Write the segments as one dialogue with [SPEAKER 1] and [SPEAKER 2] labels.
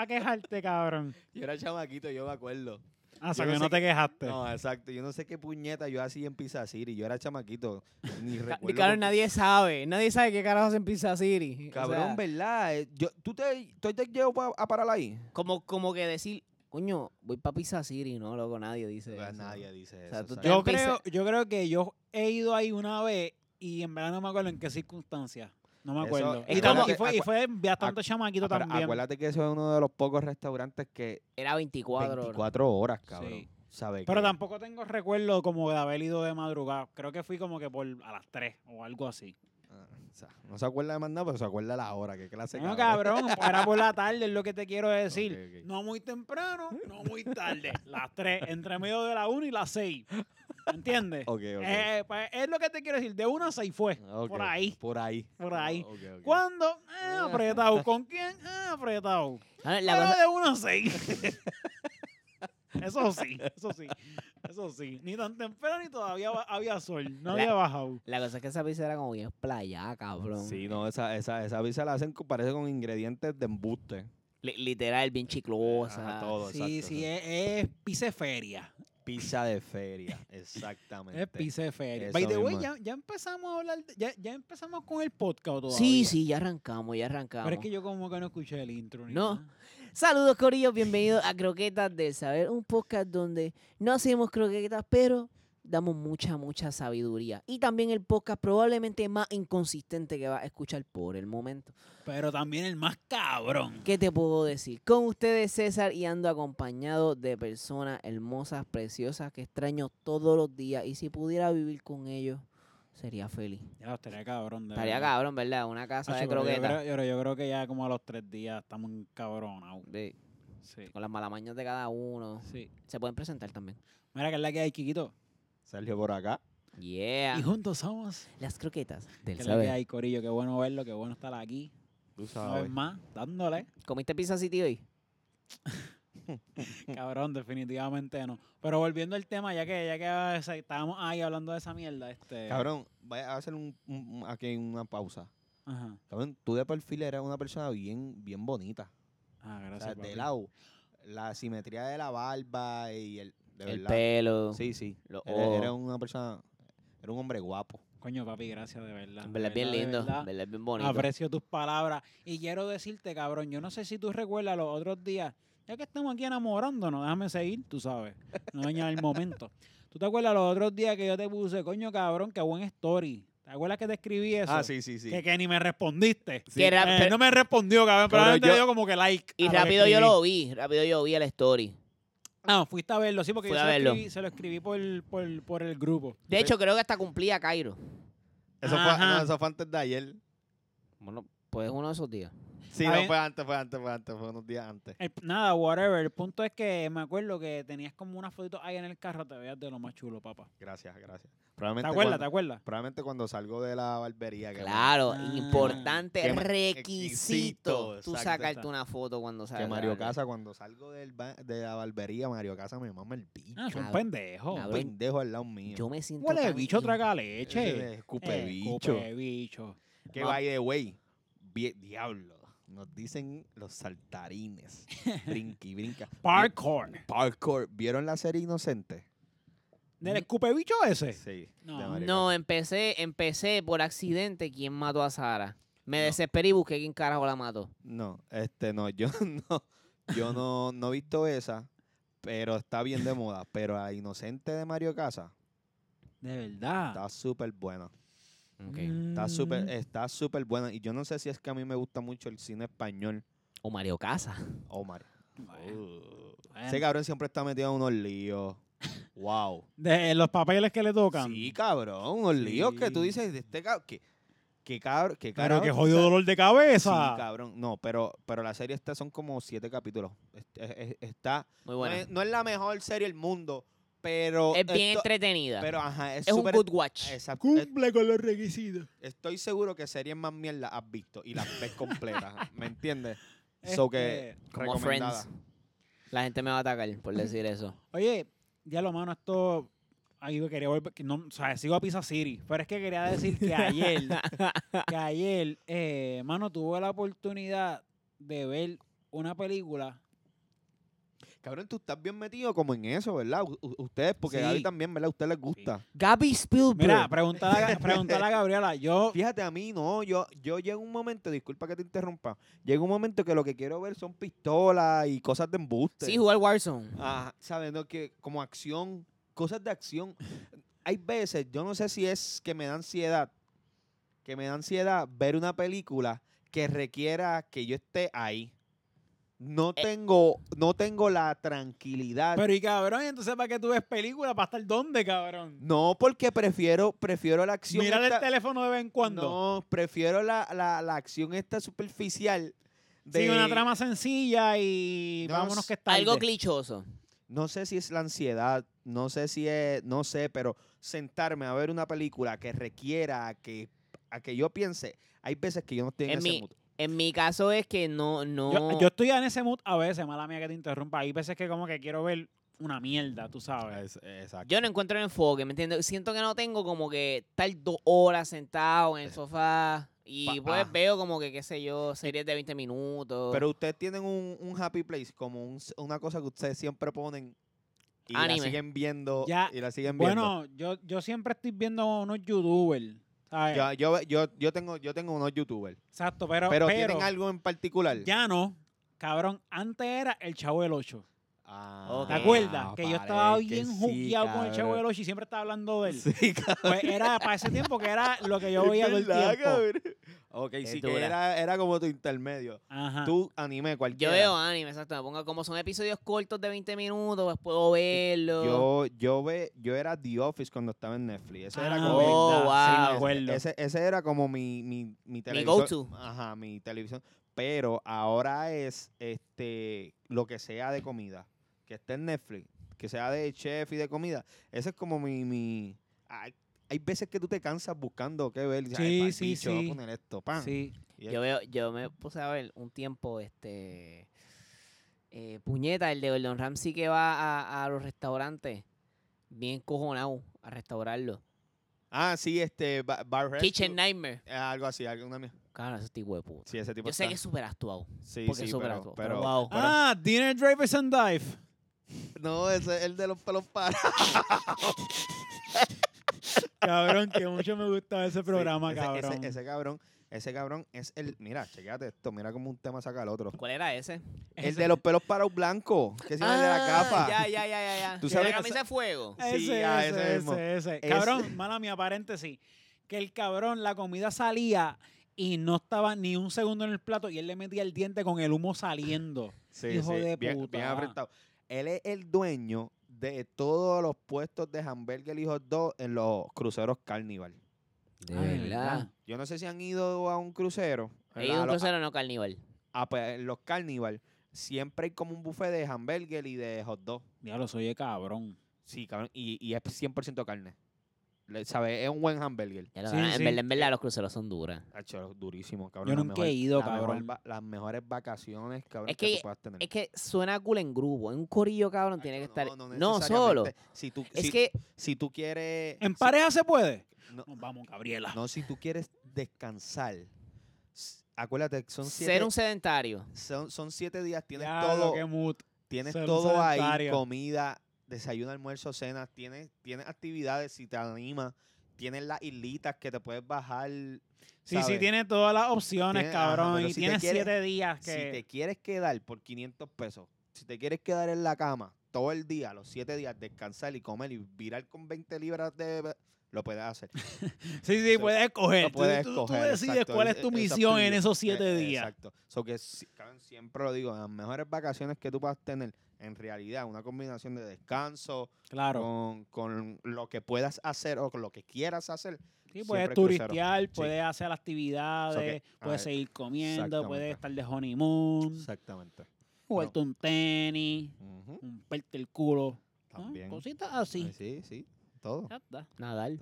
[SPEAKER 1] a quejarte, cabrón.
[SPEAKER 2] Yo era chamaquito, yo me acuerdo.
[SPEAKER 1] Ah, o sea,
[SPEAKER 2] Yo no
[SPEAKER 1] que
[SPEAKER 2] sé
[SPEAKER 1] no te quejaste.
[SPEAKER 2] No, exacto. Yo no sé qué puñeta yo hacía en Pizza City. Yo era chamaquito. Ni recuerdo.
[SPEAKER 3] Claro,
[SPEAKER 2] con-
[SPEAKER 3] nadie sabe. Nadie sabe qué carajos en Pizza City. O
[SPEAKER 2] Cabrón,
[SPEAKER 3] sea,
[SPEAKER 2] ¿verdad? Eh, Yo, ¿Tú te, tú te llevas pa- a parar ahí?
[SPEAKER 3] como, como que decir, coño, voy para Pizza City, ¿no? Loco, nadie dice eso.
[SPEAKER 2] Pues Nadie dice
[SPEAKER 3] O sea,
[SPEAKER 2] eso.
[SPEAKER 3] tú
[SPEAKER 2] exacto.
[SPEAKER 3] te-
[SPEAKER 1] Yo
[SPEAKER 3] Pizza-
[SPEAKER 1] creo, yo creo que yo he ido ahí una vez y en verdad no me acuerdo en qué circunstancias. No me
[SPEAKER 2] Eso-
[SPEAKER 1] acuerdo.
[SPEAKER 2] Es
[SPEAKER 1] y, tam-
[SPEAKER 2] como-
[SPEAKER 1] y fue, y fue bastante
[SPEAKER 2] Ah,
[SPEAKER 1] chamaquito
[SPEAKER 2] pero
[SPEAKER 1] también.
[SPEAKER 2] Acuérdate que eso es uno de los pocos restaurantes que
[SPEAKER 3] Era 24, horas.
[SPEAKER 2] 24 horas, cabrón.
[SPEAKER 1] Sí.
[SPEAKER 2] ¿Sabes
[SPEAKER 1] Pero
[SPEAKER 2] qué?
[SPEAKER 1] tampoco tengo recuerdo como de haber ido de madrugada. Creo que fui como que por a las 3 o algo así.
[SPEAKER 2] Ah, o sea, no se acuerda de más nada, pero se acuerda de la hora. ¿Qué clase,
[SPEAKER 1] No, cabrón, era por la tarde, es lo que te quiero decir.
[SPEAKER 2] Ok, ok.
[SPEAKER 1] No muy temprano, no muy tarde. las 3, entre medio de la 1 y las 6. ¿Entiendes?
[SPEAKER 2] Ok, ok.
[SPEAKER 1] Eh, pues, es lo que te quiero decir. De 1 a 6 fue.
[SPEAKER 2] Ok,
[SPEAKER 1] Por ahí.
[SPEAKER 2] Por ahí.
[SPEAKER 1] Por ahí.
[SPEAKER 2] Ok, ok.
[SPEAKER 1] ¿Cuándo? Ah, apretado. ¿Con quién? Ah, apretado.
[SPEAKER 3] Ah, la
[SPEAKER 1] La
[SPEAKER 3] cosa-
[SPEAKER 1] de 1 a 6. eso sí, eso sí. Eso sí. Ni tan temprano ni todavía ba- había sol. No
[SPEAKER 3] La-
[SPEAKER 1] había bajado.
[SPEAKER 3] La cosa es que esa pizza era como bien playa, cabrón.
[SPEAKER 2] Sí, no, esa, esa, esa pizza la hacen, con- parece con ingredientes de embuste.
[SPEAKER 3] Li- literal, bien chiclosa.
[SPEAKER 2] Ajá, todo,
[SPEAKER 1] sí,
[SPEAKER 2] exacto,
[SPEAKER 1] sí,
[SPEAKER 2] exacto.
[SPEAKER 1] es, es piseferia.
[SPEAKER 2] Pizza de feria, exactamente.
[SPEAKER 1] Es
[SPEAKER 3] Este,
[SPEAKER 1] piseferia.
[SPEAKER 2] Eso
[SPEAKER 1] By the way,
[SPEAKER 2] mismo
[SPEAKER 1] ya, ya empezamos a hablar, de- ya, ya empezamos con el podcast todavía.
[SPEAKER 3] Sí, sí, ya arrancamos, ya arrancamos.
[SPEAKER 1] Pero es que yo como que no escuché el intro. ni
[SPEAKER 3] No.
[SPEAKER 1] nada.
[SPEAKER 3] Saludos, Corillo, bienvenidos a Croquetas del Saber, un podcast donde no hacemos croquetas, pero damos mucha, mucha sabiduría. Y también el podcast probablemente más inconsistente que va a escuchar por el momento.
[SPEAKER 1] Pero también el más cabrón.
[SPEAKER 3] ¿Qué te puedo decir? Con ustedes, César, y ando acompañado de personas hermosas, preciosas, que extraño todos los días. Y si pudiera vivir con ellos, sería feliz.
[SPEAKER 1] Ya, estaría cabrón. De
[SPEAKER 3] Estaría
[SPEAKER 1] verdad.
[SPEAKER 3] cabrón, ¿verdad? Una casa
[SPEAKER 1] Acho,
[SPEAKER 3] de
[SPEAKER 1] pero yo
[SPEAKER 3] croquetas.
[SPEAKER 1] creo, pero yo creo que ya como a los tres días estamos encabronados.
[SPEAKER 3] de-
[SPEAKER 1] Sí.
[SPEAKER 3] Con las malamañas de cada uno.
[SPEAKER 1] Sí.
[SPEAKER 3] Se pueden presentar también.
[SPEAKER 1] Mira que es la que hay, Kikito.
[SPEAKER 2] Sergio por acá.
[SPEAKER 3] Yeah.
[SPEAKER 1] Y juntos somos.
[SPEAKER 3] Las croquetas del
[SPEAKER 1] Que es la que
[SPEAKER 3] saber.
[SPEAKER 1] hay, Corillo. Qué bueno verlo, qué bueno estar aquí.
[SPEAKER 2] Tú
[SPEAKER 1] Una vez
[SPEAKER 2] sabes.
[SPEAKER 1] más, dándole.
[SPEAKER 3] ¿Comiste pizza City hoy?
[SPEAKER 1] Cabrón, definitivamente no. Pero volviendo al tema, ya que, ya que eh, se- estábamos ahí hablando de esa mierda, este.
[SPEAKER 2] Cabrón, voy a hacer un, un- un- aquí una pausa.
[SPEAKER 1] Ajá.
[SPEAKER 2] Cabrón, tú de perfil eras una persona bien, bien bonita.
[SPEAKER 1] Ah,
[SPEAKER 2] O
[SPEAKER 1] gracias.
[SPEAKER 2] sea, de
[SPEAKER 1] papi.
[SPEAKER 2] lado. La simetría de la barba y el. De
[SPEAKER 3] el
[SPEAKER 2] verdad.
[SPEAKER 3] pelo. Oh.
[SPEAKER 2] Sí, sí.
[SPEAKER 3] los
[SPEAKER 2] Era, era
[SPEAKER 3] ojos.
[SPEAKER 2] una persona. Era un hombre guapo.
[SPEAKER 1] Coño, papi, gracias, de verdad.
[SPEAKER 3] En
[SPEAKER 1] de
[SPEAKER 3] verdad es bien
[SPEAKER 1] verdad, de
[SPEAKER 3] lindo.
[SPEAKER 1] verdad.
[SPEAKER 3] en verdad es bien bonito.
[SPEAKER 1] Aprecio tus palabras. Y quiero decirte, cabrón, yo no sé si tú recuerdas los otros días, ya que estamos aquí enamorándonos, déjame seguir, tú sabes, no dañar el momento. ¿Tú te acuerdas los otros días que yo te puse, coño, cabrón, qué buen story? ¿Te acuerdas que te escribí eso?
[SPEAKER 2] Ah, sí, sí, sí.
[SPEAKER 1] Que, que ni me respondiste.
[SPEAKER 3] Que
[SPEAKER 1] Eh,
[SPEAKER 3] ra- pero-
[SPEAKER 1] no me respondió, cabrón,
[SPEAKER 2] Cabrón,
[SPEAKER 1] pero
[SPEAKER 2] yo-
[SPEAKER 1] dio como que like.
[SPEAKER 3] y
[SPEAKER 1] a lo que
[SPEAKER 3] rápido yo
[SPEAKER 1] escribí.
[SPEAKER 3] lo vi. Rápido yo vi el story.
[SPEAKER 1] Ah, fuiste a verlo, sí, porque yo
[SPEAKER 3] Fui
[SPEAKER 1] se
[SPEAKER 3] a
[SPEAKER 1] lo,
[SPEAKER 3] verlo.
[SPEAKER 1] escribí, se lo escribí por, por, por el grupo.
[SPEAKER 3] De hecho, creo que hasta cumplía Cairo.
[SPEAKER 2] Eso, fue,
[SPEAKER 1] Ajá.
[SPEAKER 2] no, eso fue antes de ayer.
[SPEAKER 3] Bueno, pues uno de esos días.
[SPEAKER 2] Sí,
[SPEAKER 1] Está
[SPEAKER 2] no,
[SPEAKER 1] bien.
[SPEAKER 2] fue antes, fue antes, fue antes, fue unos días antes.
[SPEAKER 1] El- Eh, nada, whatever. El punto es que me acuerdo que tenías como una fotito ahí en el carro, te veías de lo más chulo, papá.
[SPEAKER 2] Gracias, gracias.
[SPEAKER 1] ¿Te
[SPEAKER 2] Probablemente
[SPEAKER 1] acuerdas? ¿Te
[SPEAKER 2] cuando,
[SPEAKER 1] acuerdas?
[SPEAKER 2] probablemente cuando salgo de la barbería. que me-
[SPEAKER 3] Claro,
[SPEAKER 1] Ah.
[SPEAKER 3] importante
[SPEAKER 2] Qué ma-
[SPEAKER 3] requisito.
[SPEAKER 2] exquisito,
[SPEAKER 3] Tú
[SPEAKER 2] exacto,
[SPEAKER 3] sacarte
[SPEAKER 2] exacto.
[SPEAKER 3] una foto cuando
[SPEAKER 2] Que
[SPEAKER 3] salgas.
[SPEAKER 2] Mario Casa, cuando salgo del ba- de la barbería, Mario Casa me mama el bicho.
[SPEAKER 1] Ah, es un
[SPEAKER 3] Cab-
[SPEAKER 1] pendejo.
[SPEAKER 2] un
[SPEAKER 3] cabrón.
[SPEAKER 2] pendejo al lado mío.
[SPEAKER 3] Yo me siento.
[SPEAKER 1] Huele
[SPEAKER 3] tan
[SPEAKER 1] bicho,
[SPEAKER 3] in-
[SPEAKER 1] traga
[SPEAKER 2] Ese
[SPEAKER 1] leche.
[SPEAKER 2] de escupe
[SPEAKER 1] Eh,
[SPEAKER 2] bicho.
[SPEAKER 1] escupe bicho.
[SPEAKER 2] Que
[SPEAKER 3] Ma-
[SPEAKER 2] by the way, vie- diablo. Nos dicen los saltarines. Brinqui, brinca.
[SPEAKER 1] Parkour.
[SPEAKER 2] Parkour. ¿Vieron la serie Inocente?
[SPEAKER 1] ¿Del escupe bicho ese?
[SPEAKER 2] Sí. de
[SPEAKER 1] No.
[SPEAKER 2] Mario
[SPEAKER 3] No, empecé, empecé por accidente quién mató a Sara. Me desesperé y busqué quién carajo la mató.
[SPEAKER 2] No, este no, yo no, yo no, no he visto esa, pero está bien de moda. Pero la inocente de Mario Casa
[SPEAKER 1] De verdad.
[SPEAKER 2] está súper buena.
[SPEAKER 3] Mm.
[SPEAKER 2] Está
[SPEAKER 1] Mm.
[SPEAKER 2] súper, eh, está súper buena. Y yo no sé si es que a mí me gusta mucho el cine español
[SPEAKER 3] O Mario Casa.
[SPEAKER 2] o Mario.
[SPEAKER 3] Ah.
[SPEAKER 2] uh,
[SPEAKER 1] Bueno, bueno.
[SPEAKER 2] Ese cabrón siempre está metido en unos líos. Wow.
[SPEAKER 1] De los papeles que le tocan.
[SPEAKER 2] Sí, cabrón, unos líos que tú
[SPEAKER 1] Sí.
[SPEAKER 2] dices de este cabrón. Que, que cabrón, que
[SPEAKER 1] Claro,
[SPEAKER 2] cabrón.
[SPEAKER 1] que jodido dolor de cabeza.
[SPEAKER 2] Sí, cabrón. No, pero, pero la serie esta son como siete capítulos. Este- es- es- Está.
[SPEAKER 3] Muy
[SPEAKER 2] No
[SPEAKER 3] buena.
[SPEAKER 2] es, no es la mejor serie del mundo, pero.
[SPEAKER 3] es bien
[SPEAKER 2] esto-
[SPEAKER 3] entretenida.
[SPEAKER 2] Pero, ajá, es
[SPEAKER 3] es un
[SPEAKER 2] súper-
[SPEAKER 3] good watch.
[SPEAKER 2] exacto. Es-
[SPEAKER 1] Cumple con los requisitos.
[SPEAKER 2] Estoy seguro que series más mierda has visto y las ves completas. ¿Me entiendes? So que
[SPEAKER 1] Este,
[SPEAKER 3] Como
[SPEAKER 2] recomendada.
[SPEAKER 3] Friends. La gente me va a atacar por decir eso.
[SPEAKER 1] Oye, ya lo mano, esto. Ahí yo quería volver. que No, o sea, sigo a Pizza City. Pero es que quería decir que ayer. que ayer, eh, mano, tuve la oportunidad de ver una película.
[SPEAKER 2] Cabrón, tú estás bien metido como en eso, ¿verdad? U- u- ustedes, porque a Gaby
[SPEAKER 1] Sí.
[SPEAKER 2] también, ¿verdad? A ustedes les gusta.
[SPEAKER 3] Gaby Spielberg.
[SPEAKER 1] Mira, preguntar a Gabriela. Yo,
[SPEAKER 2] Fíjate, a mí no, yo, yo llego un momento, disculpa que te interrumpa, llega un momento que lo que quiero ver son pistolas y cosas de embuste.
[SPEAKER 3] sí, jugar Warzone.
[SPEAKER 2] Ajá, ¿sabes? No, que como acción, cosas de acción. Hay veces, yo no sé si es que me da ansiedad, que me da ansiedad ver una película que requiera que yo esté ahí. No tengo, no tengo la tranquilidad.
[SPEAKER 1] pero y cabrón, ¿y entonces para qué tú ves película? ¿Para estar dónde, cabrón?
[SPEAKER 2] no, porque prefiero, prefiero la acción.
[SPEAKER 1] Mirar
[SPEAKER 2] esta-
[SPEAKER 1] el teléfono de vez en cuando.
[SPEAKER 2] No, prefiero la, la, la acción esta superficial. De,
[SPEAKER 1] Sí, una trama sencilla y
[SPEAKER 2] No
[SPEAKER 1] vámonos
[SPEAKER 2] sé,
[SPEAKER 1] que está.
[SPEAKER 3] Algo clichoso.
[SPEAKER 2] No sé si es la ansiedad, no sé si es, no sé, pero sentarme a ver una película que requiera a que, a que yo piense, hay veces que yo no estoy en,
[SPEAKER 3] En
[SPEAKER 2] ese
[SPEAKER 3] mi-
[SPEAKER 2] mood.
[SPEAKER 3] En mi caso es que no, no.
[SPEAKER 1] Yo, yo estoy en ese mood a veces, mala mía que te interrumpa. Hay veces que como que quiero ver una mierda, tú sabes.
[SPEAKER 2] exacto.
[SPEAKER 3] Yo no encuentro el enfoque, ¿me entiendes? Siento que no tengo como que estar dos horas sentado en el sofá y
[SPEAKER 2] Pa-
[SPEAKER 3] pues
[SPEAKER 2] ah.
[SPEAKER 3] veo como que, qué sé yo, series de 20 minutos.
[SPEAKER 2] Pero ustedes tienen un, un happy place, como un s- una cosa que ustedes siempre ponen y la
[SPEAKER 3] Anime.
[SPEAKER 2] siguen viendo.
[SPEAKER 1] Ya,
[SPEAKER 2] Y la siguen viendo.
[SPEAKER 1] Bueno, yo, yo siempre estoy viendo unos youtubers. ¿sabes?
[SPEAKER 2] Yo, yo, yo, yo tengo, yo tengo unos youtubers,
[SPEAKER 1] Exacto, eh. pero,
[SPEAKER 2] pero,
[SPEAKER 1] pero,
[SPEAKER 2] tienen algo en particular.
[SPEAKER 1] ya no. Cabrón, antes era el Chavo del Ocho.
[SPEAKER 2] Ah,
[SPEAKER 1] ¿Te acuerdas?
[SPEAKER 2] ah,
[SPEAKER 1] que yo estaba
[SPEAKER 2] parece que
[SPEAKER 1] bien
[SPEAKER 2] sí,
[SPEAKER 1] jugueado con el Chavo
[SPEAKER 2] cabrón.
[SPEAKER 1] del Ocho y siempre estaba hablando de él.
[SPEAKER 2] Sí, cabrón.
[SPEAKER 1] Pues era para ese tiempo que era lo que yo veía todo el
[SPEAKER 2] ¿Verdad,
[SPEAKER 1] tiempo.
[SPEAKER 2] cabrón? Ok,
[SPEAKER 3] Es
[SPEAKER 2] sí, que
[SPEAKER 3] dura.
[SPEAKER 2] era, era como tu intermedio.
[SPEAKER 1] Ajá.
[SPEAKER 2] Tú anime
[SPEAKER 3] yo
[SPEAKER 2] cualquiera.
[SPEAKER 3] veo anime, exacto. Me pongo como son episodios cortos de 20 minutos, pues puedo verlo.
[SPEAKER 2] Yo, yo, ve, yo era The Office cuando estaba en Netflix. Ese era
[SPEAKER 1] Ah,
[SPEAKER 2] como,
[SPEAKER 3] Oh,
[SPEAKER 1] verdad, sí, me
[SPEAKER 3] wow.
[SPEAKER 1] acuerdo.
[SPEAKER 2] ese, ese era como mi, mi, mi televisor.
[SPEAKER 3] go-to.
[SPEAKER 2] Ajá, mi televisión. Pero ahora es este lo que sea de comida. Que esté en Netflix. Que sea de chef y de comida. Ese es como mi... mi hay, hay veces que tú te cansas buscando qué ver. y dices, "Ay,
[SPEAKER 1] Sí,
[SPEAKER 2] pa'l
[SPEAKER 1] sí,
[SPEAKER 2] bicho, voy a
[SPEAKER 1] sí.
[SPEAKER 2] poner esto, pan.
[SPEAKER 1] Sí.
[SPEAKER 2] Y es-
[SPEAKER 3] Yo veo, yo me puse a ver un tiempo, este, eh, puñeta, el de Gordon Ramsay que va a, a los restaurantes, bien cojonado a restaurarlo.
[SPEAKER 2] Ah, sí, este... Ba- Bar Rescue.
[SPEAKER 3] Kitchen Nightmare.
[SPEAKER 2] Eh, Algo así, alguna mía.
[SPEAKER 3] Claro, ese tipo de puta.
[SPEAKER 2] Sí, ese tipo
[SPEAKER 3] Yo sé
[SPEAKER 2] está.
[SPEAKER 3] que es súper actuado.
[SPEAKER 2] Sí,
[SPEAKER 3] porque
[SPEAKER 2] sí,
[SPEAKER 3] es súper
[SPEAKER 2] pero-
[SPEAKER 3] actuado.
[SPEAKER 2] pero-
[SPEAKER 3] wow.
[SPEAKER 2] pero-
[SPEAKER 1] Ah, Dinner Drivers and Dive.
[SPEAKER 2] No, ese es el de los pelos para.
[SPEAKER 1] Cabrón, que mucho me gustaba ese programa,
[SPEAKER 2] ese,
[SPEAKER 1] cabrón.
[SPEAKER 2] Ese, ese cabrón, ese cabrón es el. Mira, chequéate esto, mira cómo un tema saca al otro.
[SPEAKER 3] ¿Cuál era ese?
[SPEAKER 2] El de los pelos para un blanco, que es el de la capa.
[SPEAKER 3] Ah, Ya, ya, ya, ya. ya.
[SPEAKER 2] Tú
[SPEAKER 3] ¿De la
[SPEAKER 2] sabes-
[SPEAKER 3] camisa de fuego.
[SPEAKER 1] Ese,
[SPEAKER 2] Sí, ah,
[SPEAKER 1] ese,
[SPEAKER 2] ese
[SPEAKER 1] ese,
[SPEAKER 2] mismo.
[SPEAKER 1] ese.
[SPEAKER 2] Ese.
[SPEAKER 1] Cabrón, mala mía, paréntesis. Que el cabrón, la comida salía y no estaba ni un segundo en el plato y él le metía el diente con el humo saliendo.
[SPEAKER 2] Sí,
[SPEAKER 1] Hijo de
[SPEAKER 2] bien,
[SPEAKER 1] puta.
[SPEAKER 2] bien apretado. Él es el dueño de todos los puestos de hamburger y hot dog en los cruceros Carnival.
[SPEAKER 3] De
[SPEAKER 1] Ay, verdad.
[SPEAKER 2] Yo no sé si han ido a un crucero.
[SPEAKER 3] He ido a
[SPEAKER 2] a
[SPEAKER 3] un
[SPEAKER 2] lo-
[SPEAKER 3] crucero no carnival.
[SPEAKER 2] a- pues, en los Carnival siempre hay como un buffet de hamburger y de hot dog.
[SPEAKER 1] Diablo, soy de cabrón.
[SPEAKER 2] Sí, cabrón. Y, y es 100% carne. Le- ¿Sabes? Es un buen hamburger.
[SPEAKER 3] Ya lo
[SPEAKER 1] Sí,
[SPEAKER 3] verdad,
[SPEAKER 1] sí.
[SPEAKER 3] En verdad, en verdad, los cruceros son duras.
[SPEAKER 2] Hacho, durísimo, cabrón.
[SPEAKER 1] Yo
[SPEAKER 2] la
[SPEAKER 1] nunca he ido,
[SPEAKER 2] la mejor
[SPEAKER 1] cabrón.
[SPEAKER 2] va- las mejores vacaciones, cabrón,
[SPEAKER 3] Es
[SPEAKER 2] que, tú
[SPEAKER 3] que-
[SPEAKER 2] puedas tener.
[SPEAKER 3] Es que suena cool en grupo. En un corillo, cabrón, tiene que
[SPEAKER 2] Hacho,
[SPEAKER 3] estar.
[SPEAKER 2] no,
[SPEAKER 3] No,
[SPEAKER 2] no
[SPEAKER 3] solo.
[SPEAKER 2] necesariamente. Si tú,
[SPEAKER 3] Es
[SPEAKER 2] si,
[SPEAKER 3] que
[SPEAKER 2] si tú quieres...
[SPEAKER 1] ¿En
[SPEAKER 2] si-
[SPEAKER 1] pareja se puede?
[SPEAKER 2] no,
[SPEAKER 1] Nos vamos, Gabriela.
[SPEAKER 2] no, si tú quieres descansar. s- Acuérdate, que son siete,
[SPEAKER 3] ser un sedentario.
[SPEAKER 2] son, son siete días. Tienes
[SPEAKER 1] Diablo,
[SPEAKER 2] todo,
[SPEAKER 1] qué mood.
[SPEAKER 2] tienes
[SPEAKER 1] ser un
[SPEAKER 2] todo ahí.
[SPEAKER 1] sedentario.
[SPEAKER 2] Comida, desayuno, almuerzo, cena. Tienes, tienes actividades si te anima. Tienes las islitas que te puedes bajar.
[SPEAKER 1] Sí, sí,
[SPEAKER 2] ¿sabes?
[SPEAKER 1] tiene todas las opciones,
[SPEAKER 2] Tiene- ajá,
[SPEAKER 1] cabrón.
[SPEAKER 2] pero
[SPEAKER 1] y
[SPEAKER 2] si te
[SPEAKER 1] tiene
[SPEAKER 2] quieres-
[SPEAKER 1] siete días que...
[SPEAKER 2] Si te quieres quedar por 500 pesos, si te quieres quedar en la cama todo el día, los 7 días, descansar y comer y virar con 20 libras de... Lo puedes hacer.
[SPEAKER 1] Sí, sí,
[SPEAKER 2] Se-
[SPEAKER 1] puedes escoger.
[SPEAKER 2] Lo
[SPEAKER 1] Pues, Tú-
[SPEAKER 2] puedes
[SPEAKER 1] tú, tú
[SPEAKER 2] escoger,
[SPEAKER 1] decides
[SPEAKER 2] exacto,
[SPEAKER 1] cuál
[SPEAKER 2] es-
[SPEAKER 1] es tu
[SPEAKER 2] es- es up
[SPEAKER 1] misión
[SPEAKER 2] to
[SPEAKER 1] en
[SPEAKER 2] you.
[SPEAKER 1] esos siete
[SPEAKER 2] Eh, eh,
[SPEAKER 1] días.
[SPEAKER 2] Exacto. So que, si- cabrón, siempre lo digo, las mejores vacaciones que tú puedas tener, en realidad, una combinación de descanso
[SPEAKER 1] Claro.
[SPEAKER 2] con, con lo que puedas hacer o con lo que quieras hacer.
[SPEAKER 1] Sí, puedes
[SPEAKER 2] siempre crucero.
[SPEAKER 1] turistear, puedes hacer actividades,
[SPEAKER 2] a
[SPEAKER 1] puedes
[SPEAKER 2] ver,
[SPEAKER 1] seguir comiendo, puedes
[SPEAKER 2] exactamente.
[SPEAKER 1] estar de honeymoon,
[SPEAKER 2] Exactamente.
[SPEAKER 1] jugarte un tenis,
[SPEAKER 2] Ujú,
[SPEAKER 1] romperte el culo. ¿no?
[SPEAKER 2] También.
[SPEAKER 1] Cositas
[SPEAKER 2] Eh,
[SPEAKER 1] así.
[SPEAKER 2] Sí, sí, todo.
[SPEAKER 1] Ya está.
[SPEAKER 3] Nadal.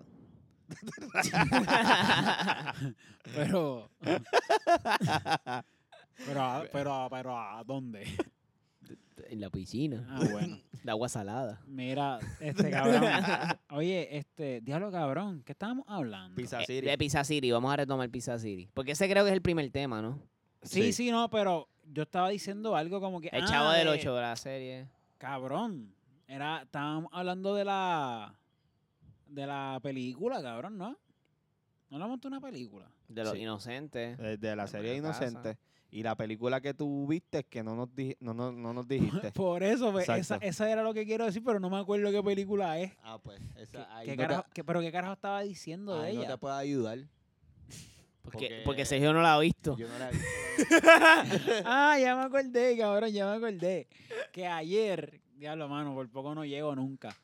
[SPEAKER 1] Pero... pero, a- pero, a- pero, ¿a dónde?
[SPEAKER 3] en la piscina.
[SPEAKER 1] Ah, bueno.
[SPEAKER 3] De agua salada.
[SPEAKER 1] Mira, este cabrón. Oye, este, diablo cabrón, ¿qué estábamos hablando?
[SPEAKER 2] Pizza
[SPEAKER 3] Eh,
[SPEAKER 2] City.
[SPEAKER 3] de Pizza City. Vamos a retomar Pizza City. Porque ese creo que es el primer tema, ¿no?
[SPEAKER 1] Sí, sí, no, pero yo estaba diciendo algo como que.
[SPEAKER 4] El
[SPEAKER 1] ah,
[SPEAKER 4] chavo del
[SPEAKER 1] de-
[SPEAKER 4] 8 de la serie.
[SPEAKER 1] Cabrón. Era, estábamos hablando de la. De la película, cabrón, ¿no? No hablamos de una película.
[SPEAKER 4] De los
[SPEAKER 2] Sí. Eh,
[SPEAKER 4] inocentes.
[SPEAKER 2] De, de la
[SPEAKER 4] Pero
[SPEAKER 2] serie
[SPEAKER 4] ¿qué pasa?
[SPEAKER 2] Inocente. Y la película que tú viste que no nos, di- no, no, no nos dijiste.
[SPEAKER 1] Por eso, pues, esa,
[SPEAKER 2] Exacto.
[SPEAKER 1] esa era lo que quiero decir, pero no me acuerdo qué película es.
[SPEAKER 2] ah, pues.
[SPEAKER 1] ¿Qué- qué carajo- qué- pero qué carajo estaba diciendo de ella.
[SPEAKER 2] puedo ayudar.
[SPEAKER 4] Porque,
[SPEAKER 2] porque-
[SPEAKER 4] porque Sergio no la ha visto.
[SPEAKER 2] Yo no la vi.
[SPEAKER 1] ah, ya me acordé, cabrón, ya me acordé. Que ayer, diablo, mano, por poco no llego nunca.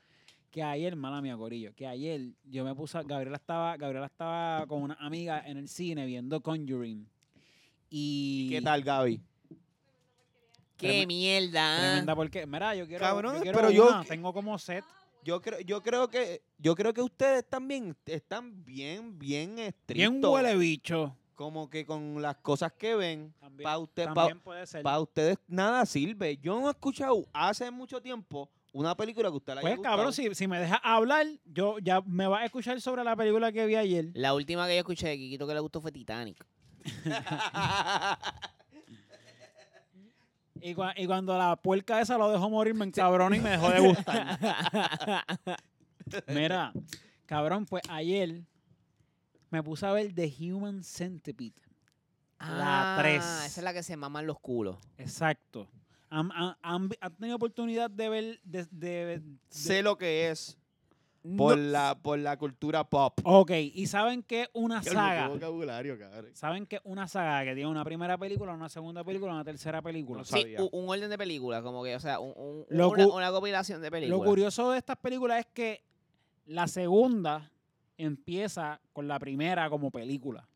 [SPEAKER 1] Que ayer, mala mía, Corillo, que ayer yo me puse, a- Gabriela estaba, Gabriela estaba con una amiga en el cine viendo Conjuring. Y,
[SPEAKER 2] ¿Qué tal, Gaby?
[SPEAKER 4] ¡Qué
[SPEAKER 1] Trem-
[SPEAKER 4] mierda! ah!
[SPEAKER 1] Tremenda porque, mira, yo quiero,
[SPEAKER 2] Cabrón,
[SPEAKER 1] yo quiero
[SPEAKER 2] pero yo-
[SPEAKER 1] una, tengo como set.
[SPEAKER 2] Yo creo, yo creo que, yo creo que ustedes también están bien, bien estrictos.
[SPEAKER 1] Bien huele bicho.
[SPEAKER 2] Como que con las cosas que ven,
[SPEAKER 1] También,
[SPEAKER 2] para usted, pa-
[SPEAKER 1] también puede ser.
[SPEAKER 2] para ustedes nada sirve. Yo no he escuchado hace mucho tiempo una película que a usted la
[SPEAKER 1] Pues
[SPEAKER 2] haya
[SPEAKER 1] cabrón,
[SPEAKER 2] gustado.
[SPEAKER 1] si, si me dejas hablar, yo ya me vas a escuchar sobre la película que vi ayer.
[SPEAKER 4] La última que yo escuché de Kikito que le gustó fue Titanic.
[SPEAKER 1] Y, cua- y cuando la puerca esa lo dejó morir, me encabronó y me dejó de gustar. Mira, cabrón, pues ayer me puse a ver The Human Centipede. La tres.
[SPEAKER 4] Esa es la que se maman los culos.
[SPEAKER 1] Exacto. ¿Han, han- han vi- han tenido oportunidad de ver... De, de- de-
[SPEAKER 2] sé lo que es
[SPEAKER 1] No-
[SPEAKER 2] por, la, por la cultura pop.
[SPEAKER 1] Ok, y saben que una
[SPEAKER 2] Qué
[SPEAKER 1] saga...
[SPEAKER 2] vocabulario, cabrón.
[SPEAKER 1] Saben que una saga que tiene una primera película, una segunda película, una tercera película.
[SPEAKER 2] No
[SPEAKER 4] Sí,
[SPEAKER 2] sabía.
[SPEAKER 4] u- un orden de películas, como que, o sea, un- un-
[SPEAKER 1] Lo
[SPEAKER 4] una,
[SPEAKER 1] cu-
[SPEAKER 4] una compilación de películas.
[SPEAKER 1] Lo curioso de estas películas es que la segunda empieza con la primera como película.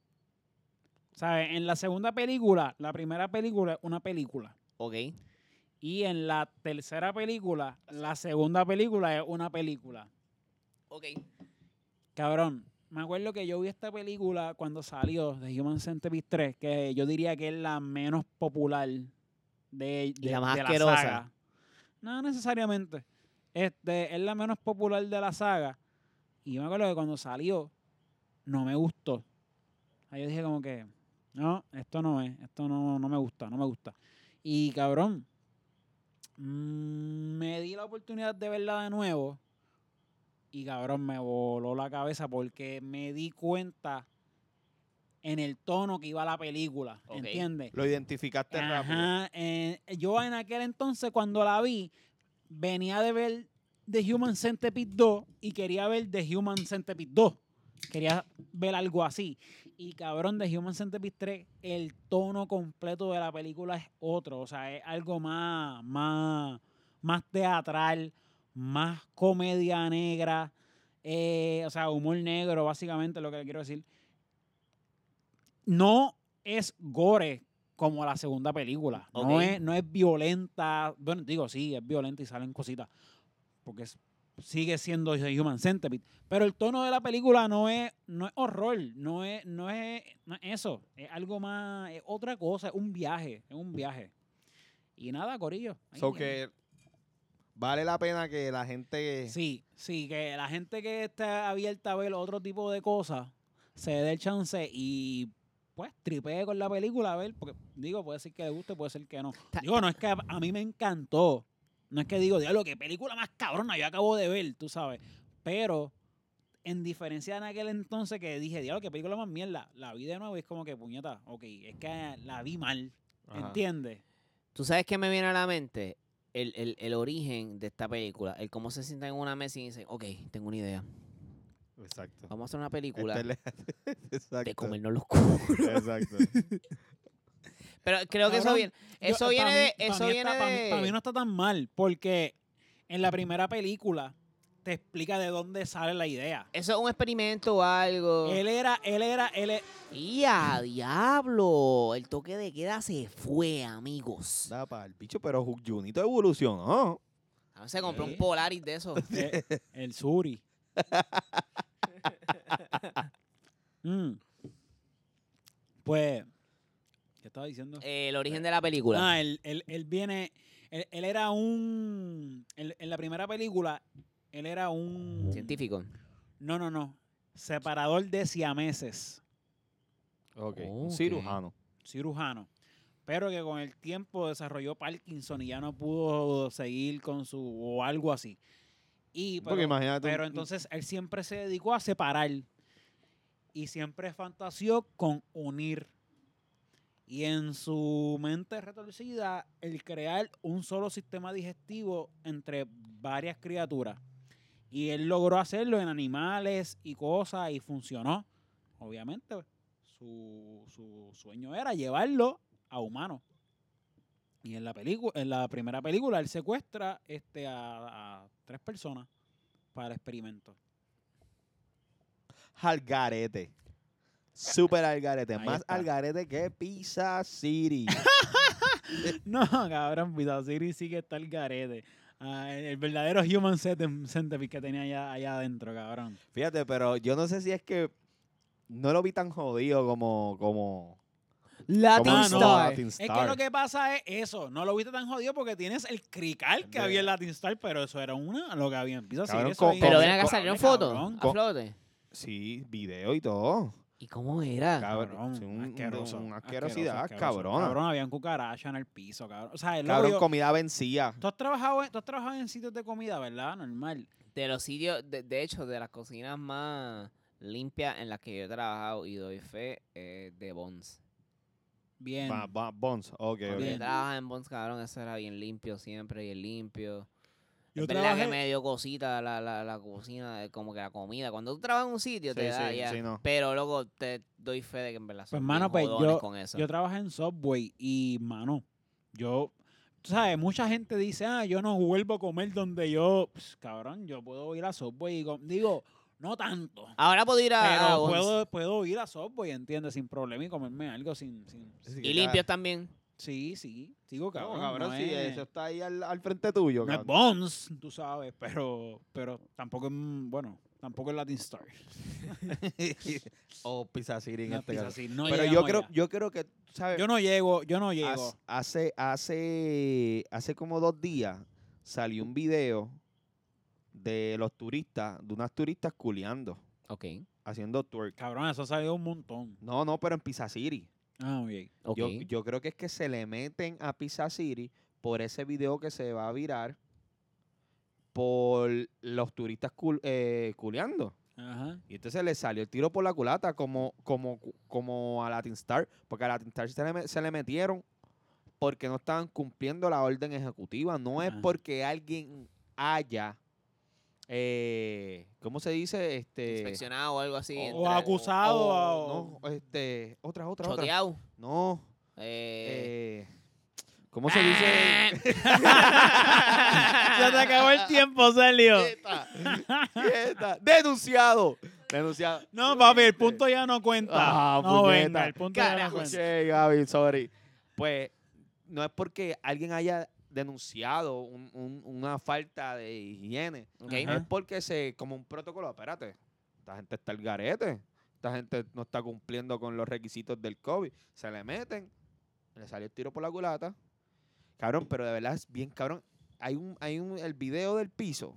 [SPEAKER 1] ¿Sabes? En la segunda película, la primera película es una película.
[SPEAKER 4] Ok.
[SPEAKER 1] Y en la tercera película, la segunda película es una película.
[SPEAKER 4] Ok.
[SPEAKER 1] Cabrón, me acuerdo que yo vi esta película cuando salió de Human Centipede 3, que yo diría que es la menos popular de, de-
[SPEAKER 4] la más
[SPEAKER 1] de
[SPEAKER 4] asquerosa.
[SPEAKER 1] saga. No necesariamente. Este, es la menos popular de la saga. Y yo me acuerdo que cuando salió, no me gustó. Ahí yo dije como que, no, esto no es, esto no, no me gusta, no me gusta. Y cabrón, mm, me di la oportunidad de verla de nuevo. Y cabrón, me voló la cabeza porque me di cuenta en el tono que iba la película.
[SPEAKER 4] Ok.
[SPEAKER 1] ¿Entiendes?
[SPEAKER 2] Lo identificaste rápido.
[SPEAKER 1] Ajá, eh, yo en aquel entonces cuando la vi, venía de ver The Human Centipede 2 y quería ver The Human Centipede 2. Quería ver algo así. Y cabrón, The Human Centipede 3, el tono completo de la película es otro. O sea, es algo más, más, más teatral, más comedia negra. eh, o sea, humor negro, básicamente, lo que le quiero decir. No es gore como la segunda película. No,
[SPEAKER 4] Ok.
[SPEAKER 1] es, no es violenta. Bueno, digo, sí, es violenta y salen cositas. Porque es- sigue siendo The Human Centipede. Pero el tono de la película no es, no es horror, no es, no, es, no es eso. Es algo más, es otra cosa, es un viaje, es un viaje. Y nada, Corillo. ahí
[SPEAKER 2] So
[SPEAKER 1] tiene.
[SPEAKER 2] que vale la pena que la gente...
[SPEAKER 1] Sí, sí, que la gente que está abierta a ver otro tipo de cosas se dé el chance y pues tripee con la película a ver, porque digo, puede ser que le guste, puede ser que no.
[SPEAKER 4] Ta-
[SPEAKER 1] Digo, no es que a, a mí me encantó. No es que digo, diablo, qué película más cabrona yo acabo de ver, tú sabes. Pero, en diferencia en aquel entonces que dije, diablo, qué película más mierda, la vi de nuevo y es como que puñeta, ok, es que la vi mal,
[SPEAKER 2] Ajá.
[SPEAKER 1] ¿entiendes?
[SPEAKER 4] ¿Tú sabes qué me viene a la mente? El, el- el origen de esta película. El cómo se sientan en una mesa y dicen, ok, tengo una idea.
[SPEAKER 2] Exacto.
[SPEAKER 4] Vamos a hacer una película
[SPEAKER 1] Este
[SPEAKER 2] Esta es la-
[SPEAKER 4] de
[SPEAKER 2] Este Exacto.
[SPEAKER 4] comernos los culos.
[SPEAKER 2] Exacto.
[SPEAKER 4] Pero creo que eso
[SPEAKER 1] Cabrón,
[SPEAKER 4] viene,
[SPEAKER 1] Yo- eh,
[SPEAKER 4] eso
[SPEAKER 1] pa'
[SPEAKER 4] viene
[SPEAKER 1] mí-
[SPEAKER 4] de...
[SPEAKER 1] pa'
[SPEAKER 4] Eso
[SPEAKER 1] mí
[SPEAKER 4] viene
[SPEAKER 1] está- pa' mí-
[SPEAKER 4] de...
[SPEAKER 1] pa' mí no está tan mal, porque en la primera película te explica de dónde sale la idea.
[SPEAKER 4] Eso es un experimento o algo.
[SPEAKER 1] Él era, él era, él e-
[SPEAKER 4] ¡Y a diablo! El toque de queda se fue, amigos.
[SPEAKER 2] Da para el bicho, pero Ju- Junito evolucionó.
[SPEAKER 4] Ah, Se compró
[SPEAKER 1] Sí.
[SPEAKER 4] un Polaris de eso.
[SPEAKER 1] eh, el Suri. Mm. Pues, ¿qué estaba diciendo?
[SPEAKER 4] el origen de la película.
[SPEAKER 1] Ah, él, él- él viene. Él, él era un. él- en la primera película, él era un.
[SPEAKER 4] Científico.
[SPEAKER 1] No, no, no. Separador de siameses.
[SPEAKER 2] Ok.
[SPEAKER 4] Ok.
[SPEAKER 2] Cirujano.
[SPEAKER 1] cirujano. pero que con el tiempo desarrolló Parkinson y ya no pudo seguir con su o algo así. Y
[SPEAKER 2] Porque
[SPEAKER 1] pero-
[SPEAKER 2] imagínate. un-
[SPEAKER 1] pero entonces él siempre se dedicó a separar y siempre fantaseó con unir. Y en su mente retorcida, el crear un solo sistema digestivo entre varias criaturas. Y él logró hacerlo en animales y cosas y funcionó. Obviamente, su, su sueño era llevarlo a humanos. Y en la, película en la primera película, él secuestra este, a- a tres personas para experimentos.
[SPEAKER 2] al garete. Súper al garete.
[SPEAKER 1] Ahí
[SPEAKER 2] Más
[SPEAKER 1] está.
[SPEAKER 2] al garete que Pizza City.
[SPEAKER 1] No, cabrón, Vita City sí que está el garete. Ah, el, el verdadero Human Centip- Centipede que tenía allá, allá adentro, cabrón.
[SPEAKER 2] Fíjate, pero yo no sé si es que no lo vi tan jodido como. como
[SPEAKER 4] Latin
[SPEAKER 2] como
[SPEAKER 1] Ah, no.
[SPEAKER 4] Star.
[SPEAKER 2] Latin
[SPEAKER 1] Es que
[SPEAKER 2] Star.
[SPEAKER 1] lo que pasa es eso. No lo viste tan jodido porque tienes el crical que
[SPEAKER 2] De-
[SPEAKER 1] había en Latin Star, pero eso era una lo que había en Pizza City,
[SPEAKER 2] Cabrón,
[SPEAKER 1] eso
[SPEAKER 2] con-
[SPEAKER 1] ahí
[SPEAKER 4] Pero
[SPEAKER 2] con-
[SPEAKER 1] es
[SPEAKER 4] ven acá,
[SPEAKER 2] con-
[SPEAKER 4] salieron
[SPEAKER 1] cabrón,
[SPEAKER 4] fotos.
[SPEAKER 1] cabrón.
[SPEAKER 4] A flote.
[SPEAKER 2] Sí, video y todo.
[SPEAKER 4] ¿Y cómo era?
[SPEAKER 2] Cabrón,
[SPEAKER 1] Cabrón,
[SPEAKER 2] sí, un-
[SPEAKER 1] asqueroso, asqueroso,
[SPEAKER 2] una asquerosidad,
[SPEAKER 1] asqueroso.
[SPEAKER 2] cabrona.
[SPEAKER 1] Cabrón, habían cucarachas en el piso, cabrón. O sea, el
[SPEAKER 2] Cabrón,
[SPEAKER 1] labio-
[SPEAKER 2] comida vencida.
[SPEAKER 1] tú, has trabajado, en- tú has trabajado en sitios de comida, ¿verdad? Normal.
[SPEAKER 4] De los sitios, de, de hecho, de las cocinas más limpias en las que yo he trabajado y doy fe, eh, de Bonds.
[SPEAKER 1] Bien.
[SPEAKER 2] Ba- ba- Bones, ok, ok.
[SPEAKER 4] Cuando yo
[SPEAKER 1] Bien.
[SPEAKER 4] trabajaba en Bonds, cabrón, eso era bien limpio siempre, bien limpio.
[SPEAKER 1] Yo
[SPEAKER 4] es verdad
[SPEAKER 1] trabajé-
[SPEAKER 4] que me dio cosita la, la, la cocina, eh, como que la comida. Cuando tú trabajas en un sitio,
[SPEAKER 2] Sí,
[SPEAKER 4] te da
[SPEAKER 2] sí,
[SPEAKER 4] ya.
[SPEAKER 2] sí, no.
[SPEAKER 4] Pero luego te doy fe de que en verdad son
[SPEAKER 1] Pues, mano,
[SPEAKER 4] bien
[SPEAKER 1] pues,
[SPEAKER 4] jodones
[SPEAKER 1] yo-
[SPEAKER 4] con eso.
[SPEAKER 1] Yo trabajé en Subway y, mano, yo, tú sabes, mucha gente dice, ah, yo no vuelvo a comer donde yo, Pues, cabrón, yo puedo ir a Subway y com- digo, no tanto.
[SPEAKER 4] Ahora puedo
[SPEAKER 2] Ah,
[SPEAKER 4] ir a, a
[SPEAKER 1] Pero
[SPEAKER 4] Bonds.
[SPEAKER 1] puedo, puedo ir a Subway, ¿entiendes? Sin problema y comerme algo sin... sin
[SPEAKER 2] Sí,
[SPEAKER 4] Y
[SPEAKER 2] que
[SPEAKER 4] limpios también.
[SPEAKER 1] sí, sí, digo,
[SPEAKER 2] ca-
[SPEAKER 1] cabrón,
[SPEAKER 2] No,
[SPEAKER 1] no,
[SPEAKER 2] cabrón, sí,
[SPEAKER 1] es,
[SPEAKER 2] eso está ahí al, al frente tuyo.
[SPEAKER 1] no es
[SPEAKER 2] cabrón.
[SPEAKER 1] Bones, tú sabes, pero, pero tampoco es, mm, bueno, tampoco es Latin Star.
[SPEAKER 2] o Pizza City en
[SPEAKER 1] No,
[SPEAKER 2] este
[SPEAKER 1] pizza
[SPEAKER 2] caso.
[SPEAKER 1] así, no
[SPEAKER 2] Pero yo
[SPEAKER 1] llegamos
[SPEAKER 2] creo,
[SPEAKER 1] allá.
[SPEAKER 2] yo creo que, ¿sabes?
[SPEAKER 1] Yo no llego, yo no llego.
[SPEAKER 2] Hace- Hace, hace, hace como dos días salió un video de los turistas, de unas turistas culeando,
[SPEAKER 4] Ok.
[SPEAKER 2] haciendo twerk.
[SPEAKER 1] Cabrón, eso ha salido un montón.
[SPEAKER 2] No, no, pero en Pizza City.
[SPEAKER 1] Ah, bien.
[SPEAKER 4] ok.
[SPEAKER 2] Yo, yo creo que es que se le meten a Pizza City por ese video que se va a virar por los turistas cul- eh, culeando.
[SPEAKER 1] Ajá.
[SPEAKER 2] Y entonces le salió el tiro por la culata como, como, como a Latin Star, porque a Latin Star se le, me- se le metieron porque no estaban cumpliendo la orden ejecutiva. No es
[SPEAKER 4] Ah.
[SPEAKER 1] Ajá.
[SPEAKER 2] porque alguien haya, eh, ¿cómo se dice? Este,
[SPEAKER 4] eh, Inspeccionado o algo así.
[SPEAKER 1] o
[SPEAKER 4] entra-
[SPEAKER 1] acusado,
[SPEAKER 2] o- no, este, otra, otra, otra.
[SPEAKER 4] Choteado.
[SPEAKER 2] No,
[SPEAKER 4] Eh,
[SPEAKER 2] eh, ¿cómo se dice?
[SPEAKER 1] Se te acabó el tiempo, Celio.
[SPEAKER 2] ¡Ah! Quieta, quieta. Denunciado, denunciado.
[SPEAKER 1] No, papi, el punto ya no cuenta.
[SPEAKER 2] eh, Ah,
[SPEAKER 1] no,
[SPEAKER 2] puñeta.
[SPEAKER 1] venga, el punto ya no
[SPEAKER 4] Carajo,
[SPEAKER 1] cuenta.
[SPEAKER 2] Ok, Gaby, sorry. Pues no es porque alguien haya denunciado un- un- una falta de higiene.
[SPEAKER 4] ok.
[SPEAKER 1] Ajá.
[SPEAKER 2] Es porque se, como un protocolo, espérate, esta gente está al garete, esta gente no está cumpliendo con los requisitos del COVID. Se le meten, le sale el tiro por la culata. Cabrón, pero de verdad es bien cabrón. Hay un, hay un, el video del piso,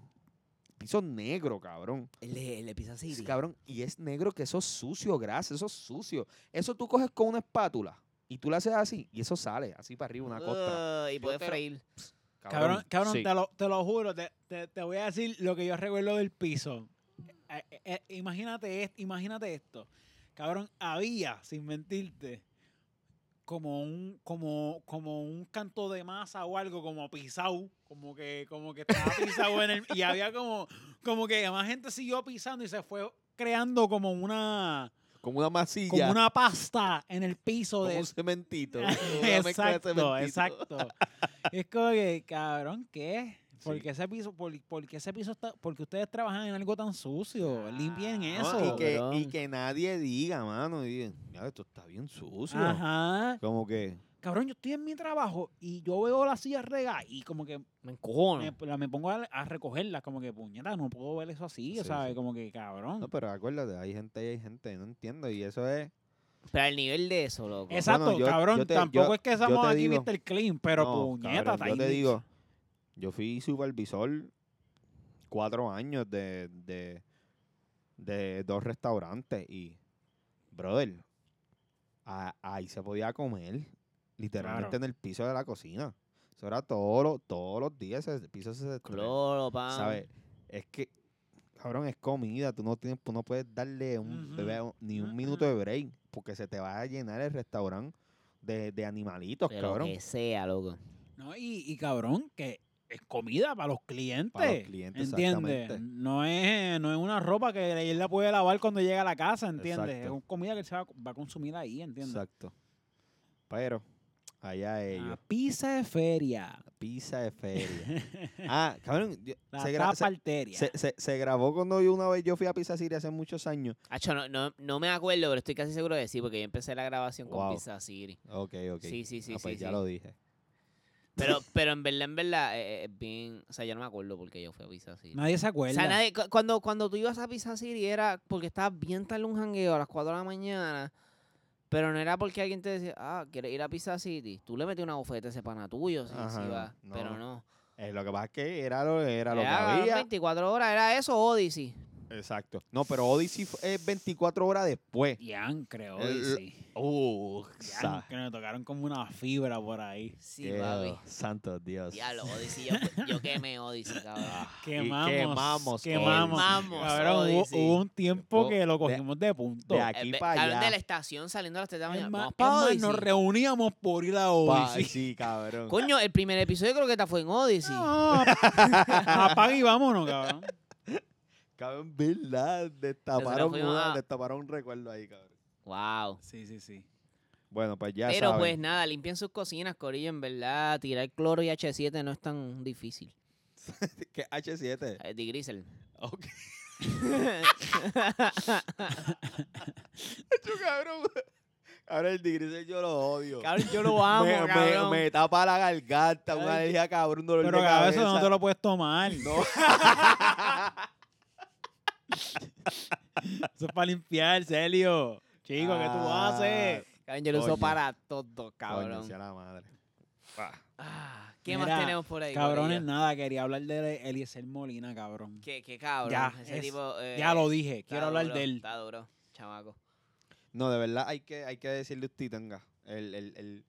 [SPEAKER 2] piso negro, cabrón.
[SPEAKER 4] El de, el de Pizza
[SPEAKER 2] Sí,
[SPEAKER 4] City.
[SPEAKER 2] Cabrón, y es negro, que eso es sucio, grasa, eso es sucio. Eso tú coges con una espátula y tú la haces así y eso sale, así para arriba, una costra.
[SPEAKER 4] Ah, y
[SPEAKER 2] Yo
[SPEAKER 4] puedes
[SPEAKER 2] te-
[SPEAKER 4] freír.
[SPEAKER 1] Cabrón, cabrón
[SPEAKER 2] sí.
[SPEAKER 1] te, lo, te lo juro, te, te- te voy a decir lo que yo recuerdo del piso. Eh, eh, eh, imagínate, es- imagínate esto. Cabrón, había, sin mentirte, como un, como, como un canto de masa o algo, como pisado, como que, como que estaba pisado en el. Y había como, como que más gente siguió pisando y se fue creando como una,
[SPEAKER 2] Como una masilla,
[SPEAKER 1] como
[SPEAKER 2] como,
[SPEAKER 1] una pasta en el piso de
[SPEAKER 2] un cementito. una mezcla de
[SPEAKER 1] exacto,
[SPEAKER 2] cementito.
[SPEAKER 1] exacto. Es como que, cabrón, ¿qué? ¿Por
[SPEAKER 2] Sí.
[SPEAKER 1] qué ese piso, por, por qué ese piso está, porque ustedes trabajan en algo tan sucio? Limpien
[SPEAKER 2] No,
[SPEAKER 1] eso.
[SPEAKER 2] Ah, y, que, y
[SPEAKER 4] cabrón.
[SPEAKER 2] que nadie diga, mano, y digan, "Mira, esto está bien sucio.
[SPEAKER 1] Ajá.
[SPEAKER 2] Como que,
[SPEAKER 1] Cabrón, yo estoy en mi trabajo y yo veo la silla rega y como que
[SPEAKER 4] Me
[SPEAKER 2] Ah.
[SPEAKER 4] encojono.
[SPEAKER 1] me, la- me pongo a, a recogerla, como que puñeta, no puedo ver eso así,
[SPEAKER 2] Sí,
[SPEAKER 1] ¿sabes?
[SPEAKER 2] sí.
[SPEAKER 1] Como que cabrón.
[SPEAKER 2] no, pero acuérdate, hay gente y hay gente, no entiendo, y eso es...
[SPEAKER 4] Pero al nivel de eso, loco.
[SPEAKER 1] Exacto,
[SPEAKER 2] yo-
[SPEAKER 1] cabrón,
[SPEAKER 2] yo te-
[SPEAKER 1] tampoco
[SPEAKER 2] yo-
[SPEAKER 1] es que
[SPEAKER 2] yo
[SPEAKER 1] estamos
[SPEAKER 2] te
[SPEAKER 1] aquí,
[SPEAKER 2] digo-
[SPEAKER 1] viste el clean, pero
[SPEAKER 2] No,
[SPEAKER 1] puñeta,
[SPEAKER 2] cabrón,
[SPEAKER 1] está
[SPEAKER 2] yo
[SPEAKER 1] ahí
[SPEAKER 2] te
[SPEAKER 1] de-
[SPEAKER 2] digo, yo fui supervisor cuatro años de, de, de dos restaurantes y, brother, a- ahí se podía comer Literalmente
[SPEAKER 1] Claro.
[SPEAKER 2] en el piso de la cocina. Eso era todos los, todos los días, ese- el piso se destruía.
[SPEAKER 3] Cloro, pan.
[SPEAKER 2] ¿Sabes? Es que, cabrón, es comida. Tú no, tienes, tú no puedes darle un
[SPEAKER 1] Ujú.
[SPEAKER 2] bebé un- ni un minuto de break porque se te va a llenar el restaurante de, de animalitos,
[SPEAKER 3] De lo
[SPEAKER 2] cabrón.
[SPEAKER 3] que sea, loco.
[SPEAKER 1] No, y, y cabrón, que es comida para los clientes.
[SPEAKER 2] Para los clientes,
[SPEAKER 1] ¿Entiendes?
[SPEAKER 2] exactamente.
[SPEAKER 1] No es, no es una ropa que él la puede lavar cuando llega a la casa, ¿entiendes?
[SPEAKER 2] Exacto.
[SPEAKER 1] Es una comida que se va, va a consumir ahí, ¿entiendes?
[SPEAKER 2] Exacto. Pero, allá ellos.
[SPEAKER 1] La pizza de
[SPEAKER 3] Ah.
[SPEAKER 1] feria.
[SPEAKER 2] Pizza de feria. ah, cabrón. yo-
[SPEAKER 1] La
[SPEAKER 2] se, gra-
[SPEAKER 1] tapa
[SPEAKER 2] se-
[SPEAKER 1] arteria.
[SPEAKER 2] se- se- se grabó cuando yo una vez yo fui a Pizza City hace muchos años.
[SPEAKER 3] Acho, no, no, no me acuerdo, pero estoy casi seguro de sí, porque yo empecé la grabación
[SPEAKER 2] Wow.
[SPEAKER 3] con Pizza City.
[SPEAKER 2] Ok, ok.
[SPEAKER 3] Sí, sí, sí,
[SPEAKER 2] Ah, pues
[SPEAKER 3] sí,
[SPEAKER 2] ya
[SPEAKER 3] sí.
[SPEAKER 2] lo dije.
[SPEAKER 3] Pero, pero en verdad, en verdad, eh, eh, es bien. O sea, yo no me acuerdo porque yo fui a Pizza City.
[SPEAKER 1] Nadie se
[SPEAKER 3] O
[SPEAKER 1] acuerda.
[SPEAKER 3] sea, nadie- cu- cuando, cuando tú ibas a Pizza City era porque estabas bien tarde en un jangueo a las 4 de la mañana, pero no era porque alguien te decía, ah, ¿quieres ir a Pizza City? Tú le metes una bofeta a ese pana tuyo, si, si
[SPEAKER 2] Ajá,
[SPEAKER 3] va,
[SPEAKER 2] no.
[SPEAKER 3] pero no.
[SPEAKER 2] Eh, lo que pasa es que era lo, era lo que
[SPEAKER 3] Era
[SPEAKER 2] había.
[SPEAKER 3] 24 horas, era eso Odyssey.
[SPEAKER 2] Exacto. No, pero Odyssey fu- es 24 horas después.
[SPEAKER 1] Diancre, hoy
[SPEAKER 2] El-
[SPEAKER 1] sí.
[SPEAKER 2] Uh,
[SPEAKER 1] Diancre, me tocaron como una fibra por ahí.
[SPEAKER 3] Sí, papi.
[SPEAKER 2] santo Dios.
[SPEAKER 3] Diablo, Odyssey, yo, yo quemé Odyssey, cabrón.
[SPEAKER 2] Ah.
[SPEAKER 1] Quemamos.
[SPEAKER 2] quemamos
[SPEAKER 1] Quemamos.
[SPEAKER 3] Odyssey.
[SPEAKER 1] Cabrón, hubo,
[SPEAKER 3] Odyssey.
[SPEAKER 1] hubo un tiempo
[SPEAKER 2] Tiempo
[SPEAKER 1] que lo
[SPEAKER 2] de-
[SPEAKER 1] cogimos de, punto.
[SPEAKER 2] de
[SPEAKER 1] Es
[SPEAKER 2] aquí
[SPEAKER 3] Eh, ve-
[SPEAKER 2] para
[SPEAKER 3] cabrón,
[SPEAKER 2] allá.
[SPEAKER 3] de la estación saliendo a las 3 de la mañana.
[SPEAKER 1] más,
[SPEAKER 3] vamos
[SPEAKER 1] es
[SPEAKER 3] pa'
[SPEAKER 1] más,
[SPEAKER 3] Odyssey.
[SPEAKER 1] nos reuníamos por ir a
[SPEAKER 2] Pa-
[SPEAKER 1] Odyssey.
[SPEAKER 2] sí, cabrón.
[SPEAKER 3] Coño, el primer episodio creo que esta fue en Odyssey.
[SPEAKER 1] No, apaga y vámonos, cabrón.
[SPEAKER 2] Cabrón, verdad. Destaparon,
[SPEAKER 3] fuimos
[SPEAKER 2] una-
[SPEAKER 3] a-
[SPEAKER 2] destaparon un recuerdo ahí, cabrón.
[SPEAKER 3] Wow.
[SPEAKER 1] Sí, sí, sí.
[SPEAKER 2] Bueno, pues ya
[SPEAKER 3] Pero
[SPEAKER 2] saben.
[SPEAKER 3] pues nada, limpien sus cocinas, Corillo, en verdad. Tirar cloro y H7 no es tan difícil. pues,
[SPEAKER 2] Que H7.
[SPEAKER 3] Eh, Digrisel.
[SPEAKER 2] Ok. Yo, cabrón. Ahora el tigre yo lo odio.
[SPEAKER 3] Cabrón, yo lo amo,
[SPEAKER 2] me, me-
[SPEAKER 3] cabrón.
[SPEAKER 2] me tapa la garganta, una
[SPEAKER 3] Ay,
[SPEAKER 2] alergia, cabrón, un dolor
[SPEAKER 1] Pero
[SPEAKER 2] de
[SPEAKER 1] cabrón,
[SPEAKER 2] cabeza.
[SPEAKER 1] eso no te lo puedes tomar.
[SPEAKER 2] No.
[SPEAKER 1] Eso es para limpiar, Celio. Chico, ¿qué tú
[SPEAKER 2] Ah,
[SPEAKER 1] haces?
[SPEAKER 3] Cabrón, yo lo uso
[SPEAKER 2] Oye.
[SPEAKER 3] para todo,
[SPEAKER 2] Coño,
[SPEAKER 3] cabrón.
[SPEAKER 2] sea la madre.
[SPEAKER 3] Ah, ¿Qué
[SPEAKER 1] Mira,
[SPEAKER 3] más tenemos por ahí?
[SPEAKER 1] Cabrones,
[SPEAKER 3] Corillo?
[SPEAKER 1] nada, quería hablar de Eliezer Molina, cabrón.
[SPEAKER 3] ¿Qué, qué cabrón?
[SPEAKER 1] Ya,
[SPEAKER 3] Ese
[SPEAKER 1] es-
[SPEAKER 3] tipo, eh,
[SPEAKER 1] Ya lo dije,
[SPEAKER 3] está
[SPEAKER 1] quiero hablar
[SPEAKER 3] duro,
[SPEAKER 1] de él.
[SPEAKER 3] Está duro, chamaco.
[SPEAKER 2] No, de verdad hay que, hay que decirle usted, tenga. El, el, el,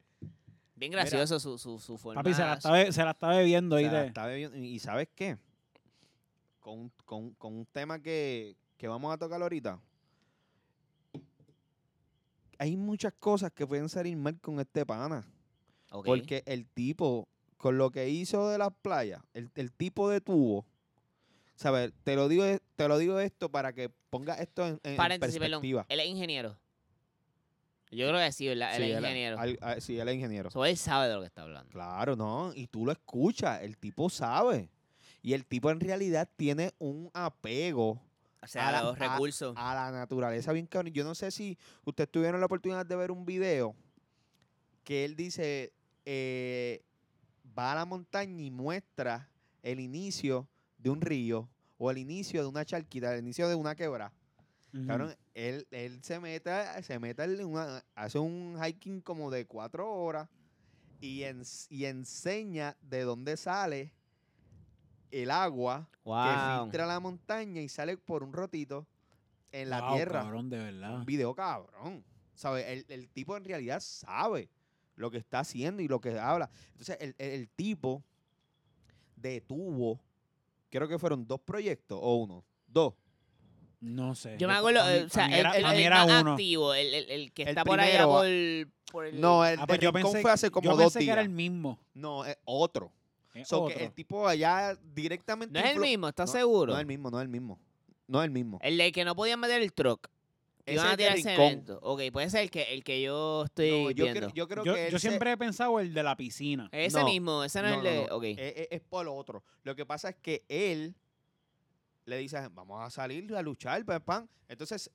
[SPEAKER 3] Bien
[SPEAKER 2] Mira.
[SPEAKER 3] gracioso su, su, su forma.
[SPEAKER 1] Papi, se la, está, be- se la está bebiendo,
[SPEAKER 2] se la
[SPEAKER 1] ¿oíste?
[SPEAKER 2] está bebiendo. Y y ¿sabes qué? Con, con, con un tema que, que vamos a tocar ahorita. Hay muchas cosas que pueden salir mal con este pana.
[SPEAKER 3] Ok.
[SPEAKER 2] Porque el tipo, con lo que hizo de las playas, el, el tipo de tubo, ¿sabes? Te lo digo, te lo digo esto para que pongas esto en, en
[SPEAKER 3] Paréntesis, perdón.
[SPEAKER 2] perspectiva.
[SPEAKER 3] Él es ingeniero. Yo creo que sí, ¿verdad?
[SPEAKER 2] Sí,
[SPEAKER 3] Él es
[SPEAKER 2] él-
[SPEAKER 3] ingeniero.
[SPEAKER 2] al- ah, sí, él es ingeniero.
[SPEAKER 3] So, él sabe de lo que está hablando.
[SPEAKER 2] Claro, no. Y tú lo escuchas, el tipo sabe. Y el tipo en realidad tiene un apego
[SPEAKER 3] O sea,
[SPEAKER 2] A la-
[SPEAKER 3] los recursos.
[SPEAKER 2] a la naturaleza bien cabrón. Yo no sé si ustedes tuvieron la oportunidad de ver un video que él dice, eh, va a la montaña y muestra el inicio de un río o el inicio de una charquita, el inicio de una quebra.
[SPEAKER 1] Ujú.
[SPEAKER 2] Cabrón, él, él se mete, se mete en una- hace un hiking como de cuatro horas y, ens- y enseña de dónde sale el agua que
[SPEAKER 3] Wow.
[SPEAKER 2] filtra la montaña y sale por un rotito en la
[SPEAKER 1] Wow,
[SPEAKER 2] tierra.
[SPEAKER 1] Cabrón, de verdad.
[SPEAKER 2] Un video cabrón. ¿Sabes? El, el tipo en realidad sabe lo que está haciendo y lo que habla. Entonces, el, el- el tipo detuvo, creo que fueron dos proyectos o uno. Dos.
[SPEAKER 1] No sé.
[SPEAKER 3] Yo me acuerdo,
[SPEAKER 1] pa' mí-
[SPEAKER 3] eh, o sea,
[SPEAKER 1] pa' mí
[SPEAKER 3] el,
[SPEAKER 1] era-
[SPEAKER 3] el-
[SPEAKER 1] pa' mí
[SPEAKER 3] el
[SPEAKER 1] era
[SPEAKER 3] más
[SPEAKER 1] uno.
[SPEAKER 3] activo, el, el- el que
[SPEAKER 2] El
[SPEAKER 3] está por allá por, por el...
[SPEAKER 2] No, el
[SPEAKER 1] Ah,
[SPEAKER 2] de
[SPEAKER 1] pues yo
[SPEAKER 2] Rincón
[SPEAKER 1] pensé,
[SPEAKER 2] fue hace como
[SPEAKER 1] yo
[SPEAKER 2] dos
[SPEAKER 1] pensé que era
[SPEAKER 2] días.
[SPEAKER 1] el mismo.
[SPEAKER 2] No, es otro.
[SPEAKER 1] Es
[SPEAKER 2] So, que
[SPEAKER 1] otro.
[SPEAKER 2] el tipo allá directamente.
[SPEAKER 3] ¿No es el
[SPEAKER 2] influ-
[SPEAKER 3] mismo, ¿estás
[SPEAKER 2] No,
[SPEAKER 3] seguro?
[SPEAKER 2] No es el mismo, no es el mismo. No es el mismo.
[SPEAKER 3] El de que no podían meter el truck.
[SPEAKER 2] Ese
[SPEAKER 3] Y van a
[SPEAKER 2] es de
[SPEAKER 3] tirar
[SPEAKER 2] Rincón.
[SPEAKER 3] cemento. Ok, puede ser el que, el que yo estoy
[SPEAKER 2] No, yo,
[SPEAKER 3] viendo.
[SPEAKER 2] creo, yo creo
[SPEAKER 1] yo
[SPEAKER 2] que él
[SPEAKER 1] yo
[SPEAKER 2] se- Eh,
[SPEAKER 1] siempre he pensado el de la piscina.
[SPEAKER 3] Ese
[SPEAKER 2] No,
[SPEAKER 3] mismo, ese no,
[SPEAKER 2] no,
[SPEAKER 3] es el
[SPEAKER 2] no,
[SPEAKER 3] de...
[SPEAKER 2] no. Eh,
[SPEAKER 3] ok.
[SPEAKER 2] Es, es- es por lo otro. Lo que pasa es que él le dice, vamos a salir a luchar, pan, pan". Entonces,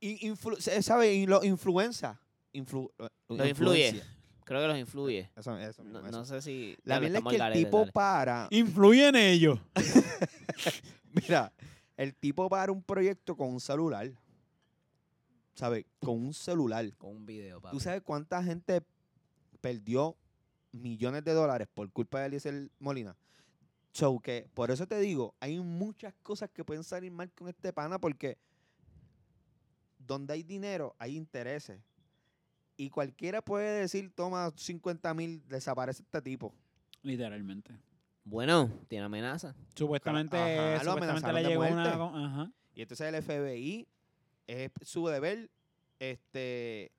[SPEAKER 2] in- influ- se- ¿sabe? Y lo influenza. Influ- eh,
[SPEAKER 3] Lo influye.
[SPEAKER 2] influencia.
[SPEAKER 3] Creo que los influye.
[SPEAKER 2] Eso, eso mismo,
[SPEAKER 3] No,
[SPEAKER 2] eso.
[SPEAKER 3] no sé si...
[SPEAKER 2] La verdad
[SPEAKER 3] Diablo, estamos
[SPEAKER 2] es que
[SPEAKER 3] al
[SPEAKER 2] el
[SPEAKER 3] garete,
[SPEAKER 2] tipo
[SPEAKER 3] dale.
[SPEAKER 2] para,
[SPEAKER 1] Influye en ellos.
[SPEAKER 2] mira, el tipo para un proyecto con un celular. ¿Sabes? Con un celular.
[SPEAKER 3] Con un video, papi.
[SPEAKER 2] ¿Tú sabes cuánta gente perdió millones de dólares por culpa de Eliezer Molina? So, que por eso te digo, hay muchas cosas que pueden salir mal con este pana porque donde hay dinero hay intereses. Y cualquiera puede decir, toma 50 mil, desaparece este tipo.
[SPEAKER 1] Literalmente.
[SPEAKER 4] Bueno, tiene amenaza.
[SPEAKER 1] Supuestamente,
[SPEAKER 2] Ajá, lo
[SPEAKER 1] supuestamente
[SPEAKER 2] amenazaron
[SPEAKER 1] le
[SPEAKER 2] de
[SPEAKER 1] llegó una.
[SPEAKER 2] muerte.
[SPEAKER 1] con- Ajá.
[SPEAKER 2] Y entonces el FBI es su deber este,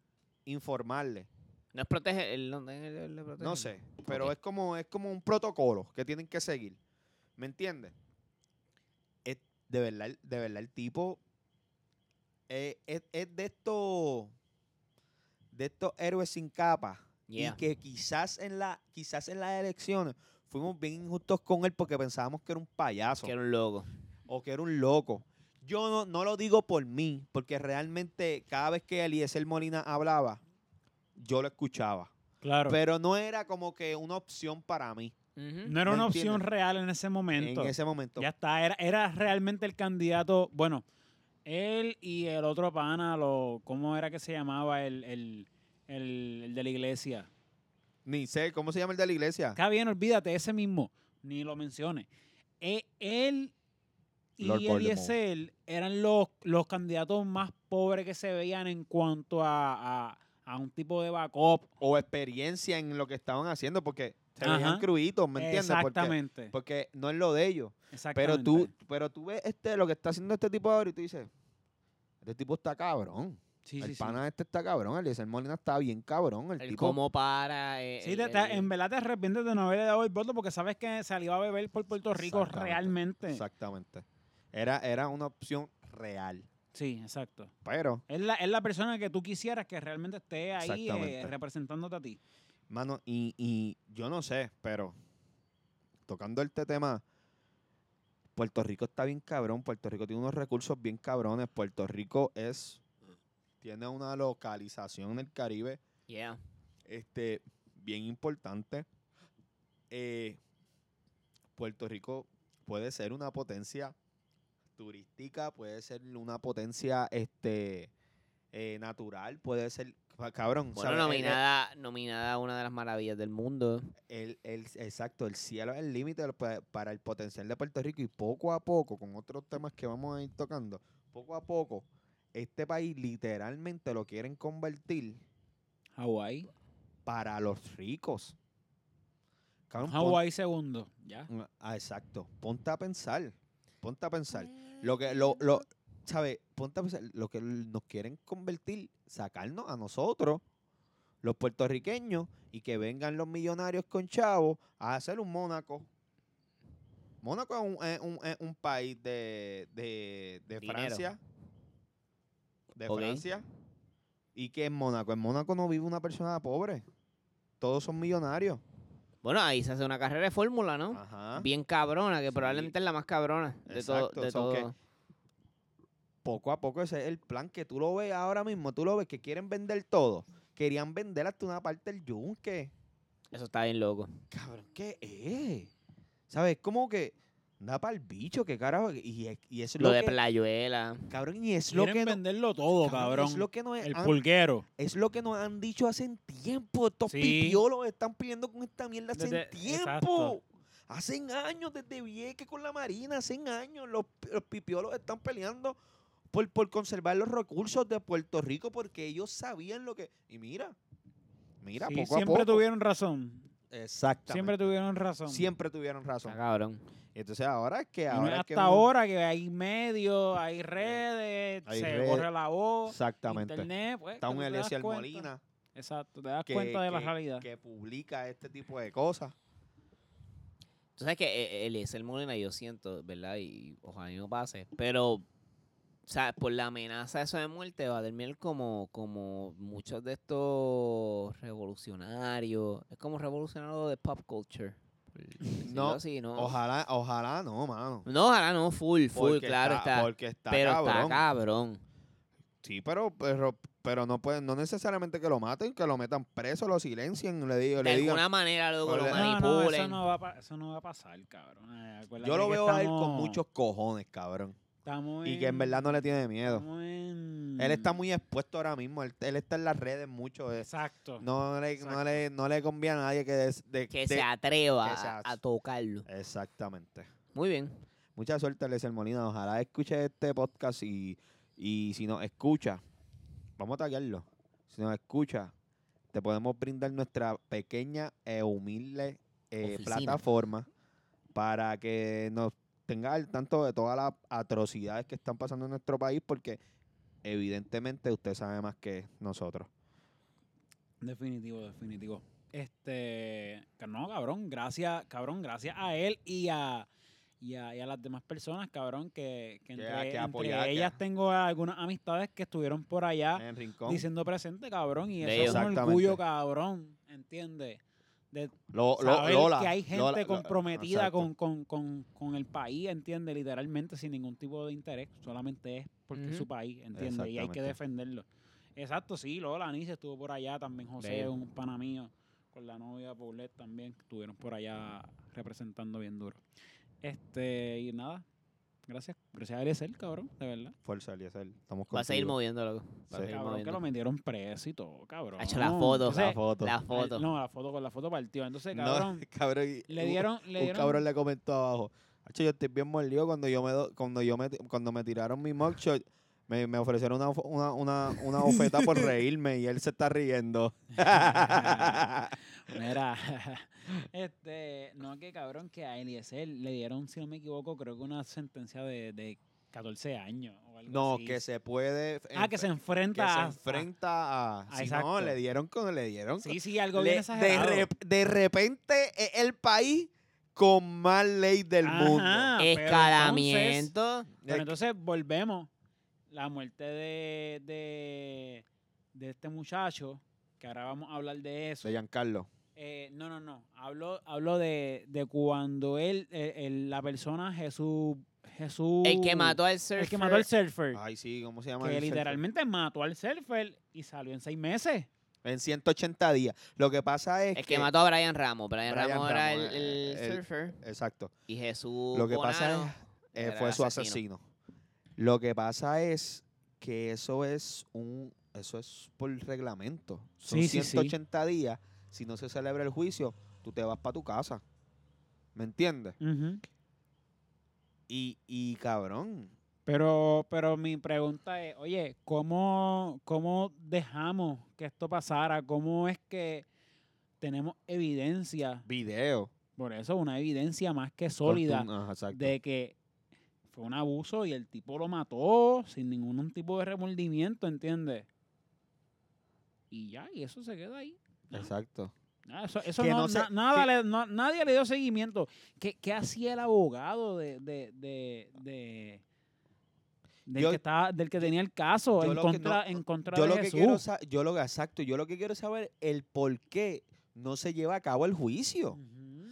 [SPEAKER 2] informarle.
[SPEAKER 4] No es proteger, él no- él- él le protege.
[SPEAKER 2] No sé, pero
[SPEAKER 4] Ok.
[SPEAKER 2] es como es como un protocolo que tienen que seguir. ¿Me entiendes? Es- De verdad, el- de verdad el tipo eh, es, es de estos de estos héroes sin capa
[SPEAKER 4] Yeah.
[SPEAKER 2] y que quizás en la quizás en las elecciones fuimos bien injustos con él porque pensábamos que era un payaso
[SPEAKER 4] Que era un loco.
[SPEAKER 2] o que era un loco. Yo no, no lo digo por mí, porque realmente cada vez que Eliezer Molina hablaba, yo lo escuchaba.
[SPEAKER 1] Claro.
[SPEAKER 2] Pero no era como que una opción para mí
[SPEAKER 1] no era
[SPEAKER 2] ¿me
[SPEAKER 1] una
[SPEAKER 2] entiendes?
[SPEAKER 1] opción real en ese momento.
[SPEAKER 2] en ese momento.
[SPEAKER 1] Ya está, era, era realmente el candidato. Bueno, él y el otro pana, lo, ¿cómo era que se llamaba el, el, el- el de la iglesia?
[SPEAKER 2] Ni sé, ¿cómo se llama el de la iglesia?
[SPEAKER 1] Está bien, olvídate, ese mismo, ni lo menciones. E- él y
[SPEAKER 2] Lord Voldemort.
[SPEAKER 1] Eliezer eran los, los candidatos más pobres que se veían en cuanto a, a- a un tipo de backup.
[SPEAKER 2] O experiencia en lo que estaban haciendo, porque se
[SPEAKER 1] Ajá.
[SPEAKER 2] veían cruditos, ¿me entiendes? Porque-
[SPEAKER 1] Exactamente,
[SPEAKER 2] Porque, no es lo de ellos.
[SPEAKER 1] exactamente.
[SPEAKER 2] Pero tú, pero tú ves este, lo que está haciendo este tipo ahora y tú dices, este tipo está cabrón.
[SPEAKER 1] Sí,
[SPEAKER 2] el
[SPEAKER 1] sí, sí.
[SPEAKER 2] pana este está cabrón. Eliezer Molina está bien cabrón. El,
[SPEAKER 4] El
[SPEAKER 2] tipo
[SPEAKER 4] cómo para. eh,
[SPEAKER 1] Sí,
[SPEAKER 4] el-
[SPEAKER 1] te- te-
[SPEAKER 4] el-
[SPEAKER 1] en verdad te arrepientes de no haberle dado el voto porque sabes que salió a beber por Puerto Rico
[SPEAKER 2] Exactamente,
[SPEAKER 1] realmente.
[SPEAKER 2] Exactamente. Era, era una opción real.
[SPEAKER 1] Sí, exacto.
[SPEAKER 2] Pero,
[SPEAKER 1] Es la, es la persona que tú quisieras que realmente esté ahí eh,
[SPEAKER 2] Exactamente.
[SPEAKER 1] representándote a ti.
[SPEAKER 2] mano, y, y yo no sé, pero tocando este tema, Puerto Rico está bien cabrón. Puerto Rico tiene unos recursos bien cabrones. Puerto Rico es. Tiene una localización en el Caribe
[SPEAKER 4] Yeah.
[SPEAKER 2] este, bien importante. Eh, Puerto Rico puede ser una potencia turística, puede ser una potencia este, eh, natural, puede ser, ca- cabrón,
[SPEAKER 4] Bueno,
[SPEAKER 2] ¿sabes? El-
[SPEAKER 4] nominada, nominada a una de las maravillas del mundo.
[SPEAKER 2] el- el- exacto, el cielo es el límite del pa- para el potencial de Puerto Rico y poco a poco, con otros temas que vamos a ir tocando, poco a poco, este país literalmente lo quieren convertir
[SPEAKER 1] Hawái.
[SPEAKER 2] para los ricos. Cabrón, pon-
[SPEAKER 1] Hawái segundo. Ya.
[SPEAKER 2] Mm, ah, exacto. Ponte a pensar. Ponte a pensar. Lo que, lo, lo, ¿sabe? Ponte a pensar. Lo que l- nos quieren convertir, sacarnos a nosotros, los puertorriqueños, y que vengan los millonarios con chavos a hacer un Mónaco. Mónaco es un, es un- es un país de, de, de
[SPEAKER 4] Dinero.
[SPEAKER 2] Francia. De
[SPEAKER 4] Ok.
[SPEAKER 2] Francia. ¿Y qué es Mónaco? En Mónaco no vive una persona pobre. Todos son millonarios.
[SPEAKER 4] Bueno, ahí se hace una carrera de fórmula, ¿no?
[SPEAKER 2] Ajá.
[SPEAKER 4] Bien cabrona, que
[SPEAKER 2] Sí.
[SPEAKER 4] probablemente es la más cabrona de todo.
[SPEAKER 2] Exacto,
[SPEAKER 4] de
[SPEAKER 2] so que-
[SPEAKER 4] todo.
[SPEAKER 2] poco a poco ese es el plan que tú lo ves ahora mismo, tú lo ves que quieren vender todo. Querían vender hasta una parte del yunque.
[SPEAKER 4] Eso está bien loco.
[SPEAKER 2] Cabrón, ¿qué es? ¿Sabes? Como que da para el bicho, que carajo. Y, es- y es
[SPEAKER 4] Lo
[SPEAKER 2] lo,
[SPEAKER 4] de
[SPEAKER 2] que,
[SPEAKER 4] Playuela.
[SPEAKER 2] cabrón, y es lo
[SPEAKER 1] Quieren
[SPEAKER 2] que no-
[SPEAKER 1] venderlo todo, cabrón.
[SPEAKER 2] Es lo que no es,
[SPEAKER 1] el
[SPEAKER 2] han-
[SPEAKER 1] pulguero.
[SPEAKER 2] es lo que nos han dicho hace tiempo. Estos
[SPEAKER 1] Sí.
[SPEAKER 2] pipiolos están pidiendo con esta mierda hace
[SPEAKER 1] Desde-
[SPEAKER 2] tiempo.
[SPEAKER 1] exacto.
[SPEAKER 2] Hacen años desde Vieques con la Marina, hacen años. Los, los pipiolos están peleando por, por conservar los recursos de Puerto Rico porque ellos sabían lo que. Y mira, mira,
[SPEAKER 1] Sí,
[SPEAKER 2] poco
[SPEAKER 1] siempre
[SPEAKER 2] a poco.
[SPEAKER 1] tuvieron razón. Siempre
[SPEAKER 2] Exactamente.
[SPEAKER 1] tuvieron razón.
[SPEAKER 2] Siempre tuvieron razón.
[SPEAKER 4] Está cabrón.
[SPEAKER 2] Entonces ahora es que
[SPEAKER 1] Y no es
[SPEAKER 2] ahora es que
[SPEAKER 1] hasta
[SPEAKER 2] hemos-
[SPEAKER 1] ahora que hay medios, hay redes,
[SPEAKER 2] Hay
[SPEAKER 1] se
[SPEAKER 2] redes,
[SPEAKER 1] borra la voz.
[SPEAKER 2] Exactamente.
[SPEAKER 1] Internet, pues,
[SPEAKER 2] Está
[SPEAKER 1] que tú
[SPEAKER 2] un
[SPEAKER 1] te das
[SPEAKER 2] Eliezer
[SPEAKER 1] cuenta.
[SPEAKER 2] Molina.
[SPEAKER 1] Exacto, te das
[SPEAKER 2] que-
[SPEAKER 1] cuenta de la
[SPEAKER 2] que-
[SPEAKER 1] realidad.
[SPEAKER 2] que publica este tipo de cosas.
[SPEAKER 4] Tú sabes que eh, él es el Molina, yo siento, ¿verdad? Y ojalá y no pase. Pero, o sea, por la amenaza de eso de muerte va a terminar como, como muchos de estos revolucionarios. Es como revolucionario de pop culture. por decirlo
[SPEAKER 2] No,
[SPEAKER 4] así,
[SPEAKER 1] Ah.
[SPEAKER 4] ¿no?
[SPEAKER 2] Ojalá, ojalá no, mano.
[SPEAKER 4] No, ojalá no, full, full,
[SPEAKER 2] Porque
[SPEAKER 4] claro está.
[SPEAKER 2] Porque está
[SPEAKER 4] pero
[SPEAKER 2] cabrón.
[SPEAKER 4] está cabrón.
[SPEAKER 2] Sí, pero, pero, pero no pueden, no necesariamente que lo maten, que lo metan preso, lo silencien, le digo,
[SPEAKER 4] De
[SPEAKER 2] le digan.
[SPEAKER 4] alguna manera luego lo
[SPEAKER 2] Ole.
[SPEAKER 1] No, no, eso
[SPEAKER 4] manipulen.
[SPEAKER 1] no, va a, pa- eso no va a pasar, cabrón. Ay, acuérdate
[SPEAKER 2] Yo lo
[SPEAKER 1] que
[SPEAKER 2] veo a él con
[SPEAKER 1] estamos-
[SPEAKER 2] muchos cojones, cabrón.
[SPEAKER 1] estamos
[SPEAKER 2] Y que en verdad no le tiene miedo.
[SPEAKER 1] estamos en-
[SPEAKER 2] Él está muy expuesto ahora mismo. Él, él está en las redes mucho. eh.
[SPEAKER 1] Exacto.
[SPEAKER 2] No le,
[SPEAKER 1] Exacto.
[SPEAKER 2] no le, no le conviene a nadie que... des- de-
[SPEAKER 4] que
[SPEAKER 2] de-
[SPEAKER 4] se atreva
[SPEAKER 2] que se
[SPEAKER 4] a-
[SPEAKER 2] as-
[SPEAKER 4] a tocarlo.
[SPEAKER 2] Exactamente.
[SPEAKER 4] Muy bien.
[SPEAKER 2] Mucha suerte, Lesel Molina. Ojalá escuche este podcast y, y si nos escucha, vamos a taguearlo. Si nos escucha, te podemos brindar nuestra pequeña e humilde eh,
[SPEAKER 4] Oficina.
[SPEAKER 2] plataforma para que nos tenga al tanto de todas las atrocidades que están pasando en nuestro país, porque evidentemente usted sabe más que nosotros.
[SPEAKER 1] Definitivo, definitivo. Este, que no, cabrón, gracias, cabrón, gracias a él y a, y a, y a las demás personas, cabrón, que, que
[SPEAKER 2] Que-
[SPEAKER 1] entre,
[SPEAKER 2] que
[SPEAKER 1] entre
[SPEAKER 2] apoyar, que-
[SPEAKER 1] ellas tengo algunas amistades que estuvieron por allá
[SPEAKER 2] En Rincón.
[SPEAKER 1] diciendo presente, cabrón, y
[SPEAKER 4] De
[SPEAKER 1] eso es un
[SPEAKER 2] ellos.
[SPEAKER 1] orgullo, cabrón, ¿entiendes? De
[SPEAKER 2] Lo- lo-
[SPEAKER 1] saber
[SPEAKER 2] Lola,
[SPEAKER 1] que hay gente
[SPEAKER 2] Lola, lo-
[SPEAKER 1] comprometida
[SPEAKER 2] exacto.
[SPEAKER 1] con, con, con, con el país, ¿entiendes? Literalmente sin ningún tipo de interés, solamente es porque es
[SPEAKER 4] Ujú.
[SPEAKER 1] su país, ¿entiendes? Y hay que
[SPEAKER 2] Exactamente.
[SPEAKER 1] defenderlo. Exacto, sí, Lola, Anice estuvo por allá, también José,
[SPEAKER 4] Bello.
[SPEAKER 1] un pana mío, con la novia Paulette también, que estuvieron por allá representando bien duro. Este, y nada, gracias, gracias a Eliezer, cabrón, de verdad.
[SPEAKER 2] Fuerza, Eliezer. Estamos
[SPEAKER 4] Va a seguir
[SPEAKER 2] contigo.
[SPEAKER 4] moviendo, loco. Va a
[SPEAKER 2] Sí.
[SPEAKER 4] seguir
[SPEAKER 1] Cabrón, que lo
[SPEAKER 4] moviendo.
[SPEAKER 1] metieron preso y todo, cabrón.
[SPEAKER 4] Ha hecho la foto,
[SPEAKER 1] Entonces,
[SPEAKER 2] La foto.
[SPEAKER 4] La
[SPEAKER 1] al-
[SPEAKER 4] foto.
[SPEAKER 1] No, la foto con la foto partió. Entonces,
[SPEAKER 2] No,
[SPEAKER 1] cabrón,
[SPEAKER 2] cabrón, y-
[SPEAKER 1] le
[SPEAKER 2] un-
[SPEAKER 1] dieron, le
[SPEAKER 2] un
[SPEAKER 1] dieron.
[SPEAKER 2] cabrón le comentó abajo. "Acho, yo estoy bien molido cuando yo me do- cuando yo me, cuando me tiraron mi mugshot. Me, me ofrecieron una, of- una, una, una oferta por reírme y él se está riendo.
[SPEAKER 1] Mira, este, no, que cabrón, que a Eliezer le dieron, si no me equivoco, creo que una sentencia de, de 14 años o algo
[SPEAKER 2] no,
[SPEAKER 1] así.
[SPEAKER 2] que se puede.
[SPEAKER 1] Ah, que se
[SPEAKER 2] que
[SPEAKER 1] enfrenta.
[SPEAKER 2] se
[SPEAKER 1] a-
[SPEAKER 2] enfrenta a.
[SPEAKER 1] Ah,
[SPEAKER 2] si
[SPEAKER 1] exacto.
[SPEAKER 2] no, le dieron con. Le dieron.
[SPEAKER 1] Sí, sí, algo
[SPEAKER 2] con-
[SPEAKER 1] bien
[SPEAKER 2] le-
[SPEAKER 1] exagerado.
[SPEAKER 2] de, rep- de repente es el país con más ley del
[SPEAKER 1] Ajá,
[SPEAKER 2] mundo.
[SPEAKER 1] pero
[SPEAKER 4] Escalamiento.
[SPEAKER 1] Pero entonces volvemos. La muerte de, de, de este muchacho, que ahora vamos a hablar de eso.
[SPEAKER 2] De Giancarlo.
[SPEAKER 1] Eh, no, no, no. Hablo, hablo de, de cuando él, eh, el- la persona Jesús, Jesús.
[SPEAKER 4] El que mató al surfer.
[SPEAKER 1] Uh. El que mató al surfer.
[SPEAKER 2] Ay, sí, ¿cómo se llama?
[SPEAKER 1] que
[SPEAKER 2] el Ah, surfer?
[SPEAKER 1] literalmente mató al surfer y salió en seis meses.
[SPEAKER 2] En 180 días. Lo que pasa es
[SPEAKER 4] El que mató a Brian Ramos. Brian,
[SPEAKER 2] Brian
[SPEAKER 4] Ramos era el,
[SPEAKER 2] Ramos, eh,
[SPEAKER 4] el
[SPEAKER 2] el-
[SPEAKER 4] surfer.
[SPEAKER 2] Exacto.
[SPEAKER 4] Y Jesús.
[SPEAKER 2] Lo que
[SPEAKER 4] Bonano.
[SPEAKER 2] pasa es, eh,
[SPEAKER 4] era
[SPEAKER 2] fue
[SPEAKER 4] el
[SPEAKER 2] su
[SPEAKER 4] asesino.
[SPEAKER 2] asesino. Lo que pasa es que eso es un eso es por reglamento. Son
[SPEAKER 1] Sí, sí, sí.
[SPEAKER 2] 180 días. Si no se celebra el juicio, tú te vas para tu casa. ¿Me entiendes? Y, y cabrón.
[SPEAKER 1] Pero, pero mi pregunta es, oye, ¿cómo, ¿cómo dejamos que esto pasara? ¿Cómo es que tenemos evidencia?
[SPEAKER 2] Video.
[SPEAKER 1] Por eso, una evidencia más que sólida
[SPEAKER 2] Cortun- ajá, exacto.
[SPEAKER 1] de que fue un abuso y el tipo lo mató sin ningún tipo de remordimiento, ¿entiendes? Y ya, y eso se queda ahí. Ya.
[SPEAKER 2] Exacto.
[SPEAKER 1] Ah, eso eso
[SPEAKER 2] Que
[SPEAKER 1] no,
[SPEAKER 2] no sé-
[SPEAKER 1] na- nada le,
[SPEAKER 2] que-
[SPEAKER 1] no- nadie le dio seguimiento. ¿Qué, qué hacía el abogado de, de, de, de- del,
[SPEAKER 2] Yo-
[SPEAKER 1] que estaba- del que tenía el caso
[SPEAKER 2] yo
[SPEAKER 1] en
[SPEAKER 2] lo que-
[SPEAKER 1] contra,
[SPEAKER 2] no,
[SPEAKER 1] en contra
[SPEAKER 2] Yo
[SPEAKER 1] de
[SPEAKER 2] lo que
[SPEAKER 1] Jesús?
[SPEAKER 2] quiero sa- yo lo exacto, yo lo que quiero saber el por qué no se lleva a cabo el juicio.
[SPEAKER 1] Ujú.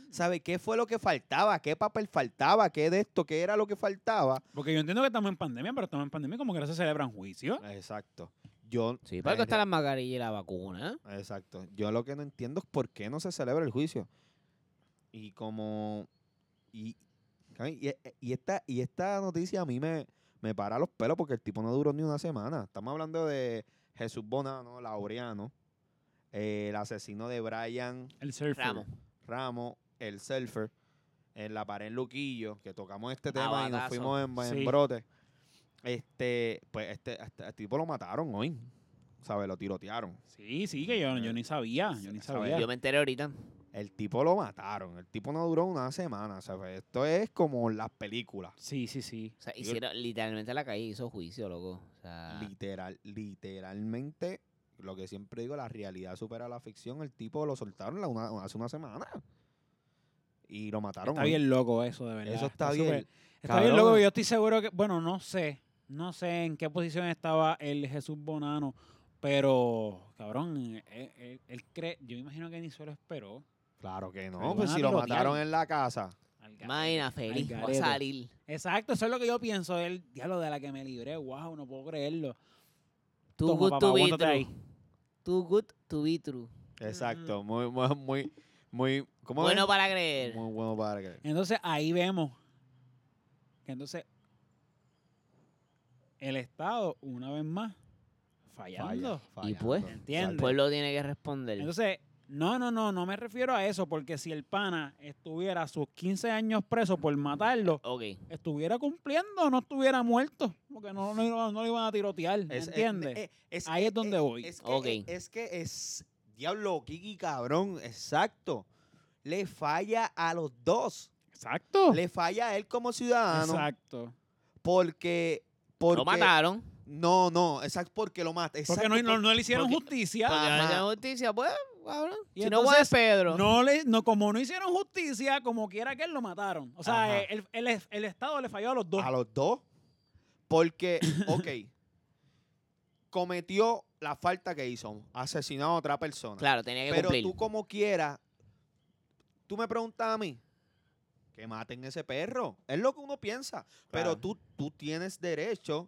[SPEAKER 2] ¿Sabe qué fue lo que faltaba? ¿Qué papel faltaba? ¿Qué de esto? ¿Qué era lo que faltaba?
[SPEAKER 1] Porque yo entiendo que estamos en pandemia, pero estamos en pandemia como que no se celebran juicios.
[SPEAKER 2] Exacto. Yo,
[SPEAKER 4] Sí, porque está la mascarilla y la vacuna.
[SPEAKER 2] Exacto. Yo lo que no entiendo es por qué no se celebra el juicio. Y como... Y, ay, y, y esta, y esta noticia a mí me, me para los pelos porque el tipo no duró ni una semana. Estamos hablando de Jesús Bonano, Laureano, eh, el asesino de Brian
[SPEAKER 1] El surfer.
[SPEAKER 4] Ramos.
[SPEAKER 2] Ramos, el surfer, en la pared en Luquillo, que tocamos este tema y nos
[SPEAKER 4] batazo.
[SPEAKER 2] fuimos en, en
[SPEAKER 1] Sí.
[SPEAKER 2] brote. Este, pues este, este, este tipo lo mataron hoy. ¿Sabes? Lo tirotearon.
[SPEAKER 1] Sí, sí, que yo, yo ni sabía. Yo ni
[SPEAKER 2] Se- sabe,
[SPEAKER 1] sabía.
[SPEAKER 4] Yo me enteré ahorita.
[SPEAKER 2] El tipo lo mataron. El tipo no duró una semana. ¿sabes? Esto es como las películas.
[SPEAKER 1] Sí, sí, sí.
[SPEAKER 4] O sea,
[SPEAKER 2] Yo-
[SPEAKER 4] hicieron, literalmente la calle hizo juicio, loco. O
[SPEAKER 3] Ah.
[SPEAKER 4] sea,
[SPEAKER 2] Literal, literalmente, lo que siempre digo, la realidad supera la ficción. El tipo lo soltaron la una- hace una semana. Y lo mataron.
[SPEAKER 1] Está
[SPEAKER 2] hoy.
[SPEAKER 1] bien loco eso, de verdad.
[SPEAKER 2] Eso está
[SPEAKER 1] súper-
[SPEAKER 2] bien.
[SPEAKER 1] Está bien
[SPEAKER 2] Cabrón.
[SPEAKER 1] loco, yo estoy seguro que, bueno, no sé, no sé en qué posición estaba el Jesús Bonano, pero, cabrón, él, él- él cree, yo me imagino que ni se lo esperó.
[SPEAKER 2] Claro que
[SPEAKER 1] Pero
[SPEAKER 2] no. Pues
[SPEAKER 1] van a
[SPEAKER 2] si lo
[SPEAKER 1] tirotear.
[SPEAKER 2] mataron en la casa.
[SPEAKER 1] Al garete,
[SPEAKER 4] Imagina,
[SPEAKER 1] al
[SPEAKER 4] feliz. Va a
[SPEAKER 1] garete.
[SPEAKER 4] salir.
[SPEAKER 1] Exacto, eso es lo que yo pienso, el diablo de la que me libré, wow, no puedo creerlo.
[SPEAKER 4] Too
[SPEAKER 1] Toma,
[SPEAKER 4] good
[SPEAKER 1] papá,
[SPEAKER 4] to be
[SPEAKER 1] bótate
[SPEAKER 4] true.
[SPEAKER 1] ahí.
[SPEAKER 4] Too good to be true.
[SPEAKER 2] Exacto. Muy, muy, muy, muy. ¿Cómo
[SPEAKER 4] Bueno
[SPEAKER 2] es?
[SPEAKER 4] para creer.
[SPEAKER 2] Muy bueno para creer.
[SPEAKER 1] Entonces ahí vemos que entonces el Estado, una vez más, fallando.
[SPEAKER 4] Y pues,
[SPEAKER 1] Entiende.
[SPEAKER 4] El pueblo tiene que responder.
[SPEAKER 1] Entonces, no, no, no, no me refiero a eso, porque si el pana estuviera a sus 15 años preso por matarlo,
[SPEAKER 4] ok.
[SPEAKER 1] estuviera cumpliendo, no estuviera muerto, porque no, no, no- no lo iban a tirotear, ¿entiendes?
[SPEAKER 2] eh, Es- es-
[SPEAKER 1] Ahí es donde voy.
[SPEAKER 2] Es que,
[SPEAKER 4] Ok.
[SPEAKER 2] es que es Diablo, Kiki, cabrón, exacto. Le falla a los dos.
[SPEAKER 1] Exacto.
[SPEAKER 2] Le falla a él como ciudadano.
[SPEAKER 1] Exacto.
[SPEAKER 2] Porque, porque.
[SPEAKER 3] Lo mataron.
[SPEAKER 2] No, no, exacto, porque lo mata.
[SPEAKER 1] Porque
[SPEAKER 2] exacto,
[SPEAKER 1] no, no- no le hicieron
[SPEAKER 3] porque-
[SPEAKER 1] justicia.
[SPEAKER 3] Porque
[SPEAKER 2] Ajá.
[SPEAKER 3] la Liga de justicia, pues, cabrón.
[SPEAKER 1] Y
[SPEAKER 3] si no fue de
[SPEAKER 1] entonces,
[SPEAKER 3] Pedro.
[SPEAKER 1] No le, no, como no hicieron justicia, como quiera que él lo mataron. O sea,
[SPEAKER 2] Ajá.
[SPEAKER 1] eh, el, el- el Estado le falló a los dos.
[SPEAKER 2] A los dos. Porque, ok, cometió la falta que hizo, asesinó a otra persona.
[SPEAKER 3] Claro, tenía que
[SPEAKER 2] pero
[SPEAKER 3] cumplir.
[SPEAKER 2] tú como quieras, tú me preguntas a mí, que maten ese perro. Es lo que uno piensa.
[SPEAKER 3] Claro.
[SPEAKER 2] Pero tú, tú tienes derecho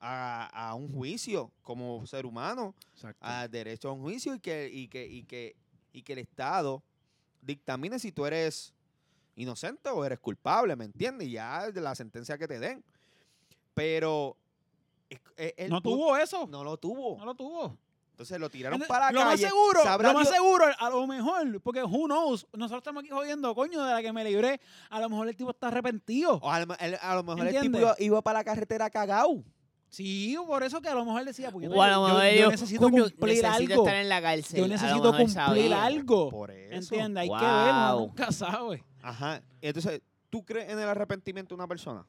[SPEAKER 2] a, a un juicio como ser humano,
[SPEAKER 1] Exacto.
[SPEAKER 2] a derecho a un juicio y que, y que, y que, y que el Estado dictamine si tú eres inocente o eres culpable, ¿me entiendes? Y ya de la sentencia que te den. Pero... es- es- el
[SPEAKER 1] no
[SPEAKER 2] pu-
[SPEAKER 1] tuvo eso. No,
[SPEAKER 2] No lo tuvo.
[SPEAKER 1] lo tuvo.
[SPEAKER 2] Entonces lo tiraron
[SPEAKER 1] Entonces,
[SPEAKER 2] para la
[SPEAKER 1] lo más
[SPEAKER 2] calle.
[SPEAKER 1] seguro,
[SPEAKER 2] Sabrá
[SPEAKER 1] lo más
[SPEAKER 2] Dios-
[SPEAKER 1] seguro, a lo mejor, porque who knows, nosotros estamos aquí jodiendo, coño, de la que me libré. A lo mejor el tipo está arrepentido.
[SPEAKER 2] O a, lo, me- el- a lo mejor el tipo
[SPEAKER 1] ¿Entiendes?
[SPEAKER 2] iba, iba para la carretera cagao.
[SPEAKER 1] Sí, por eso que a lo mejor decía, porque
[SPEAKER 3] O a lo mejor
[SPEAKER 1] yo,
[SPEAKER 3] ellos,
[SPEAKER 1] necesito
[SPEAKER 3] coño,
[SPEAKER 1] cumplir
[SPEAKER 3] necesito
[SPEAKER 1] algo.
[SPEAKER 3] estar en la cárcel.
[SPEAKER 1] Yo
[SPEAKER 3] A lo
[SPEAKER 1] necesito
[SPEAKER 3] mejor
[SPEAKER 1] cumplir
[SPEAKER 3] sabía.
[SPEAKER 1] algo.
[SPEAKER 2] Por eso.
[SPEAKER 1] ¿Entiendes? Hay que
[SPEAKER 3] Wow.
[SPEAKER 1] ver, uno nunca sabe.
[SPEAKER 2] Ajá. Entonces, ¿tú crees en el arrepentimiento de una persona?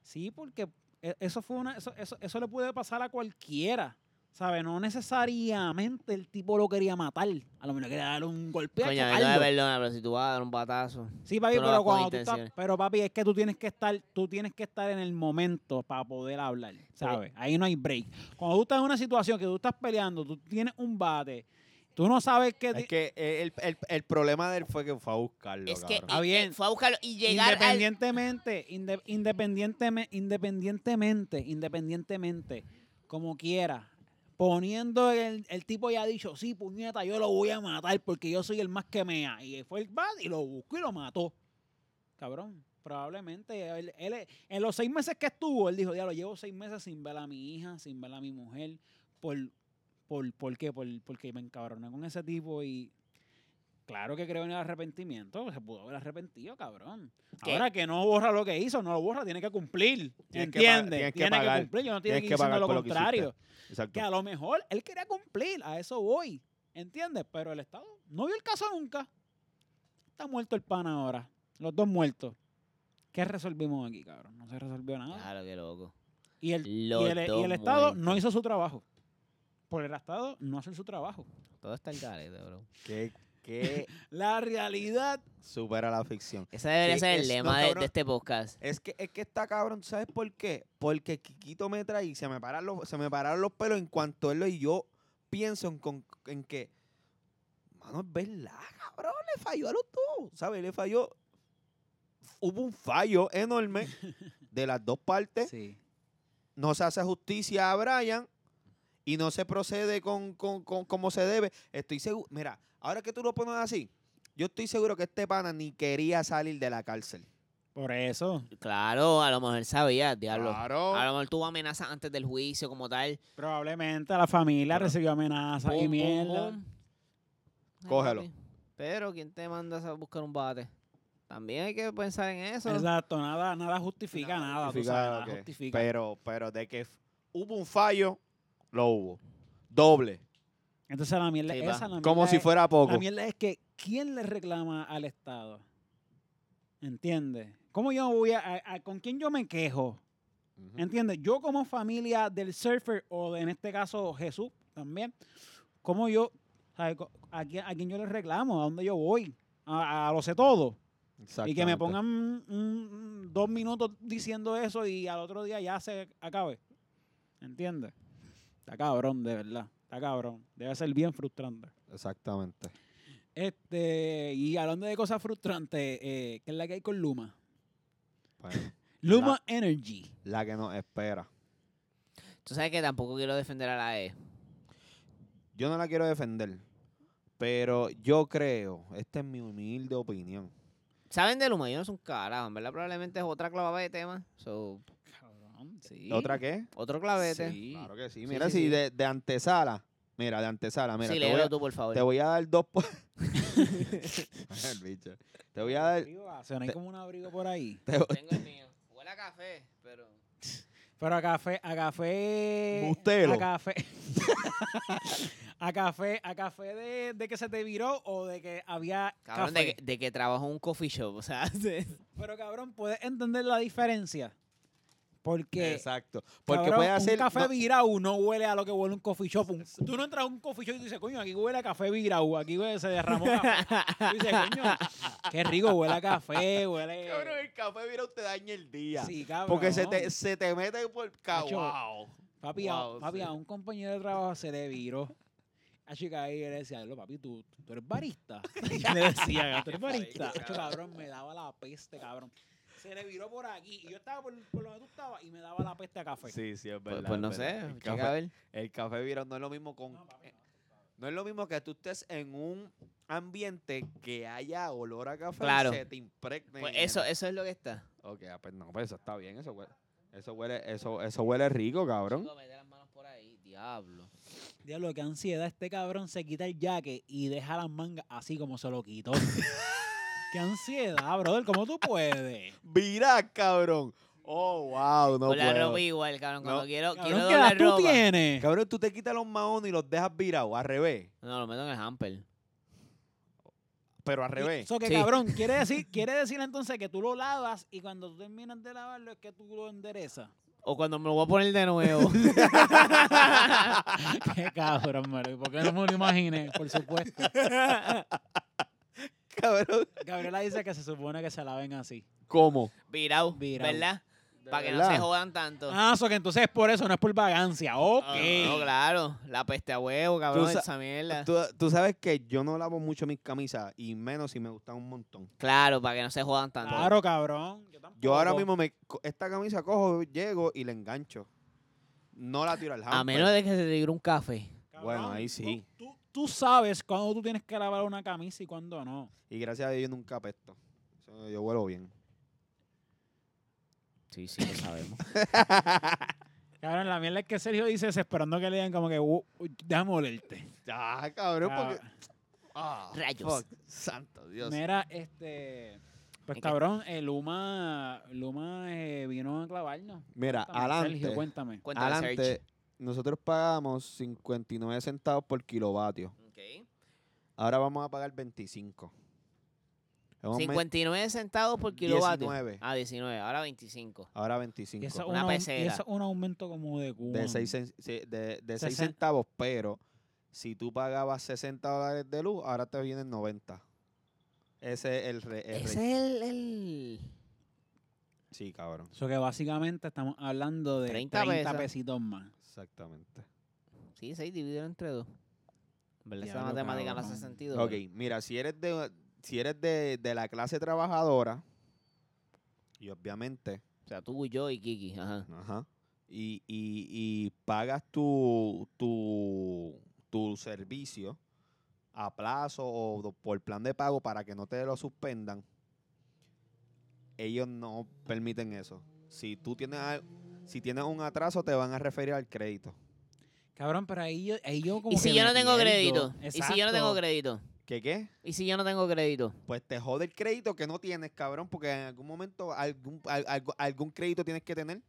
[SPEAKER 1] Sí, porque e- eso fue una, eso, eso, eso le puede pasar a cualquiera. ¿Sabes? No necesariamente el tipo lo quería matar. A lo mejor le quería darle un golpe. a
[SPEAKER 3] Coño, a mí no me
[SPEAKER 1] chocarlo.
[SPEAKER 3] perdona, pero si tú vas a dar un patazo.
[SPEAKER 1] Sí, papi,
[SPEAKER 3] Tú no vas
[SPEAKER 1] pero
[SPEAKER 3] con
[SPEAKER 1] cuando tú estás-
[SPEAKER 3] intenciones.
[SPEAKER 1] pero papi, es que tú tienes que estar, tú tienes que estar en el momento para poder hablar, ¿sabes? Ahí no hay break. Cuando tú estás en una situación que tú estás peleando, tú tienes un bate, tú no sabes qué ti-
[SPEAKER 2] Es que eh, el, el- el problema de él fue que fue a buscarlo.
[SPEAKER 3] Es que eh,
[SPEAKER 2] cabrón.
[SPEAKER 1] Ah, bien.
[SPEAKER 3] fue a buscarlo y llegar al...
[SPEAKER 1] independientemente, inde- independienteme- independientemente, independientemente, como quiera, poniendo el, el tipo ya ha dicho, sí, puñeta, yo lo voy a matar porque yo soy el más que mea. Y fue el bat y lo buscó y lo mató. Cabrón, probablemente. él- él- en los seis meses que estuvo, él dijo, diablo, llevo seis meses sin ver a mi hija, sin ver a mi mujer. ¿Por, por, por qué? Por- porque me encabroné con ese tipo y Claro que creo en el arrepentimiento, se pudo haber arrepentido, cabrón.
[SPEAKER 3] ¿Qué?
[SPEAKER 1] Ahora que no borra lo que hizo, no lo borra, tiene que cumplir.
[SPEAKER 2] Tienes que
[SPEAKER 1] ¿Entiendes?
[SPEAKER 2] pagar, tienes que
[SPEAKER 1] tiene
[SPEAKER 2] pagar,
[SPEAKER 1] cumplir, yo no tiene
[SPEAKER 2] tienes
[SPEAKER 1] que
[SPEAKER 2] que
[SPEAKER 1] ir diciendo
[SPEAKER 2] pagar
[SPEAKER 1] lo
[SPEAKER 2] por lo que
[SPEAKER 1] contrario.
[SPEAKER 2] Exacto.
[SPEAKER 1] que a lo mejor él quería cumplir, a eso voy. ¿Entiendes? Pero el Estado no vio el caso nunca. Está muerto el pan ahora. Los dos muertos. ¿Qué resolvimos aquí, cabrón? No se resolvió nada.
[SPEAKER 3] Claro, qué loco.
[SPEAKER 1] Y el, e-, y
[SPEAKER 3] Ah, Los
[SPEAKER 1] el- y
[SPEAKER 3] dos
[SPEAKER 1] el Estado no
[SPEAKER 3] muertos.
[SPEAKER 1] hizo su trabajo. Por el Estado no hacer su trabajo.
[SPEAKER 3] Todo está en carete, bro.
[SPEAKER 2] Que, que
[SPEAKER 1] La realidad
[SPEAKER 2] supera la ficción.
[SPEAKER 3] Ese debería
[SPEAKER 2] Sí,
[SPEAKER 3] ser el
[SPEAKER 2] es- no,
[SPEAKER 3] lema de- de,
[SPEAKER 2] cabrón.
[SPEAKER 3] este podcast.
[SPEAKER 2] Es que, es que está cabrón, ¿sabes por qué? Porque Kikito me trae y se me, paran los, se me pararon los pelos en cuanto él lo y yo pienso en, con- en que, mano, es verdad, cabrón, le falló a los dos, ¿sabes? Le falló. Hubo un fallo enorme de las dos partes.
[SPEAKER 1] Sí.
[SPEAKER 2] No se hace justicia a Brian y no se procede con, con- con- como se debe. Estoy seguro, mira, ahora que tú lo pones así, yo estoy seguro que este pana ni quería salir de la cárcel.
[SPEAKER 1] Por eso.
[SPEAKER 3] Claro, a lo mejor sabía, diablo.
[SPEAKER 2] Claro.
[SPEAKER 3] A lo mejor tuvo amenazas antes del juicio como tal.
[SPEAKER 1] Probablemente la familia
[SPEAKER 2] Pero-
[SPEAKER 1] recibió amenazas y
[SPEAKER 3] Pum, pum,
[SPEAKER 1] mierda.
[SPEAKER 3] pum. Ay,
[SPEAKER 2] Cógelo.
[SPEAKER 3] papi. Pero, ¿quién te manda a buscar un bate? También hay que pensar en eso.
[SPEAKER 1] Exacto, nada, nada justifica
[SPEAKER 2] Nada
[SPEAKER 1] nada. tú
[SPEAKER 2] justifica
[SPEAKER 1] sabes,
[SPEAKER 2] lo
[SPEAKER 1] nada
[SPEAKER 2] que-
[SPEAKER 1] justifica.
[SPEAKER 2] Pero, pero de que f- hubo un fallo, lo hubo. Doble.
[SPEAKER 1] Entonces la mierda,
[SPEAKER 3] Sí,
[SPEAKER 1] esa,
[SPEAKER 3] va.
[SPEAKER 1] la mierda
[SPEAKER 2] Como si
[SPEAKER 1] es-
[SPEAKER 2] fuera poco.
[SPEAKER 1] La mierda es que ¿quién le reclama al Estado? ¿Entiendes? ¿Cómo yo voy a, a- a- con quién yo me quejo? ¿Entiendes? Yo como familia del surfer o de- en este caso Jesús también, ¿cómo yo, sabe, co- a, quién, a quién yo le reclamo? ¿A dónde yo voy? A, a lo sé todo. Y que me pongan un- dos minutos diciendo eso y al otro día ya se acabe. ¿Entiendes? Está cabrón, de verdad. Está cabrón. Debe ser bien frustrante.
[SPEAKER 2] Exactamente.
[SPEAKER 1] Este, y hablando de cosas frustrantes, eh, ¿qué es la que hay con Luma?
[SPEAKER 2] Bueno,
[SPEAKER 1] Luma Energy.
[SPEAKER 2] Pues, la que nos espera.
[SPEAKER 3] Tú sabes que tampoco quiero defender a la E.
[SPEAKER 2] Yo no la quiero defender. Pero yo creo, esta es mi humilde opinión.
[SPEAKER 3] ¿Saben de Luma? Yo no soy un carajo. En verdad, probablemente es otra clave de tema. So,
[SPEAKER 1] Cabrón, sí.
[SPEAKER 2] ¿Otra qué?
[SPEAKER 3] otro clavete. Sí,
[SPEAKER 1] Sí.
[SPEAKER 2] Claro que sí.
[SPEAKER 3] Sí,
[SPEAKER 2] Mira,
[SPEAKER 3] sí,
[SPEAKER 2] si
[SPEAKER 3] sí.
[SPEAKER 2] De, de antesala. Mira, de antesala. Mira, te, voy
[SPEAKER 3] léelo
[SPEAKER 2] a,
[SPEAKER 3] tú, por favor.
[SPEAKER 2] te voy a dar dos. po- El bicho. Te voy a dar.
[SPEAKER 1] Abrigo, ah, suena ahí como un abrigo por ahí.
[SPEAKER 2] te voy-
[SPEAKER 3] Tengo el mío. Huele a café, pero...
[SPEAKER 1] Pero a café, a café.
[SPEAKER 2] Bustelo.
[SPEAKER 1] A café. a café, a café de, de que se te viró o de que había
[SPEAKER 3] Cabrón,
[SPEAKER 1] café.
[SPEAKER 3] de, que- de que trabajo en un coffee shop, o sea, pues, de-
[SPEAKER 1] Pero cabrón, puedes entender la diferencia. Porque.
[SPEAKER 2] Exacto. Porque
[SPEAKER 1] cabrón,
[SPEAKER 2] puede hacer.
[SPEAKER 1] Un café
[SPEAKER 2] no-
[SPEAKER 1] virado no huele a lo que huele un coffee shop. Un- tú no entras a un coffee shop y tú dices, coño, aquí huele a café virado. Aquí huele- se derramó café. Tú dices, coño, qué rico, huele a café, huele.
[SPEAKER 2] Cabrón, el café virado te daña el día.
[SPEAKER 1] Sí, cabrón.
[SPEAKER 2] porque se te, se te mete por
[SPEAKER 1] Cacho.
[SPEAKER 2] cagao.
[SPEAKER 1] Papi, a-
[SPEAKER 2] Wow,
[SPEAKER 1] papi,
[SPEAKER 2] sí.
[SPEAKER 1] a un compañero de trabajo se le viró. La chica ahí le decía, "Lo, papi, tú, tú eres barista. Yo le decía, tú eres barista.
[SPEAKER 2] Qué
[SPEAKER 1] Acho, cabrón, me daba la peste, cabrón. Se le viró por aquí. Y yo estaba por, por donde tú estabas y me daba la peste a café.
[SPEAKER 2] Sí, sí, es
[SPEAKER 3] pues,
[SPEAKER 2] verdad.
[SPEAKER 3] pues no
[SPEAKER 2] es
[SPEAKER 3] sé,
[SPEAKER 2] verdad. El
[SPEAKER 3] checa a
[SPEAKER 2] café,
[SPEAKER 3] ver.
[SPEAKER 2] el café virado no es lo mismo con.
[SPEAKER 1] No, papi, no.
[SPEAKER 2] No es lo mismo que tú estés en un ambiente que haya olor a café
[SPEAKER 3] Claro.
[SPEAKER 2] y se te impregne.
[SPEAKER 3] Pues
[SPEAKER 2] en el-
[SPEAKER 3] eso, eso es lo que está.
[SPEAKER 2] Ok, ah, pues no, pues eso está bien, eso huele. Eso huele, eso, eso huele rico, cabrón.
[SPEAKER 3] Chico, mete las manos por ahí, diablo.
[SPEAKER 1] Diablo, qué ansiedad. Este cabrón se quita el jaque y deja las mangas así como se lo quitó. qué ansiedad, brother. ¿Cómo tú puedes?
[SPEAKER 2] Mira, cabrón. Oh, wow, no
[SPEAKER 3] con la
[SPEAKER 2] puedo.
[SPEAKER 3] ropa igual, cabrón. Cuando
[SPEAKER 2] No.
[SPEAKER 3] quiero, quiero
[SPEAKER 1] Cabrón, ¿qué edad
[SPEAKER 3] doblar
[SPEAKER 1] tú
[SPEAKER 3] ropa.
[SPEAKER 1] tienes?
[SPEAKER 2] Cabrón, tú te quitas los maones y los dejas virados, al revés.
[SPEAKER 3] No, lo meto en el hamper.
[SPEAKER 2] Pero al
[SPEAKER 1] Y-
[SPEAKER 2] revés.
[SPEAKER 1] so que,
[SPEAKER 3] Sí.
[SPEAKER 1] cabrón, quiere decir, quiere decir entonces que tú lo lavas y cuando tú terminas de lavarlo es que tú lo enderezas.
[SPEAKER 3] O cuando me lo voy a poner de nuevo.
[SPEAKER 1] qué cabrón, Mario. ¿Por qué no me lo imaginé? Por supuesto.
[SPEAKER 2] Cabrón.
[SPEAKER 1] Gabriela dice que se supone que se laven así.
[SPEAKER 2] ¿Cómo?
[SPEAKER 3] Virado,
[SPEAKER 1] Virao.
[SPEAKER 3] ¿verdad? Para que no
[SPEAKER 2] verdad?
[SPEAKER 3] se jodan tanto.
[SPEAKER 1] Ah, so que entonces es por eso, no es por vagancia. Ok.
[SPEAKER 3] Ah, no, claro. La peste a huevo, cabrón,
[SPEAKER 2] sa-
[SPEAKER 3] esa mierda.
[SPEAKER 2] Tú, tú sabes que yo no lavo mucho mis camisas y menos si me gustan un montón.
[SPEAKER 3] Claro, para que no se jodan tanto.
[SPEAKER 1] Claro, cabrón. Yo,
[SPEAKER 2] Yo ahora
[SPEAKER 1] tampoco.
[SPEAKER 2] mismo me co- esta camisa cojo, llego y la engancho. No la tiro al hamper.
[SPEAKER 3] A menos de que se te tire un café.
[SPEAKER 1] Cabrón,
[SPEAKER 2] Bueno, ahí
[SPEAKER 1] tú-
[SPEAKER 2] sí.
[SPEAKER 1] Tú, tú sabes cuándo tú tienes que lavar una camisa y cuándo no.
[SPEAKER 2] Y gracias a Dios yo nunca apesto. Eso Yo vuelo bien.
[SPEAKER 3] Sí, sí, lo sabemos.
[SPEAKER 1] Cabrón, la mierda es que Sergio dice eso esperando que le digan como que, "Uh, uh, déjame olerte.
[SPEAKER 2] Ah, cabrón, porque.
[SPEAKER 1] Cab-
[SPEAKER 2] Ah,
[SPEAKER 3] Rayos.
[SPEAKER 2] fuck, santo Dios.
[SPEAKER 1] Mira, este... Pues
[SPEAKER 3] ¿En qué?
[SPEAKER 1] cabrón, eh, Luma, Luma eh, vino a clavarnos.
[SPEAKER 2] Mira,
[SPEAKER 1] Cuéntame, Sergio,
[SPEAKER 2] adelante.
[SPEAKER 1] cuéntame.
[SPEAKER 3] Cuéntame, Serge.
[SPEAKER 2] Adelante. Nosotros pagamos 59 centavos por kilovatio.
[SPEAKER 3] Ok.
[SPEAKER 2] Ahora vamos a pagar 25. Es un aumento-
[SPEAKER 3] 59 centavos por kilovatio.
[SPEAKER 2] 19.
[SPEAKER 3] Ah, 19. Ahora 25.
[SPEAKER 2] Ahora
[SPEAKER 1] Y
[SPEAKER 2] 25.
[SPEAKER 1] eso, es
[SPEAKER 3] Una
[SPEAKER 1] un au- y
[SPEAKER 3] pecera.
[SPEAKER 1] eso es un aumento como de Cuba.
[SPEAKER 2] de 6 de, de seis
[SPEAKER 1] Sesen-
[SPEAKER 2] centavos, pero si tú pagabas 60 dólares de luz, ahora te vienen 90. Ese es el, re, el
[SPEAKER 3] Ese
[SPEAKER 2] rate.
[SPEAKER 3] es el, el-
[SPEAKER 2] Sí, cabrón.
[SPEAKER 1] Eso que básicamente estamos hablando de 30,
[SPEAKER 3] 30 pesos.
[SPEAKER 1] pesitos más.
[SPEAKER 2] Exactamente.
[SPEAKER 3] Sí, 6 dividido entre 2. ¿Verdad? Esa
[SPEAKER 1] Diablo,
[SPEAKER 3] matemática no hace
[SPEAKER 1] cabrón.
[SPEAKER 3] sentido. eh.
[SPEAKER 2] Ok,
[SPEAKER 3] pero-
[SPEAKER 2] mira, si eres de si eres de, de la clase trabajadora, y obviamente,
[SPEAKER 3] O sea, tú, yo y Kiki. Ajá.
[SPEAKER 2] ajá, y, y, y pagas tu, tu, tu servicio a plazo o do- por plan de pago para que no te lo suspendan, ellos no permiten eso. Si tú tienes al- si tienes un atraso, te van a referir al crédito.
[SPEAKER 1] Cabrón, pero ahí yo, ahí yo como
[SPEAKER 3] ¿Y si
[SPEAKER 1] que
[SPEAKER 3] yo
[SPEAKER 1] me
[SPEAKER 3] no tengo
[SPEAKER 1] pierdo.
[SPEAKER 3] crédito? ¿Y si yo no tengo
[SPEAKER 1] Exacto.
[SPEAKER 3] crédito?
[SPEAKER 2] ¿Qué qué?
[SPEAKER 3] ¿Y si yo no tengo crédito?
[SPEAKER 2] Pues te jode el crédito que no tienes, cabrón, porque en algún momento algún, al- algo- algún crédito tienes que tener.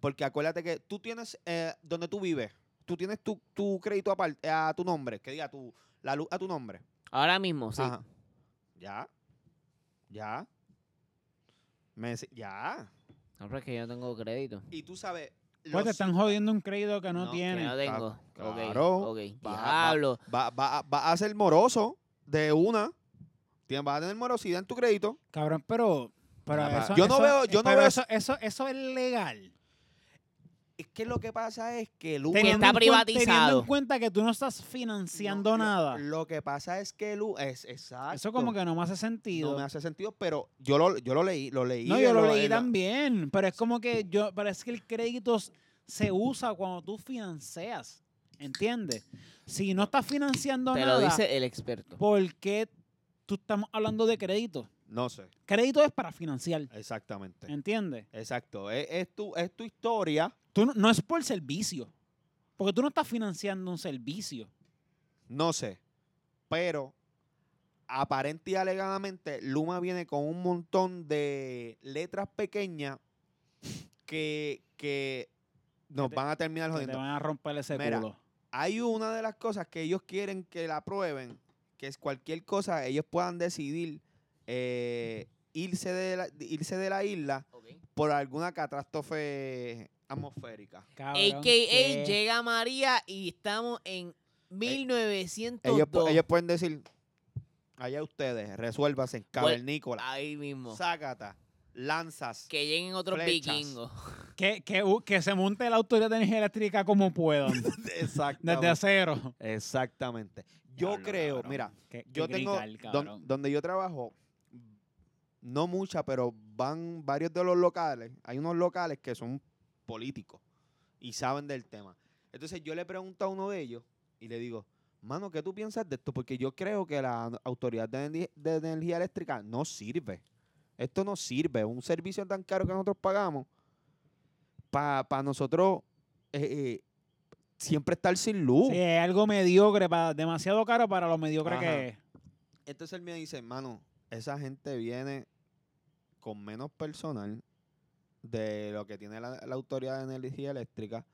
[SPEAKER 2] Porque acuérdate que tú tienes, eh, donde tú vives, tú tienes tu, tu crédito apar- eh, a tu nombre, que diga tu, la luz a tu nombre.
[SPEAKER 3] Ahora mismo, sí.
[SPEAKER 2] Ajá. Ya. Ya. Me deci- ya.
[SPEAKER 3] No, pero es que yo no tengo crédito.
[SPEAKER 2] Y tú sabes.
[SPEAKER 1] Pues te
[SPEAKER 2] los-
[SPEAKER 1] están jodiendo un crédito que no,
[SPEAKER 2] No, que
[SPEAKER 3] Que
[SPEAKER 1] tienes.
[SPEAKER 3] no tengo. Ok,
[SPEAKER 2] claro.
[SPEAKER 3] Ok.
[SPEAKER 2] Va- va-
[SPEAKER 3] Diablo.
[SPEAKER 2] Va, va- va a ser moroso de una. Tien- Vas a tener morosidad en tu crédito.
[SPEAKER 1] Cabrón, pero. pero
[SPEAKER 2] Ah,
[SPEAKER 1] eso,
[SPEAKER 2] yo no
[SPEAKER 1] eso-
[SPEAKER 2] veo- yo no
[SPEAKER 1] pero
[SPEAKER 2] veo
[SPEAKER 1] eso, eso. Eso es legal.
[SPEAKER 2] Es que lo que pasa es que el Uber-
[SPEAKER 1] Teniendo
[SPEAKER 3] está
[SPEAKER 1] en cuen- Teniendo
[SPEAKER 3] privatizado.
[SPEAKER 1] en cuenta que tú no estás financiando
[SPEAKER 2] No, lo-
[SPEAKER 1] nada.
[SPEAKER 2] Lo, que pasa es que Lu es exacto.
[SPEAKER 1] eso como que no me hace sentido.
[SPEAKER 2] no me hace eh, sentido, pero yo lo, yo lo leí, lo leí.
[SPEAKER 1] No,
[SPEAKER 2] en
[SPEAKER 1] yo lo
[SPEAKER 2] lo-
[SPEAKER 1] leí
[SPEAKER 2] en la-
[SPEAKER 1] también, pero es como que yo, pero es que el crédito s- se usa cuando tú financias, ¿entiendes? Si no estás financiando
[SPEAKER 3] Te
[SPEAKER 1] nada,
[SPEAKER 3] lo dice el experto.
[SPEAKER 1] ¿por qué tú estamos hablando de crédito?
[SPEAKER 2] No sé,
[SPEAKER 1] Crédito es para financiar,
[SPEAKER 2] exactamente.
[SPEAKER 1] ¿entiendes?
[SPEAKER 2] Exacto, es, es tu, es tu historia.
[SPEAKER 1] Tú no, no es por servicio, porque tú no estás financiando un servicio.
[SPEAKER 2] No sé, pero aparente y alegadamente Luma viene con un montón de letras pequeñas que, que nos
[SPEAKER 1] te-
[SPEAKER 2] van a terminar
[SPEAKER 1] que te
[SPEAKER 2] jodiendo.
[SPEAKER 1] van a romper ese
[SPEAKER 2] Mira,
[SPEAKER 1] culo.
[SPEAKER 2] Hay una de las cosas que ellos quieren que la aprueben, que es cualquier cosa, ellos puedan decidir eh, irse, de la, irse de la isla por alguna catástrofe atmosférica.
[SPEAKER 1] Cabrón,
[SPEAKER 4] AKA
[SPEAKER 1] ¿qué?
[SPEAKER 4] llega María y estamos en
[SPEAKER 2] Ellos, pu-
[SPEAKER 4] 1902.
[SPEAKER 2] ellos pueden decir, allá ustedes, resuélvase,
[SPEAKER 1] Pues,
[SPEAKER 2] cavernícola,
[SPEAKER 4] Ahí mismo.
[SPEAKER 2] sácata, lanzas.
[SPEAKER 4] Que lleguen otros
[SPEAKER 2] Flechas.
[SPEAKER 4] vikingos.
[SPEAKER 1] Que, que, u- que se monte la autoridad de energía eléctrica como puedan, desde
[SPEAKER 2] Exactamente.
[SPEAKER 1] cero.
[SPEAKER 2] Exactamente. Yo
[SPEAKER 1] Diablo,
[SPEAKER 2] creo,
[SPEAKER 1] cabrón.
[SPEAKER 2] mira,
[SPEAKER 1] Qué- qué
[SPEAKER 2] yo tengo,
[SPEAKER 1] crical,
[SPEAKER 2] don-
[SPEAKER 1] cabrón.
[SPEAKER 2] donde yo trabajo, no mucha, pero van varios de los locales, hay unos locales que son políticos y saben del tema. Entonces yo le pregunto a uno de ellos y le digo, mano, ¿qué tú piensas de esto? Porque yo creo que la autoridad de, Ener- de energía eléctrica no sirve. Esto no sirve. Un servicio tan caro que nosotros pagamos para nosotros eh, eh, siempre estar sin luz.
[SPEAKER 1] Sí, es algo mediocre, pa- demasiado caro para lo mediocre
[SPEAKER 2] Ajá.
[SPEAKER 1] que es.
[SPEAKER 2] Entonces él me dice, hermano, esa gente viene con menos personal de lo que tiene la, la autoridad de energía eléctrica.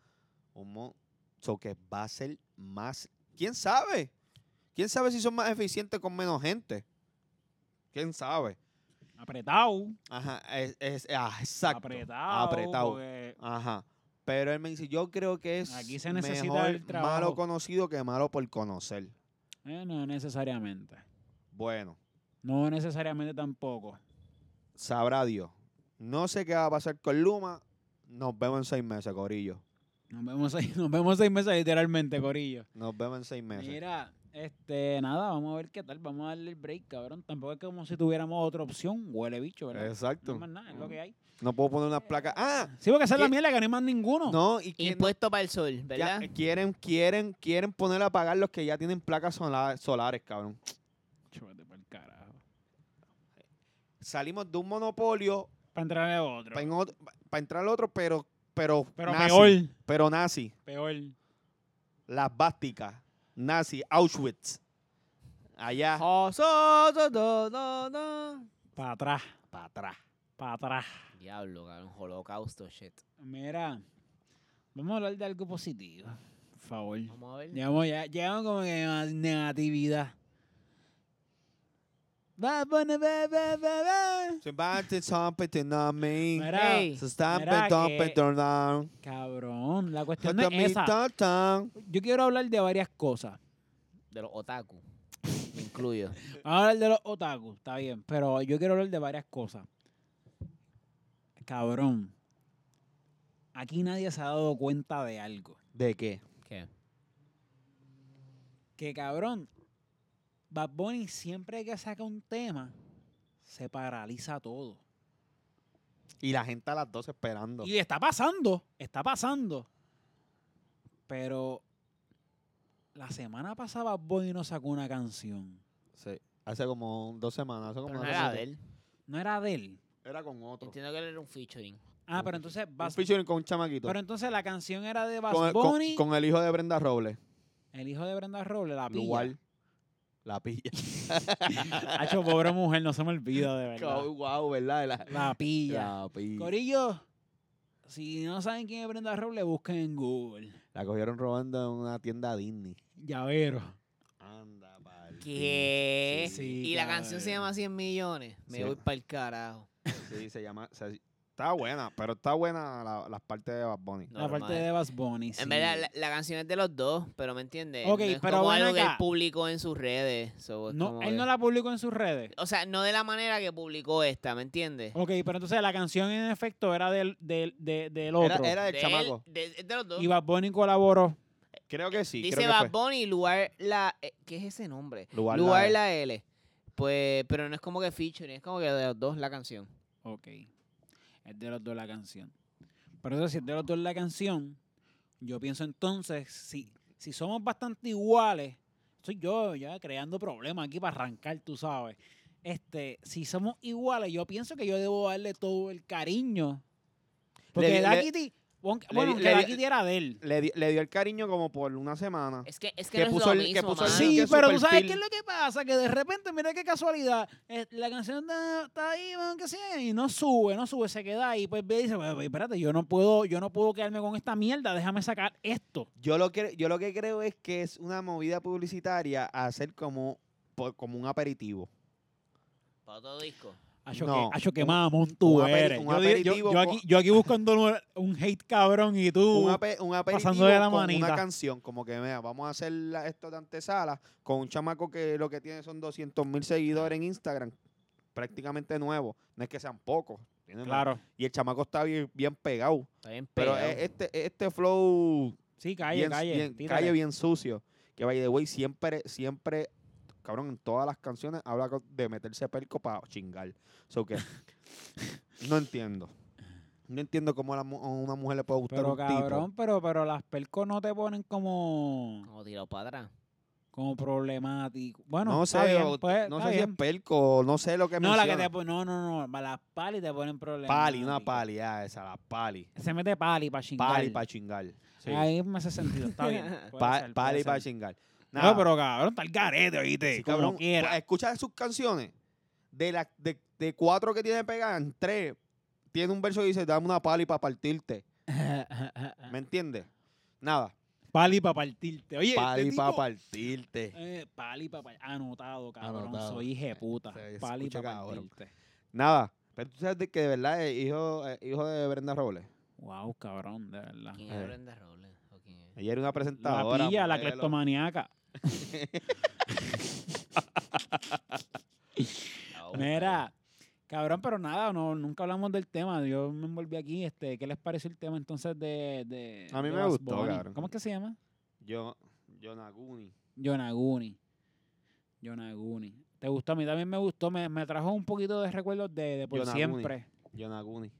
[SPEAKER 2] Un mo- so que va a ser más. ¿Quién sabe? ¿Quién sabe si son más eficientes con menos gente? ¿Quién sabe?
[SPEAKER 1] Apretado.
[SPEAKER 2] Ajá, es, es- ah, exacto.
[SPEAKER 1] Apretado.
[SPEAKER 2] Apretado.
[SPEAKER 1] porque-
[SPEAKER 2] Ajá. Pero él me dice, yo creo que es
[SPEAKER 1] Aquí se necesita
[SPEAKER 2] mejor
[SPEAKER 1] el trabajo.
[SPEAKER 2] malo conocido que malo por conocer.
[SPEAKER 1] eh, no necesariamente.
[SPEAKER 2] Bueno.
[SPEAKER 1] No necesariamente tampoco.
[SPEAKER 2] sabrá Dios. No sé qué va a pasar con Luma. Nos vemos en seis meses, Corillo.
[SPEAKER 1] Nos vemos, ahí- nos vemos seis meses literalmente, Corillo.
[SPEAKER 2] Nos vemos en seis meses.
[SPEAKER 1] Mira, este, nada, vamos a ver qué tal. Vamos a darle el break, cabrón. Tampoco es como si tuviéramos otra opción. Huele bicho, ¿verdad? No
[SPEAKER 2] Exacto.
[SPEAKER 1] es más nada, es lo que hay.
[SPEAKER 2] No puedo poner unas placas. ¡Ah!
[SPEAKER 1] Sí, porque esa es la
[SPEAKER 2] ¿Qué?
[SPEAKER 1] mierda que no pues, hay más ninguno.
[SPEAKER 2] No, y que no-
[SPEAKER 4] Impuesto para el sol,
[SPEAKER 2] ya, eh,
[SPEAKER 4] ¿verdad?
[SPEAKER 2] quieren, quieren, quieren poner a pagar los que ya tienen placas sola- solares, cabrón.
[SPEAKER 1] Chúpate pa'l carajo.
[SPEAKER 2] Salimos de un monopolio
[SPEAKER 1] Para entrar a otro.
[SPEAKER 2] para entrar al otro, pero, pero,
[SPEAKER 1] Pero
[SPEAKER 2] nazi,
[SPEAKER 1] peor.
[SPEAKER 2] Pero nazi.
[SPEAKER 1] Peor.
[SPEAKER 2] Las básticas. Nazi, Auschwitz. Allá
[SPEAKER 3] Oh, so, so, do, do, do.
[SPEAKER 1] Para atrás.
[SPEAKER 2] para atrás.
[SPEAKER 1] Para atrás.
[SPEAKER 4] Diablo, cabrón. Holocausto, shit.
[SPEAKER 1] Mira, vamos a hablar de algo positivo. Por favor.
[SPEAKER 4] Vamos a ver.
[SPEAKER 1] Llegamos ya, llegamos como que a negatividad. Va, pone, va, va, va, va.
[SPEAKER 2] Se van a something to not me.
[SPEAKER 1] Mira,
[SPEAKER 4] Ey.
[SPEAKER 2] Se están
[SPEAKER 1] Mira
[SPEAKER 2] petón,
[SPEAKER 1] que-
[SPEAKER 2] petón, down.
[SPEAKER 1] cabrón, la cuestión no
[SPEAKER 2] Hasta mi
[SPEAKER 1] es esa.
[SPEAKER 2] Pues tan, tan.
[SPEAKER 1] Yo quiero hablar de varias cosas.
[SPEAKER 4] De los otaku. Me incluyo.
[SPEAKER 1] Vamos a hablar de los otaku, está bien, pero yo quiero hablar de varias cosas. Cabrón, aquí nadie se ha dado cuenta de algo.
[SPEAKER 2] ¿De qué?
[SPEAKER 4] ¿Qué?
[SPEAKER 1] que cabrón, Bad Bunny siempre que saca un tema, se paraliza todo.
[SPEAKER 2] Y la gente a las 12 esperando.
[SPEAKER 1] Y está pasando, está pasando. Pero la semana pasada Bad Bunny no sacó una canción.
[SPEAKER 2] Sí. Hace como dos semanas. hace como
[SPEAKER 4] Pero no
[SPEAKER 2] una
[SPEAKER 4] era
[SPEAKER 2] semana.
[SPEAKER 4] de él.
[SPEAKER 1] No era de él.
[SPEAKER 2] Era con otro.
[SPEAKER 4] Entiendo que él era un featuring.
[SPEAKER 1] Ah, pero entonces Bad-
[SPEAKER 2] Un featuring con un chamaquito.
[SPEAKER 1] Pero entonces la canción era de Bad
[SPEAKER 2] con, el- con-
[SPEAKER 1] Bunny,
[SPEAKER 2] con el hijo de Brenda Robles.
[SPEAKER 1] el hijo de Brenda Robles, la pilla.
[SPEAKER 2] Igual. La pilla.
[SPEAKER 1] Hacho, pobre mujer, no se me olvida, de verdad.
[SPEAKER 2] wow, ¿verdad? La,
[SPEAKER 1] La pilla.
[SPEAKER 2] la pilla.
[SPEAKER 1] Corillo, si no saben quién es Brenda Robles, busquen en Google.
[SPEAKER 2] La cogieron robando en una tienda Disney.
[SPEAKER 1] Llavero.
[SPEAKER 2] Anda, pa'l
[SPEAKER 4] ¿Qué?
[SPEAKER 2] Sí.
[SPEAKER 1] Sí,
[SPEAKER 4] Eh, y la canción se
[SPEAKER 1] cabrón.
[SPEAKER 4] llama 100 millones. Me
[SPEAKER 2] Sí.
[SPEAKER 4] voy para el carajo.
[SPEAKER 2] Sí, se llama... se- está buena, pero está buena la- las partes de Bad Bunny.
[SPEAKER 1] La parte
[SPEAKER 4] Normal.
[SPEAKER 1] de Bass Bunny. sí.
[SPEAKER 4] En verdad, la, la canción es de los dos, pero ¿me entiendes?
[SPEAKER 1] Ok,
[SPEAKER 4] No es
[SPEAKER 1] pero
[SPEAKER 4] como
[SPEAKER 1] ven
[SPEAKER 4] algo que
[SPEAKER 1] acá.
[SPEAKER 4] él publicó en sus redes. so, es
[SPEAKER 1] No,
[SPEAKER 4] como
[SPEAKER 1] él
[SPEAKER 4] que-
[SPEAKER 1] no la publicó en sus redes.
[SPEAKER 4] O sea, no de la manera que publicó esta, ¿me entiendes?
[SPEAKER 1] Ok, pero entonces la canción en efecto era del, del, de- del
[SPEAKER 2] Era,
[SPEAKER 1] otro.
[SPEAKER 2] era del
[SPEAKER 4] De él,
[SPEAKER 2] chamaco.
[SPEAKER 4] de- es de los dos.
[SPEAKER 1] Y Bad Bunny colaboró.
[SPEAKER 2] Creo que sí.
[SPEAKER 4] Dice
[SPEAKER 2] creo que
[SPEAKER 4] Bad
[SPEAKER 2] fue.
[SPEAKER 4] Bunny, lugar la... eh, ¿Qué es ese nombre?
[SPEAKER 2] Lugar la
[SPEAKER 4] Lugar
[SPEAKER 2] L.
[SPEAKER 4] la L. Pues, pero no es como que featuring, es como que de los dos la canción.
[SPEAKER 1] Ok. Es de los dos la canción. Pero entonces, si es de los dos la canción, yo pienso entonces, si, si somos bastante iguales, soy yo ya creando problemas aquí para arrancar, tú sabes. Este, si somos iguales, yo pienso que yo debo darle todo el cariño. Porque
[SPEAKER 2] le-
[SPEAKER 1] Daquiti Wonka-
[SPEAKER 2] Le
[SPEAKER 1] Bueno,
[SPEAKER 2] di-
[SPEAKER 1] que
[SPEAKER 2] le
[SPEAKER 1] la
[SPEAKER 2] di-
[SPEAKER 1] Kitty era de él.
[SPEAKER 2] Le, di- le dio el cariño como por una semana.
[SPEAKER 4] Es que, es que,
[SPEAKER 2] Que
[SPEAKER 4] no
[SPEAKER 2] puso
[SPEAKER 4] es
[SPEAKER 2] el-
[SPEAKER 4] lo
[SPEAKER 2] que
[SPEAKER 4] mismo,
[SPEAKER 2] puso el
[SPEAKER 4] mano.
[SPEAKER 1] Sí,
[SPEAKER 2] que su
[SPEAKER 1] pero tú sabes
[SPEAKER 2] perfil-
[SPEAKER 1] qué es lo que pasa, que de repente, mira qué casualidad, eh, la canción está, está ahí, man, que sea, y no sube, no sube, se queda ahí, pues ve y dice, "Pues, pues, espérate, yo no puedo, yo no puedo quedarme con esta mierda, déjame sacar esto.
[SPEAKER 2] Yo lo, que, yo lo que creo es que es una movida publicitaria a hacer como, por- como un aperitivo.
[SPEAKER 4] Para otro disco.
[SPEAKER 1] Acho
[SPEAKER 2] No,
[SPEAKER 1] que, acho que
[SPEAKER 2] un-
[SPEAKER 1] mamón tú
[SPEAKER 2] un aperi-
[SPEAKER 1] eres.
[SPEAKER 2] un
[SPEAKER 1] Yo dir- yo,
[SPEAKER 2] aperitivo
[SPEAKER 1] yo
[SPEAKER 2] con-
[SPEAKER 1] aquí, yo aquí buscando un- un hate cabrón y tú.
[SPEAKER 2] un, ape- un aperitivo
[SPEAKER 1] Uh, pasando de la
[SPEAKER 2] con
[SPEAKER 1] manita.
[SPEAKER 2] una canción, como que mira, vamos a hacer la- esto de antesala con un chamaco que lo que tiene son 200 mil seguidores en Instagram, prácticamente nuevo, no es que sean pocos, tienen-
[SPEAKER 1] Claro.
[SPEAKER 2] y el chamaco está bien, bien pegado,
[SPEAKER 3] Está bien
[SPEAKER 2] pero
[SPEAKER 3] pegado.
[SPEAKER 2] e- este, este flow
[SPEAKER 1] Sí, calle,
[SPEAKER 2] bien,
[SPEAKER 1] calle.
[SPEAKER 2] bien-
[SPEAKER 1] tírale.
[SPEAKER 2] calle bien sucio, que by the way siempre, siempre, cabrón, en todas las canciones habla co- de meterse perco para chingar, so que no entiendo. No entiendo cómo a, la mu- a una mujer le puede gustar
[SPEAKER 1] Pero
[SPEAKER 2] un tipo.
[SPEAKER 1] cabrón, pero, pero las percos no te ponen como,
[SPEAKER 3] Como tirado para atrás.
[SPEAKER 1] como problemático. Bueno,
[SPEAKER 2] no
[SPEAKER 1] está
[SPEAKER 2] sé,
[SPEAKER 1] bien,
[SPEAKER 2] o-
[SPEAKER 1] pues,
[SPEAKER 2] no
[SPEAKER 1] está
[SPEAKER 2] sé si
[SPEAKER 1] bien.
[SPEAKER 2] es perco, no sé lo que
[SPEAKER 1] No, la que
[SPEAKER 2] menciona.
[SPEAKER 1] te pon- no, no, no, las pali te ponen problemas.
[SPEAKER 2] Pali, una pali, ah, esa, la pali.
[SPEAKER 1] Se mete pali para chingar.
[SPEAKER 2] Pali para chingar. Sí.
[SPEAKER 1] Ahí me hace sentido, está bien. puede
[SPEAKER 2] Pa-
[SPEAKER 1] ser, puede
[SPEAKER 2] pali para
[SPEAKER 1] ser.
[SPEAKER 2] chingar. Nada,
[SPEAKER 1] No, pero cabrón, está el garete, oíste.
[SPEAKER 2] sí,
[SPEAKER 1] como
[SPEAKER 2] cabrón,
[SPEAKER 1] quiera.
[SPEAKER 2] pues, escucha sus canciones. De, la, de, de cuatro que tiene pegadas, en tres, tiene un verso que dice, dame una pali para partirte. ¿Me entiendes? Nada.
[SPEAKER 1] pali para partirte. Oye,
[SPEAKER 2] Pali
[SPEAKER 1] este
[SPEAKER 2] para
[SPEAKER 1] tipo-
[SPEAKER 2] partirte.
[SPEAKER 1] Eh, pali para partirte. Anotado, cabrón.
[SPEAKER 2] Anotado.
[SPEAKER 1] Soy hije puta.
[SPEAKER 2] Se
[SPEAKER 1] Pali
[SPEAKER 2] escucha
[SPEAKER 1] para
[SPEAKER 2] cabrón.
[SPEAKER 1] partirte.
[SPEAKER 2] Nada. Pero tú sabes de que de verdad es hijo, eh, hijo de Brenda Robles.
[SPEAKER 1] Wow, cabrón, de verdad.
[SPEAKER 3] ¿Quién
[SPEAKER 2] Eh.
[SPEAKER 3] es Brenda Robles? ¿O quién es?
[SPEAKER 2] Ella era una
[SPEAKER 1] La
[SPEAKER 2] presentadora.
[SPEAKER 1] pilla, la
[SPEAKER 2] modelo.
[SPEAKER 1] cleptomaniaca.
[SPEAKER 3] Ah, ok.
[SPEAKER 1] Mira, cabrón, pero nada, no, nunca hablamos del tema. Yo me envolví aquí. Este, ¿Qué les pareció el tema entonces de. de-
[SPEAKER 2] A mí
[SPEAKER 1] de
[SPEAKER 2] me
[SPEAKER 1] Bad
[SPEAKER 2] gustó,
[SPEAKER 1] Bunny?
[SPEAKER 2] cabrón.
[SPEAKER 1] ¿Cómo es que se llama?
[SPEAKER 2] Yo, Yonaguni.
[SPEAKER 1] Yonaguni. Yonaguni. ¿Te gustó? A mí también me gustó. Me, me trajo un poquito de recuerdos de, de por
[SPEAKER 2] Yonaguni.
[SPEAKER 1] siempre.
[SPEAKER 2] Yonaguni.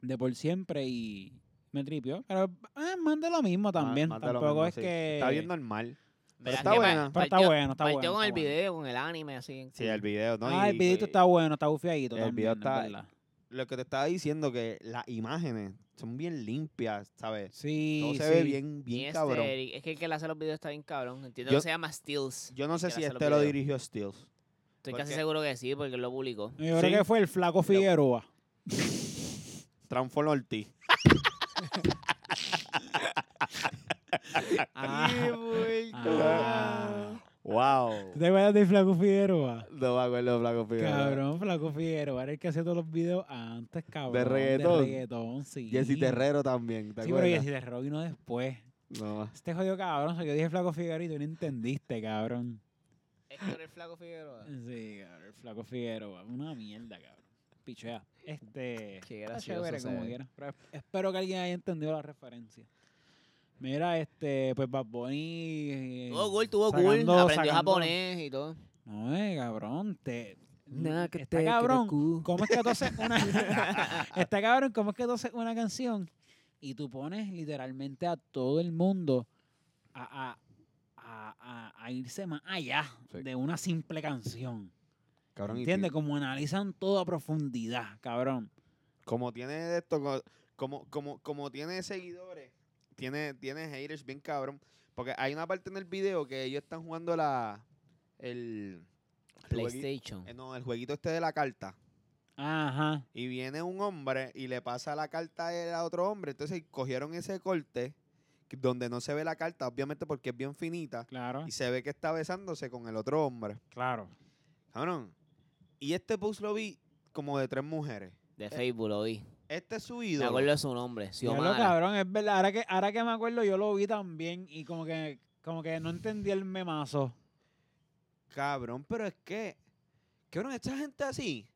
[SPEAKER 1] De por siempre y. Me tripió. Pero eh, más de lo mismo también.
[SPEAKER 2] Más- más de lo
[SPEAKER 1] Tampoco
[SPEAKER 2] mismo,
[SPEAKER 1] es
[SPEAKER 2] sí.
[SPEAKER 1] que.
[SPEAKER 2] Está bien normal.
[SPEAKER 3] Mira,
[SPEAKER 2] está
[SPEAKER 3] que pa-
[SPEAKER 2] buena.
[SPEAKER 1] Pero está
[SPEAKER 3] partió-
[SPEAKER 1] bueno, está bueno.
[SPEAKER 3] partió con
[SPEAKER 1] está
[SPEAKER 3] el
[SPEAKER 1] bueno.
[SPEAKER 3] video, con el anime, así.
[SPEAKER 2] Sí, el video, ¿no?
[SPEAKER 1] Ah,
[SPEAKER 2] Y-
[SPEAKER 1] el videito
[SPEAKER 2] y-
[SPEAKER 1] está bueno, está bufiadito.
[SPEAKER 2] el
[SPEAKER 1] también,
[SPEAKER 2] video
[SPEAKER 1] es
[SPEAKER 2] está-
[SPEAKER 1] verdad.
[SPEAKER 2] Lo que te estaba diciendo, que las imágenes son bien limpias, ¿sabes?
[SPEAKER 1] Sí.
[SPEAKER 2] Todo se
[SPEAKER 1] sí.
[SPEAKER 2] ve bien, bien
[SPEAKER 3] Bien
[SPEAKER 2] cabrón.
[SPEAKER 3] Es que el que le hace los videos está bien cabrón. Entiendo
[SPEAKER 2] Yo-
[SPEAKER 3] que se llama Steels.
[SPEAKER 2] Yo no sé
[SPEAKER 3] que
[SPEAKER 2] si
[SPEAKER 3] hace los
[SPEAKER 2] este lo
[SPEAKER 3] videos.
[SPEAKER 2] dirigió Steels.
[SPEAKER 3] Estoy
[SPEAKER 2] ¿Por
[SPEAKER 3] casi
[SPEAKER 2] qué?
[SPEAKER 3] seguro que sí, porque él lo publicó.
[SPEAKER 1] Yo
[SPEAKER 2] Sí.
[SPEAKER 1] creo que fue el flaco Figueroa.
[SPEAKER 2] Transform Ortiz.
[SPEAKER 1] Ah, ah.
[SPEAKER 2] ¡Wow!
[SPEAKER 1] ¿Tú te acuerdas de Flaco Figueroa?
[SPEAKER 2] No me acuerdo de Flaco Figueroa.
[SPEAKER 1] Cabrón, Flaco Figueroa era el que hacía todos los videos antes, cabrón.
[SPEAKER 2] reggaetón.
[SPEAKER 1] De reggaetón, sí.
[SPEAKER 2] Jessy Terrero también, ¿te
[SPEAKER 1] Sí, pero
[SPEAKER 2] acuerdas?
[SPEAKER 1] Jessy Terrero vino después.
[SPEAKER 2] No.
[SPEAKER 1] Este jodido cabrón, o sea, yo dije Flaco Figueroa y tú no entendiste, cabrón.
[SPEAKER 3] Héctor el Flaco Figueroa.
[SPEAKER 1] Sí, cabrón, Flaco Figueroa. Una mierda, cabrón. Pichea. Este.
[SPEAKER 3] Qué
[SPEAKER 1] está
[SPEAKER 3] gracioso
[SPEAKER 1] chévere
[SPEAKER 3] se
[SPEAKER 1] como
[SPEAKER 3] ve.
[SPEAKER 1] quiera. Pero esp- espero que alguien haya entendido la referencia. Mira, este, pues Bad Bunny. eh,
[SPEAKER 3] Tuvo cool, tuvo cool.
[SPEAKER 1] sacando-
[SPEAKER 3] Aprendió
[SPEAKER 1] sacando-
[SPEAKER 3] japonés y todo.
[SPEAKER 1] No, eh, cabrón, te.
[SPEAKER 4] Nada que
[SPEAKER 1] está
[SPEAKER 4] te
[SPEAKER 1] cabrón.
[SPEAKER 4] crecu.
[SPEAKER 1] ¿Cómo es que tú haces una. está cabrón, ¿cómo es que tú haces una canción y tú pones literalmente a todo el mundo a, a- a- a- a irse más allá
[SPEAKER 2] Sí.
[SPEAKER 1] de una simple canción?
[SPEAKER 2] Cabrón, y
[SPEAKER 1] ¿Entiendes? Como analizan todo a profundidad, cabrón.
[SPEAKER 2] Como tiene esto, co- como, como, como tiene seguidores, tiene, tiene haters bien cabrón. Porque hay una parte en el video que ellos están jugando la. El. juegui-
[SPEAKER 3] PlayStation.
[SPEAKER 2] eh, no, el jueguito este de la carta.
[SPEAKER 1] Ajá.
[SPEAKER 2] Y viene un hombre y le pasa la carta a él a otro hombre. Entonces cogieron ese corte que- donde no se ve la carta, obviamente porque es bien finita.
[SPEAKER 1] Claro.
[SPEAKER 2] Y se ve que está besándose con el otro hombre.
[SPEAKER 1] Claro.
[SPEAKER 2] Cabrón. Y este post lo vi como de tres mujeres.
[SPEAKER 3] De Facebook lo vi.
[SPEAKER 2] Este es su
[SPEAKER 3] Me
[SPEAKER 2] Eh, ídolo.
[SPEAKER 3] acuerdo de su nombre.
[SPEAKER 1] Diablo,
[SPEAKER 3] Xiomara.
[SPEAKER 1] cabrón, es verdad. Ahora que, ahora que me acuerdo, yo lo vi también y como que, como que no entendí el memazo.
[SPEAKER 2] Cabrón, pero es que. Cabrón, esta gente así.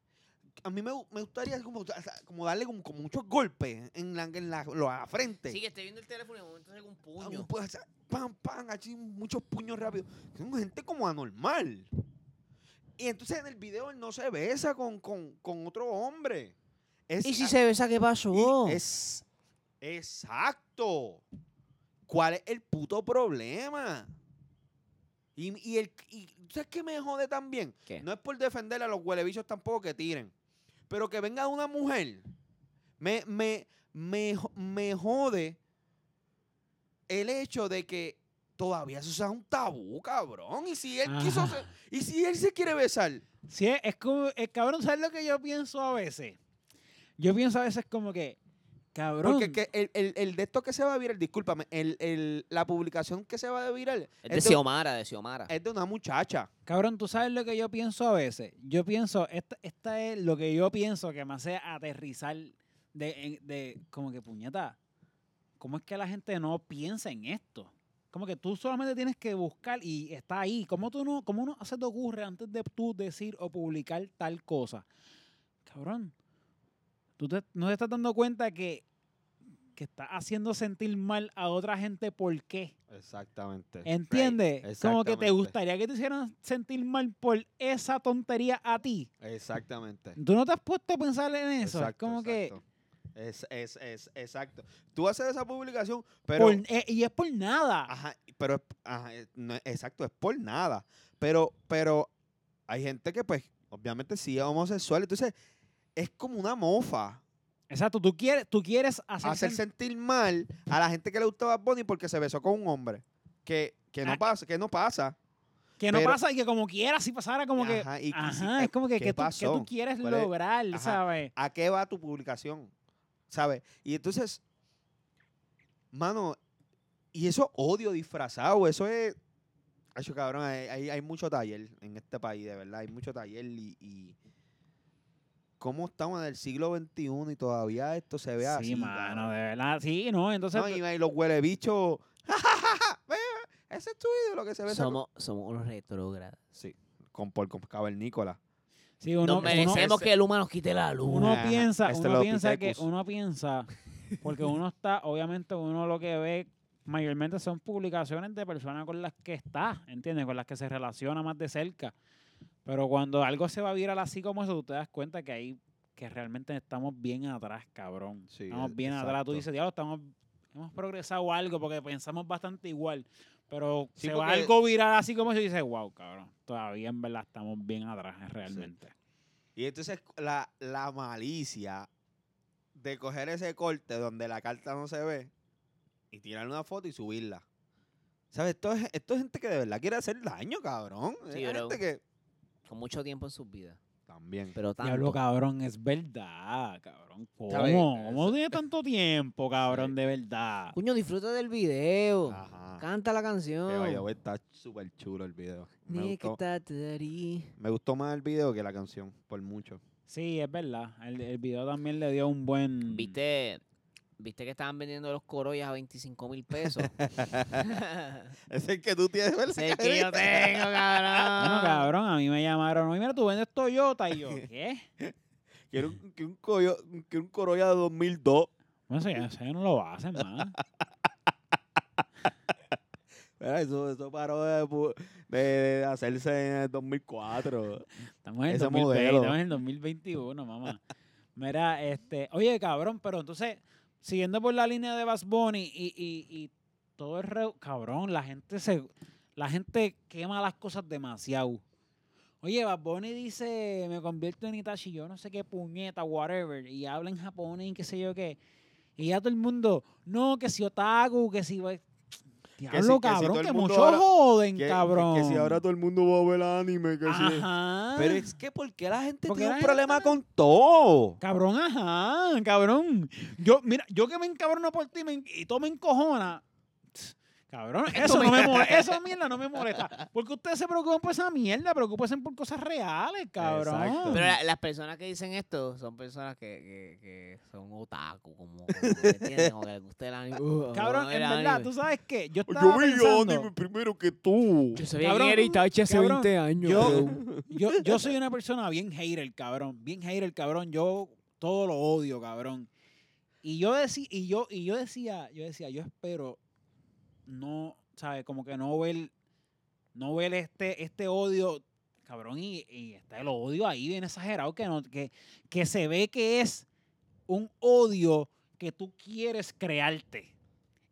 [SPEAKER 2] A mí me, gu- me gustaría como, o sea, como darle como, como muchos golpes en la, en la, lo- a la frente.
[SPEAKER 3] Sí, que estoy viendo el teléfono y de momento saca un
[SPEAKER 2] Ah,
[SPEAKER 3] puño.
[SPEAKER 2] un pu- o sea, pam, pam, así muchos puños rápidos. Son gente como anormal. Y entonces en el video él no se besa con, con, con otro hombre. Es
[SPEAKER 4] ¿Y si
[SPEAKER 2] a-
[SPEAKER 4] se besa qué pasó?
[SPEAKER 2] y es exacto. ¿Cuál es el puto problema? Y, y el y, ¿tú ¿sabes qué me jode también?
[SPEAKER 3] ¿Qué?
[SPEAKER 2] No es por defender a los huelebichos tampoco que tiren, pero que venga una mujer me me me, jo- me jode el hecho de que todavía eso sea un tabú, cabrón. Y si él quiso,
[SPEAKER 1] Ajá.
[SPEAKER 2] se- y si él se quiere besar,
[SPEAKER 1] Sí, es, es como, es, cabrón, ¿sabes lo que yo pienso a veces? Yo pienso a veces como que, cabrón.
[SPEAKER 2] porque que el, el- el de esto que se va a viral, discúlpame, el- el- la publicación que se va a viral
[SPEAKER 3] Es de Xiomara, de Xiomara.
[SPEAKER 2] es de una muchacha.
[SPEAKER 1] Cabrón, tú sabes lo que yo pienso a veces. Yo pienso, esta, esta es lo que yo pienso que me hace aterrizar de, en- de como que puñeta. ¿Cómo es que la gente no piensa en esto? Como que tú solamente tienes que buscar y está ahí. ¿Cómo tú no, cómo no se te ocurre antes de tú decir o publicar tal cosa? Cabrón, tú te- no te estás dando cuenta que, que estás haciendo sentir mal a otra gente por qué.
[SPEAKER 2] Exactamente.
[SPEAKER 1] ¿Entiendes? Como que te
[SPEAKER 2] exactamente.
[SPEAKER 1] gustaría que te hicieran sentir mal por esa tontería a ti.
[SPEAKER 2] Exactamente.
[SPEAKER 1] ¿Tú no te has puesto a pensar en eso? Es como que...
[SPEAKER 2] que. Es, es, es, exacto. Tú haces esa publicación, pero. Ah.
[SPEAKER 1] por- eh, y es por nada.
[SPEAKER 2] Ajá, pero es- ajá, eh, no es- exacto, es por nada. Pero, pero hay gente que, pues, obviamente sí es homosexual. Entonces, es como una mofa.
[SPEAKER 1] Exacto, tú quieres, tú quieres hacer...
[SPEAKER 2] Hacer
[SPEAKER 1] sen-
[SPEAKER 2] sentir mal a la gente que le gustaba Bonnie porque se besó con un hombre. Que, que no
[SPEAKER 1] Ah,
[SPEAKER 2] pasa, que no pasa.
[SPEAKER 1] que no
[SPEAKER 2] pero-
[SPEAKER 1] pasa y que como quiera, si pasara como que...
[SPEAKER 2] Ajá, y- y si-
[SPEAKER 1] Ajá,
[SPEAKER 2] eh,
[SPEAKER 1] es como que
[SPEAKER 2] ¿qué
[SPEAKER 1] que tú, que
[SPEAKER 2] pasó?
[SPEAKER 1] tú quieres
[SPEAKER 2] ¿Cuál es?
[SPEAKER 1] lograr,
[SPEAKER 2] Ajá.
[SPEAKER 1] ¿sabes?
[SPEAKER 2] ¿A qué va tu publicación? ¿Sabes? Y entonces, mano, y eso odio disfrazado, eso es. Acho, cabrón, hay, hay- hay mucho taller en este país, de verdad, hay mucho taller y. y ¿Cómo estamos en el siglo XXI y todavía esto se ve así?
[SPEAKER 1] sí, mano,
[SPEAKER 2] cabrón?
[SPEAKER 1] de verdad. Sí, no, entonces...
[SPEAKER 2] No, y, y los huelebichos. "Ve, Ese es tu ídolo que se ve.
[SPEAKER 4] Somos, somos unos retrógrados.
[SPEAKER 2] Sí, con, por con cavernícola.
[SPEAKER 1] sí, uno,
[SPEAKER 4] Nos
[SPEAKER 1] uno-
[SPEAKER 4] merecemos
[SPEAKER 2] ese-
[SPEAKER 4] que el humano nos quite la luz.
[SPEAKER 1] uno
[SPEAKER 2] Ajá,
[SPEAKER 1] piensa, uno piensa que
[SPEAKER 2] Australopithecus.
[SPEAKER 1] uno piensa, porque uno está, obviamente uno lo que ve mayormente son publicaciones de personas con las que está, ¿entiendes? Con las que se relaciona más de cerca. Pero cuando algo se va a viral así como eso, tú te das cuenta que ahí, que realmente estamos bien atrás, cabrón.
[SPEAKER 2] Sí,
[SPEAKER 1] estamos
[SPEAKER 2] e-
[SPEAKER 1] bien atrás. Tú
[SPEAKER 2] exacto.
[SPEAKER 1] dices, diablo, estamos, hemos progresado algo porque pensamos bastante igual. Pero
[SPEAKER 2] Sí,
[SPEAKER 1] se va
[SPEAKER 2] porque-
[SPEAKER 1] algo viral así como eso y dices, wow, cabrón, todavía en verdad estamos bien atrás realmente.
[SPEAKER 2] Y entonces la, la malicia de coger ese corte donde la carta no se ve y tirar una foto y subirla. ¿Sabes? Esto es, esto es gente que de verdad quiere hacer daño, cabrón.
[SPEAKER 3] Sí,
[SPEAKER 2] es
[SPEAKER 3] bro.
[SPEAKER 2] gente que...
[SPEAKER 3] Con mucho tiempo en sus vidas.
[SPEAKER 2] También.
[SPEAKER 3] Pero tanto.
[SPEAKER 1] Diablo, cabrón, es verdad, cabrón. ¿Cómo?
[SPEAKER 2] Está bien,
[SPEAKER 1] ¿Cómo
[SPEAKER 2] eso-
[SPEAKER 1] tiene tanto tiempo, cabrón,
[SPEAKER 2] Sí.
[SPEAKER 1] de verdad?
[SPEAKER 4] Cuño, disfruta del video.
[SPEAKER 1] Ah.
[SPEAKER 2] Ajá.
[SPEAKER 4] Canta la
[SPEAKER 2] Que vaya,
[SPEAKER 4] canción.
[SPEAKER 2] güey, está súper chulo el video. Me
[SPEAKER 4] Ni que
[SPEAKER 2] gustó,
[SPEAKER 4] está te darí.
[SPEAKER 2] me gustó más el video que la canción, por mucho.
[SPEAKER 1] Sí, es verdad. El, el video también le dio un buen...
[SPEAKER 3] ¿Viste, ¿Viste que estaban vendiendo los corollas a 25 mil pesos? Ese
[SPEAKER 2] Es el que tú tienes, ¿verdad?
[SPEAKER 3] es el que yo tengo,
[SPEAKER 1] Bueno,
[SPEAKER 3] cabrón.
[SPEAKER 1] cabrón, a mí me llamaron. "Oye, Mira, tú vendes Toyota. Y yo, ¿qué?
[SPEAKER 2] Quiero un, que un, coyo- que un Corolla de 2002.
[SPEAKER 1] Bueno, eso ya eso ya no lo hacen, man.
[SPEAKER 2] Mira, eso, eso paró de, pu- de- de hacerse en el 2004.
[SPEAKER 1] Estamos en el
[SPEAKER 2] Ese
[SPEAKER 1] 2020,
[SPEAKER 2] modelo.
[SPEAKER 1] estamos en el 2021, mamá. Mira, este... Oye, cabrón, pero entonces, siguiendo por la línea de Bass Bunny y, y- y todo el... re- Cabrón, la gente se... La gente quema las cosas demasiado. Oye, Bad Bunny dice, me convierto en Itachi, yo no sé qué puñeta, whatever, y habla en japonés y qué sé yo qué. Y ya todo el mundo, no, que si otaku, que si... va- Diablo,
[SPEAKER 2] si- que si
[SPEAKER 1] cabrón,
[SPEAKER 2] todo
[SPEAKER 1] que,
[SPEAKER 2] el mundo
[SPEAKER 1] muchos
[SPEAKER 2] ahora-
[SPEAKER 1] joden,
[SPEAKER 2] Que- que-
[SPEAKER 1] cabrón.
[SPEAKER 2] Que, si ahora todo el mundo va a ver anime. Que si-
[SPEAKER 1] Ajá.
[SPEAKER 2] Pero es que, ¿por qué la gente
[SPEAKER 1] Porque
[SPEAKER 2] tiene
[SPEAKER 1] la
[SPEAKER 2] un
[SPEAKER 1] gente
[SPEAKER 2] problema
[SPEAKER 1] también-
[SPEAKER 2] con todo?
[SPEAKER 1] Cabrón, ajá, cabrón. Yo, mira, yo que me encabrono por ti me en- y todo me encojona. Tss, Cabrón, eso no me molesta. Esa mierda no me molesta. Porque ustedes se preocupan por esa mierda, preocupense por cosas reales, cabrón.
[SPEAKER 2] Exacto.
[SPEAKER 3] Pero la- las personas que dicen esto son personas que, que, que son otaku, como, como ¿me entiendes? Como que les gusta el anime. Uh,
[SPEAKER 1] Cabrón,
[SPEAKER 3] uh,
[SPEAKER 1] en
[SPEAKER 3] el
[SPEAKER 1] verdad,
[SPEAKER 3] anime.
[SPEAKER 1] tú sabes que yo estaba
[SPEAKER 2] Yo vi anime
[SPEAKER 1] pensando,
[SPEAKER 2] primero que tú.
[SPEAKER 4] Yo sabía
[SPEAKER 1] Cabrón,
[SPEAKER 4] quién era Itachi hace
[SPEAKER 1] cabrón,
[SPEAKER 4] 20 años.
[SPEAKER 1] yo-
[SPEAKER 4] cabrón.
[SPEAKER 1] yo, yo soy una persona bien hater, cabrón, bien hater, cabrón, yo todo lo odio, cabrón. Y yo decía, y yo, y yo decía, yo decía, yo espero no, ¿sabes? Como que no ver, no ver este, este odio, cabrón, y, y está el odio ahí bien exagerado que, no, que, que se ve que es un odio que tú quieres crearte.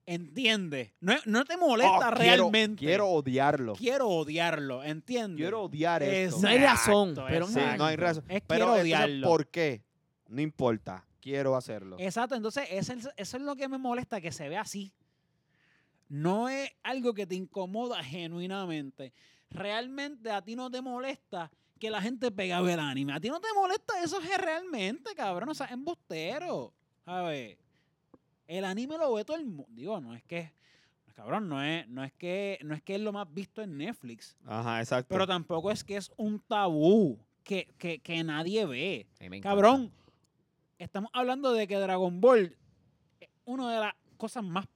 [SPEAKER 1] ¿Entiendes? No, no te
[SPEAKER 2] Oh,
[SPEAKER 1] molesta
[SPEAKER 2] quiero-
[SPEAKER 1] realmente.
[SPEAKER 2] Quiero odiarlo.
[SPEAKER 1] Quiero odiarlo, ¿entiendes?
[SPEAKER 2] Quiero odiar esto.
[SPEAKER 1] Exacto,
[SPEAKER 3] No hay razón, pero-
[SPEAKER 2] Sí, no hay razón.
[SPEAKER 1] Es
[SPEAKER 2] Pero
[SPEAKER 1] quiero
[SPEAKER 2] entonces,
[SPEAKER 1] odiarlo. Eh,
[SPEAKER 2] ¿por qué? No importa. quiero hacerlo.
[SPEAKER 1] Exacto, entonces ese es- eso es lo que me molesta, que se ve así. No es algo que te incomoda genuinamente. Realmente a ti no te molesta que la gente pega a ver anime. A ti no te molesta eso es realmente, cabrón. O sea, embustero. A ver, el anime lo ve todo el mundo. Digo, no es que... Cabrón, no es, no, es que, no es que es lo más visto en Netflix.
[SPEAKER 2] Ajá, exacto.
[SPEAKER 1] Pero tampoco es que es un tabú que, que- que nadie ve.
[SPEAKER 3] A mí me encanta.
[SPEAKER 1] Cabrón, estamos hablando de que Dragon Ball es una de las cosas más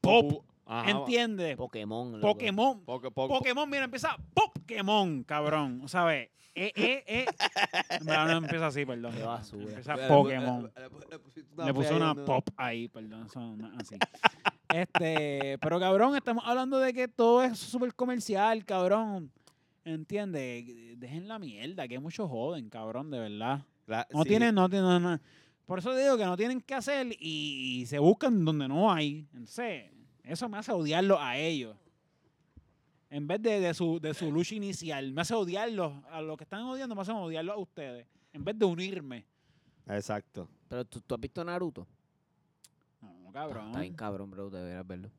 [SPEAKER 1] pop,
[SPEAKER 2] Ajá,
[SPEAKER 1] ¿entiendes?
[SPEAKER 3] Pokémon. loco.
[SPEAKER 1] Pokémon.
[SPEAKER 2] poco- poco-
[SPEAKER 1] Pokémon, mira, empieza Pokémon, cabrón. ¿Sabes? Eh, eh, eh. En verdad, no empieza así, perdón.
[SPEAKER 3] Qué basura.
[SPEAKER 1] Empieza
[SPEAKER 2] Eh,
[SPEAKER 1] Pokémon.
[SPEAKER 2] eh, eh, le pusiste
[SPEAKER 1] Le
[SPEAKER 2] fe
[SPEAKER 1] puse
[SPEAKER 2] ahí
[SPEAKER 1] una
[SPEAKER 2] donde-
[SPEAKER 1] pop ahí, perdón, eso no es así. Este, pero cabrón, estamos hablando de que todo es súper comercial, cabrón. ¿Entiendes? Dejen la mierda, que muchos joden, cabrón, de verdad.
[SPEAKER 2] La-
[SPEAKER 1] No
[SPEAKER 2] sí,
[SPEAKER 1] tienen, no tienen nada. Por eso digo que no tienen que hacer y, y se buscan donde no hay. Entonces, eso me hace odiarlos a ellos. En vez de, de su, de su lucha inicial, me hace odiarlos. A los que están odiando, me hacen odiarlos a ustedes. En vez de unirme.
[SPEAKER 2] Exacto.
[SPEAKER 3] Pero tú, tú has visto Naruto.
[SPEAKER 1] No,
[SPEAKER 3] Está-
[SPEAKER 1] cabrón.
[SPEAKER 3] Está bien cabrón, bro. Deberías verlo.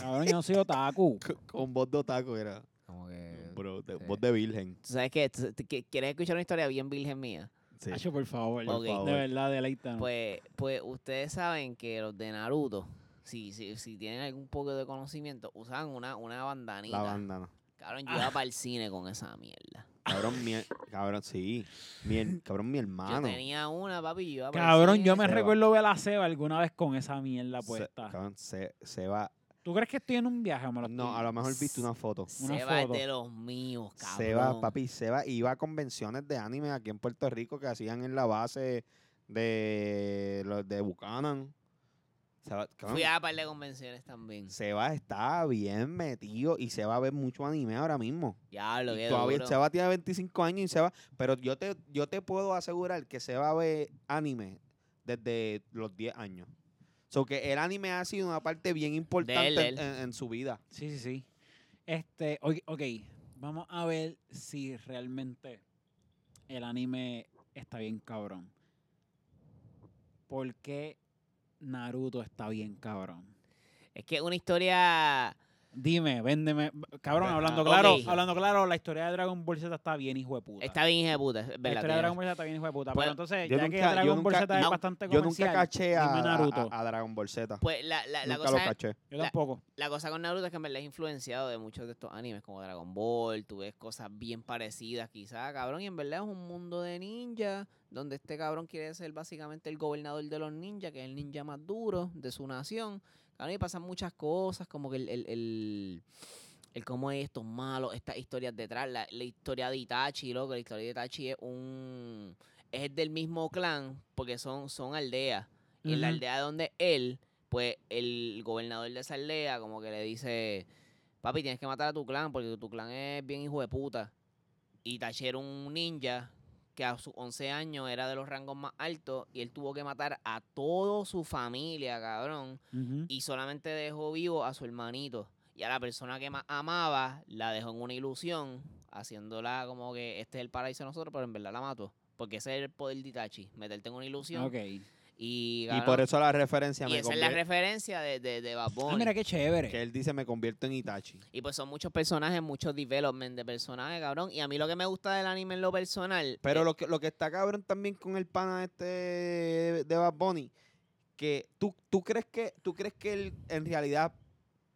[SPEAKER 1] Cabrón, yo no soy otaku.
[SPEAKER 2] Con, con voz de otaku era.
[SPEAKER 3] Como que.
[SPEAKER 2] Bro, de-
[SPEAKER 3] sí.
[SPEAKER 2] voz de virgen.
[SPEAKER 3] ¿Tú sabes qué? ¿Tú- tú- qui- ¿Quieres escuchar una historia bien virgen mía?
[SPEAKER 2] Sí.
[SPEAKER 1] Hacho, por favor.
[SPEAKER 3] Por
[SPEAKER 1] De
[SPEAKER 3] favor.
[SPEAKER 1] verdad, deleítanos.
[SPEAKER 3] Pues, pues ustedes saben que los de Naruto, si, si, si tienen algún poco de conocimiento, usan una, una bandanita.
[SPEAKER 2] La bandana.
[SPEAKER 3] Cabrón, yo iba para el cine con esa mierda.
[SPEAKER 2] Cabrón, mi, cabrón, sí. Mi, her- cabrón, mi hermano.
[SPEAKER 3] Yo tenía una, papi, yo iba pa'l
[SPEAKER 1] Cabrón,
[SPEAKER 3] cine.
[SPEAKER 1] yo me
[SPEAKER 2] Seba.
[SPEAKER 1] recuerdo ver a Seba alguna vez con esa mierda
[SPEAKER 2] Se-
[SPEAKER 1] puesta.
[SPEAKER 2] cabrón, se, se va.
[SPEAKER 1] ¿Tú crees que estoy en un viaje? o Me lo
[SPEAKER 2] No,
[SPEAKER 1] estoy-
[SPEAKER 2] a lo mejor viste una foto.
[SPEAKER 1] una
[SPEAKER 3] Seba es
[SPEAKER 1] foto.
[SPEAKER 3] de los míos, cabrón.
[SPEAKER 2] Se va, papi, se va. Iba a convenciones de anime aquí en Puerto Rico que hacían en la base de los de Buchanan. Se va, cabrón,
[SPEAKER 3] Fui a un par de convenciones también.
[SPEAKER 2] se va, está bien metido y se va a ver mucho anime ahora mismo.
[SPEAKER 3] Ya, lo
[SPEAKER 2] Y
[SPEAKER 3] que
[SPEAKER 2] Todavía
[SPEAKER 3] duro.
[SPEAKER 2] se va tiene 25 años y se va, pero yo te yo te puedo asegurar que se va a ver anime desde los 10 años. So que el anime ha sido una parte bien importante
[SPEAKER 3] él, de él.
[SPEAKER 2] En, en su vida.
[SPEAKER 1] Sí, sí, sí. Este, ok, ok, vamos a ver si realmente el anime está bien cabrón. ¿Por qué Naruto está bien cabrón?
[SPEAKER 3] Es que es una historia.
[SPEAKER 1] Dime, véndeme. Cabrón,
[SPEAKER 2] Ajá,
[SPEAKER 1] hablando
[SPEAKER 3] ok.
[SPEAKER 1] claro, hablando claro, la historia de Dragon Ball Z está bien, hijo de puta.
[SPEAKER 3] Está bien hija de puta. es
[SPEAKER 1] La
[SPEAKER 3] verdad,
[SPEAKER 1] historia de
[SPEAKER 3] tiene-
[SPEAKER 1] Dragon Ball Z también hijo de puta.
[SPEAKER 3] Pues,
[SPEAKER 1] Pero entonces,
[SPEAKER 2] yo
[SPEAKER 1] ya
[SPEAKER 2] nunca-
[SPEAKER 1] que
[SPEAKER 2] yo
[SPEAKER 1] Dragon Ball
[SPEAKER 2] nunca-
[SPEAKER 1] Z es
[SPEAKER 3] no,
[SPEAKER 1] bastante
[SPEAKER 2] Yo
[SPEAKER 1] Este comercial.
[SPEAKER 2] nunca caché a,
[SPEAKER 1] dime
[SPEAKER 2] a-
[SPEAKER 1] Naruto.
[SPEAKER 2] a- a Dragon Ball Z.
[SPEAKER 3] Pues la, la, la
[SPEAKER 2] nunca lo
[SPEAKER 3] cosa es-
[SPEAKER 2] caché.
[SPEAKER 1] Yo
[SPEAKER 3] la-
[SPEAKER 1] tampoco.
[SPEAKER 3] la cosa con Naruto es que en verdad es influenciado de muchos de estos animes como Dragon Ball, tú ves cosas bien parecidas quizá, cabrón, y en verdad es un mundo de ninja donde este cabrón quiere ser básicamente el gobernador de los ninjas, que es el ninja más duro de su nación. Cabrón, y pasan muchas cosas, como que el, el, el, el cómo es estos malos, estas historias detrás, la, la historia de Itachi, loco, la historia de Itachi es un... es del mismo clan, porque son, son aldeas. Y en la
[SPEAKER 1] Ujú.
[SPEAKER 3] aldea donde él, pues el gobernador de esa aldea como que le dice, papi, tienes que matar a tu clan porque tu clan es bien hijo de puta. Y Tachi era un ninja que a sus 11 años era de los rangos más altos y él tuvo que matar a toda su familia, cabrón.
[SPEAKER 1] Ujú.
[SPEAKER 3] Y solamente dejó vivo a su hermanito. Y a la persona que más amaba la dejó en una ilusión, haciéndola como que este es el paraíso de nosotros, pero en verdad la mató. Porque ese es el poder de Itachi, meterte en una ilusión.
[SPEAKER 1] Ok.
[SPEAKER 3] Y,
[SPEAKER 2] Y
[SPEAKER 3] cabrón,
[SPEAKER 2] por eso la referencia
[SPEAKER 3] y
[SPEAKER 2] me
[SPEAKER 3] esa es la
[SPEAKER 2] convier-
[SPEAKER 3] referencia de, de, de Bad
[SPEAKER 1] Ah,
[SPEAKER 3] Bunny.
[SPEAKER 1] mira qué chévere.
[SPEAKER 2] que él dice me convierto en Itachi.
[SPEAKER 3] Y pues son muchos personajes, muchos development de personajes, cabrón. Y a mí lo que me gusta del anime en lo personal.
[SPEAKER 2] Pero
[SPEAKER 1] Eh,
[SPEAKER 3] es-
[SPEAKER 2] lo que, lo que está cabrón también con el pana este de Bad Bunny, que tú, tú crees que tú crees que él en realidad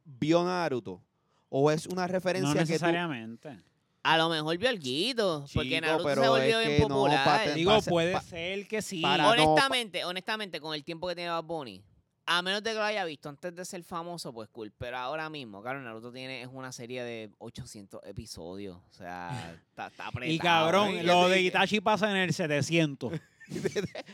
[SPEAKER 2] vio Naruto o es una
[SPEAKER 1] no
[SPEAKER 2] referencia que tú
[SPEAKER 1] necesariamente.
[SPEAKER 3] a lo mejor vio el guito. Porque
[SPEAKER 2] Chico,
[SPEAKER 3] Naruto se
[SPEAKER 2] pero
[SPEAKER 3] volvió
[SPEAKER 2] es
[SPEAKER 3] bien
[SPEAKER 2] que no,
[SPEAKER 3] popular.
[SPEAKER 2] pa-
[SPEAKER 1] Digo,
[SPEAKER 2] pasa-
[SPEAKER 1] puede
[SPEAKER 2] pa-
[SPEAKER 1] ser que sí.
[SPEAKER 2] para- no,
[SPEAKER 3] honestamente, honestamente, con el tiempo que tiene Bad Bunny, a menos de que lo haya visto antes de ser famoso, pues cool. Pero ahora mismo, claro, Naruto tiene es una serie de 800 episodios. O sea, está, está apretado.
[SPEAKER 1] y cabrón,
[SPEAKER 2] ¿no?
[SPEAKER 1] lo
[SPEAKER 2] Y-
[SPEAKER 1] de
[SPEAKER 2] y-
[SPEAKER 1] Itachi pasa en el 700. que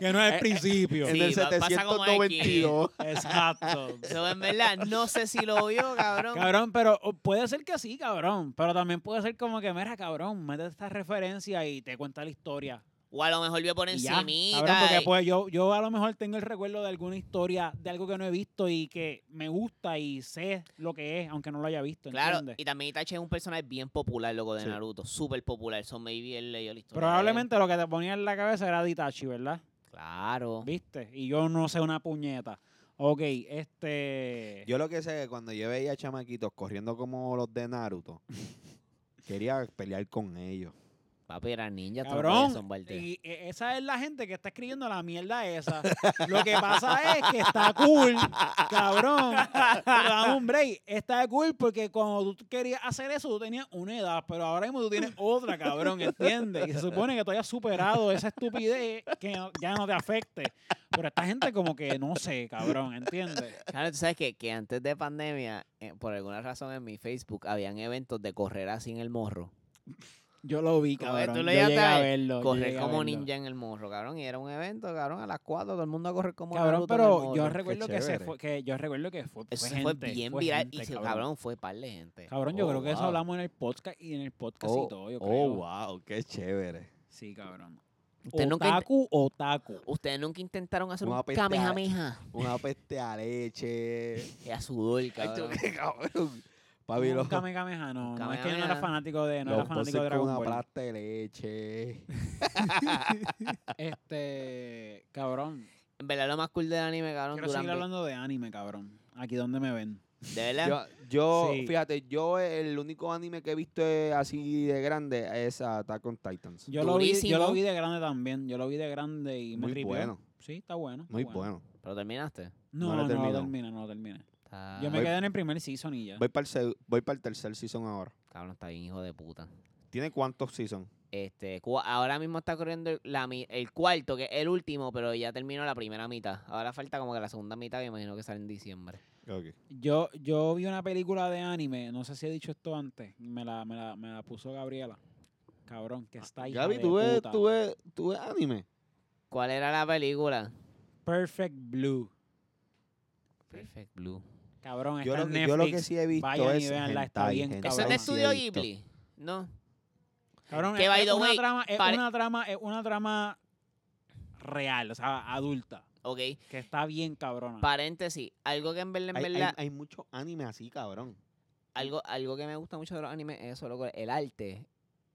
[SPEAKER 2] Eh,
[SPEAKER 1] no es el principio.
[SPEAKER 2] en el
[SPEAKER 3] Sí, pa- pasa como aquí.
[SPEAKER 2] 792?
[SPEAKER 1] Exacto.
[SPEAKER 3] So, en verdad, no sé si lo vio, cabrón.
[SPEAKER 1] Cabrón, pero oh, puede ser que sí, cabrón. Pero también puede ser como que, mira, cabrón, mete esta referencia y te cuenta la historia.
[SPEAKER 3] O a lo mejor vio por
[SPEAKER 1] Y ya,
[SPEAKER 3] encimita.
[SPEAKER 1] cabrón, porque
[SPEAKER 3] y-
[SPEAKER 1] pues yo, yo a lo mejor tengo el recuerdo de alguna historia, de algo que no he visto y que me gusta y sé lo que es, aunque no lo haya visto,
[SPEAKER 3] Claro,
[SPEAKER 1] ¿entiendes?
[SPEAKER 3] y también Itachi es un personaje bien popular, loco, de
[SPEAKER 2] Sí.
[SPEAKER 3] Naruto. Súper popular. Son maybe él leyó la historia. de él.
[SPEAKER 1] Probablemente lo que te ponía en la cabeza era de Itachi, ¿verdad?
[SPEAKER 3] Claro.
[SPEAKER 1] ¿Viste? Y yo no sé una puñeta. Ok, este.
[SPEAKER 2] Yo lo que sé es que cuando yo veía chamaquitos corriendo como los de Naruto, quería pelear con ellos.
[SPEAKER 3] Papi era ninja. tú no podías
[SPEAKER 1] Cabrón,
[SPEAKER 3] zumbarte.
[SPEAKER 1] y e- esa es la gente que está escribiendo la mierda esa. Lo que pasa es que está cool, cabrón. Pero dame un break. Está cool porque cuando tú querías hacer eso, tú tenías una edad, pero ahora mismo tú tienes otra, cabrón, ¿entiendes? Y se supone que tú hayas superado esa estupidez que no- ya no te afecte. Pero esta gente como que no sé, cabrón, ¿entiendes?
[SPEAKER 3] Claro, tú sabes que, que antes de pandemia, eh, por alguna razón en mi Facebook, habían eventos de correr así en el morro.
[SPEAKER 1] Yo lo vi,
[SPEAKER 3] Como que
[SPEAKER 1] cabrón.
[SPEAKER 3] tú
[SPEAKER 1] Yo
[SPEAKER 3] lo llegaste
[SPEAKER 1] llegué
[SPEAKER 3] a
[SPEAKER 1] a
[SPEAKER 3] ver,
[SPEAKER 1] verlo. yo
[SPEAKER 3] correr
[SPEAKER 1] llegué a
[SPEAKER 3] como
[SPEAKER 1] verlo.
[SPEAKER 3] ninja en el morro, cabrón. Y era un evento, cabrón, a las 4, todo el mundo a correr como
[SPEAKER 1] Cabrón,
[SPEAKER 3] Naruto en el
[SPEAKER 1] pero yo
[SPEAKER 3] morro.
[SPEAKER 1] recuerdo que, se
[SPEAKER 2] chévere.
[SPEAKER 1] fue, que yo recuerdo que fue,
[SPEAKER 3] Eso
[SPEAKER 1] fue
[SPEAKER 3] fue
[SPEAKER 1] gente,
[SPEAKER 3] bien
[SPEAKER 1] fue
[SPEAKER 3] viral. y
[SPEAKER 1] gente,
[SPEAKER 3] se- cabrón, fue par de gente.
[SPEAKER 1] Cabrón, yo
[SPEAKER 3] Oh,
[SPEAKER 1] creo que eso
[SPEAKER 3] wow.
[SPEAKER 1] hablamos en el podcast y en el podcast y todo, yo creo.
[SPEAKER 2] oh, wow, qué chévere.
[SPEAKER 1] Sí, cabrón.
[SPEAKER 3] Usted nunca int-
[SPEAKER 1] otaku, otaku.
[SPEAKER 3] Ustedes nunca intentaron hacer
[SPEAKER 2] Un
[SPEAKER 3] un
[SPEAKER 2] apesta-
[SPEAKER 3] kamehameha.
[SPEAKER 2] Una peste a leche.
[SPEAKER 3] Era sudor,
[SPEAKER 2] Ay, tú
[SPEAKER 3] cabrón.
[SPEAKER 2] qué cabrón. Papi,
[SPEAKER 1] Un
[SPEAKER 2] los,
[SPEAKER 1] Kamehameha, ah, no,
[SPEAKER 3] un
[SPEAKER 1] no es que yo no era
[SPEAKER 3] Kamehameha.
[SPEAKER 1] fanático de, no era
[SPEAKER 2] los bosses
[SPEAKER 1] fanático de
[SPEAKER 2] con
[SPEAKER 1] Dragon
[SPEAKER 2] una
[SPEAKER 1] Ball.
[SPEAKER 2] plasta de leche.
[SPEAKER 1] Este, cabrón,
[SPEAKER 3] En verdad, lo más cool del anime, cabrón,
[SPEAKER 1] quiero
[SPEAKER 3] Duran
[SPEAKER 1] seguir
[SPEAKER 3] Bell.
[SPEAKER 1] hablando de anime, cabrón. Aquí donde me ven.
[SPEAKER 3] De verdad.
[SPEAKER 2] Yo, yo
[SPEAKER 1] Sí.
[SPEAKER 2] fíjate, yo el único anime que he visto es así de grande es Attack on Titans.
[SPEAKER 1] Yo lo, vi, yo lo
[SPEAKER 3] Durísimo.
[SPEAKER 1] vi de grande también, yo lo vi de grande y me
[SPEAKER 2] Muy
[SPEAKER 1] tripió.
[SPEAKER 2] bueno,
[SPEAKER 1] Sí, está bueno. está
[SPEAKER 2] muy bueno.
[SPEAKER 3] Pero terminaste.
[SPEAKER 1] No, no,
[SPEAKER 2] No lo Ah.
[SPEAKER 1] lo
[SPEAKER 2] terminó.
[SPEAKER 1] terminé, no lo terminé.
[SPEAKER 3] Está-
[SPEAKER 1] Yo me
[SPEAKER 2] Voy-
[SPEAKER 1] quedé en el primer season y ya.
[SPEAKER 2] Voy para el voy para el tercer season ahora.
[SPEAKER 3] Cabrón, está bien, hijo de puta.
[SPEAKER 2] ¿Tiene cuántos season?
[SPEAKER 3] Este, cua- ahora mismo está corriendo el, la mi- el cuarto, que es el último, pero ya terminó la primera mitad. Ahora falta como que la segunda mitad, que imagino que sale en diciembre.
[SPEAKER 1] Yo, yo vi una película de anime, no sé si he dicho esto antes, me la, me la, me la puso Gabriela. Cabrón, que está ahí.
[SPEAKER 2] Gaby, ¿tú ves, tú, ves, ¿tú ves anime?
[SPEAKER 3] ¿Cuál era la película?
[SPEAKER 1] Perfect Blue.
[SPEAKER 3] Perfect Blue.
[SPEAKER 1] Cabrón,
[SPEAKER 2] Yo
[SPEAKER 1] está
[SPEAKER 2] lo,
[SPEAKER 1] en
[SPEAKER 2] que, yo lo que
[SPEAKER 1] Netflix.
[SPEAKER 2] sí he visto
[SPEAKER 1] Vayan y
[SPEAKER 2] es
[SPEAKER 1] véanla, está
[SPEAKER 2] hentai,
[SPEAKER 1] bien,
[SPEAKER 2] hentai
[SPEAKER 3] ¿Eso es
[SPEAKER 1] Cabrón,
[SPEAKER 3] de
[SPEAKER 1] sí
[SPEAKER 3] Estudio
[SPEAKER 2] he visto.
[SPEAKER 3] Ghibli? No.
[SPEAKER 1] Cabrón,
[SPEAKER 3] Que,
[SPEAKER 1] es,
[SPEAKER 3] by
[SPEAKER 1] es
[SPEAKER 3] the
[SPEAKER 1] una
[SPEAKER 3] way,
[SPEAKER 1] trama, es
[SPEAKER 3] pare-
[SPEAKER 1] una trama, es una trama real, o sea, adulta.
[SPEAKER 3] Ok.
[SPEAKER 1] Que está bien, cabrona.
[SPEAKER 3] Paréntesis. Algo que en verdad, en
[SPEAKER 2] Hay,
[SPEAKER 3] verdad,
[SPEAKER 2] hay, hay mucho anime así, cabrón.
[SPEAKER 3] algo, algo que me gusta mucho de los animes es eso, loco, el arte.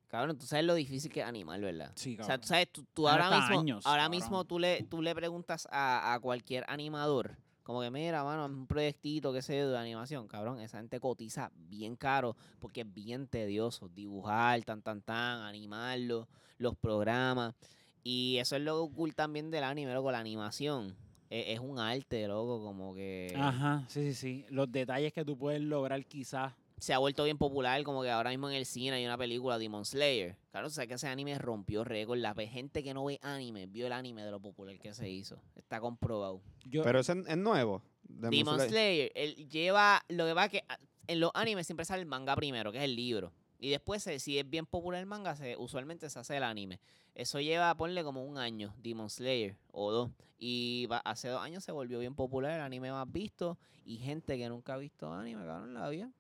[SPEAKER 3] Cabrón, tú sabes lo difícil que es animar, ¿verdad?
[SPEAKER 1] sí,
[SPEAKER 3] O
[SPEAKER 1] cabrón.
[SPEAKER 3] sea, tú sabes, tú, tú
[SPEAKER 1] Ahora
[SPEAKER 3] ahora,
[SPEAKER 1] está
[SPEAKER 3] mismo,
[SPEAKER 1] años,
[SPEAKER 3] ahora
[SPEAKER 1] cabrón.
[SPEAKER 3] mismo tú le, tú le preguntas a, a cualquier animador, como que mira, mano, hazme un proyectito, qué sé yo, de animación, cabrón, esa gente cotiza bien caro porque es bien tedioso dibujar, tan, tan, tan, animarlo, los programas. Y eso es lo cool también del anime, loco, la animación. E, Es, es un arte, loco, como que
[SPEAKER 1] Ajá, sí, sí, sí. Los detalles que tú puedes lograr quizás.
[SPEAKER 3] se ha vuelto bien popular, como que ahora mismo en el cine hay una película, Demon Slayer. Claro, o sea que ese anime rompió récord. La pe- gente que no ve anime vio el anime de lo popular que se hizo. Está comprobado.
[SPEAKER 1] Yo,
[SPEAKER 2] Pero ese es, es nuevo. de
[SPEAKER 3] Demon
[SPEAKER 2] Slayer.
[SPEAKER 3] Slayer, él lleva. Lo que va que ah, en los animes siempre sale el manga primero, que es el libro. Y después, se- si es bien popular el manga, se, usualmente se hace el anime. Eso lleva, ponle como un año, Demon Slayer, o dos. Y va- hace dos años se volvió bien popular, el anime más visto. Y gente que nunca ha visto anime, cabrón, la vio.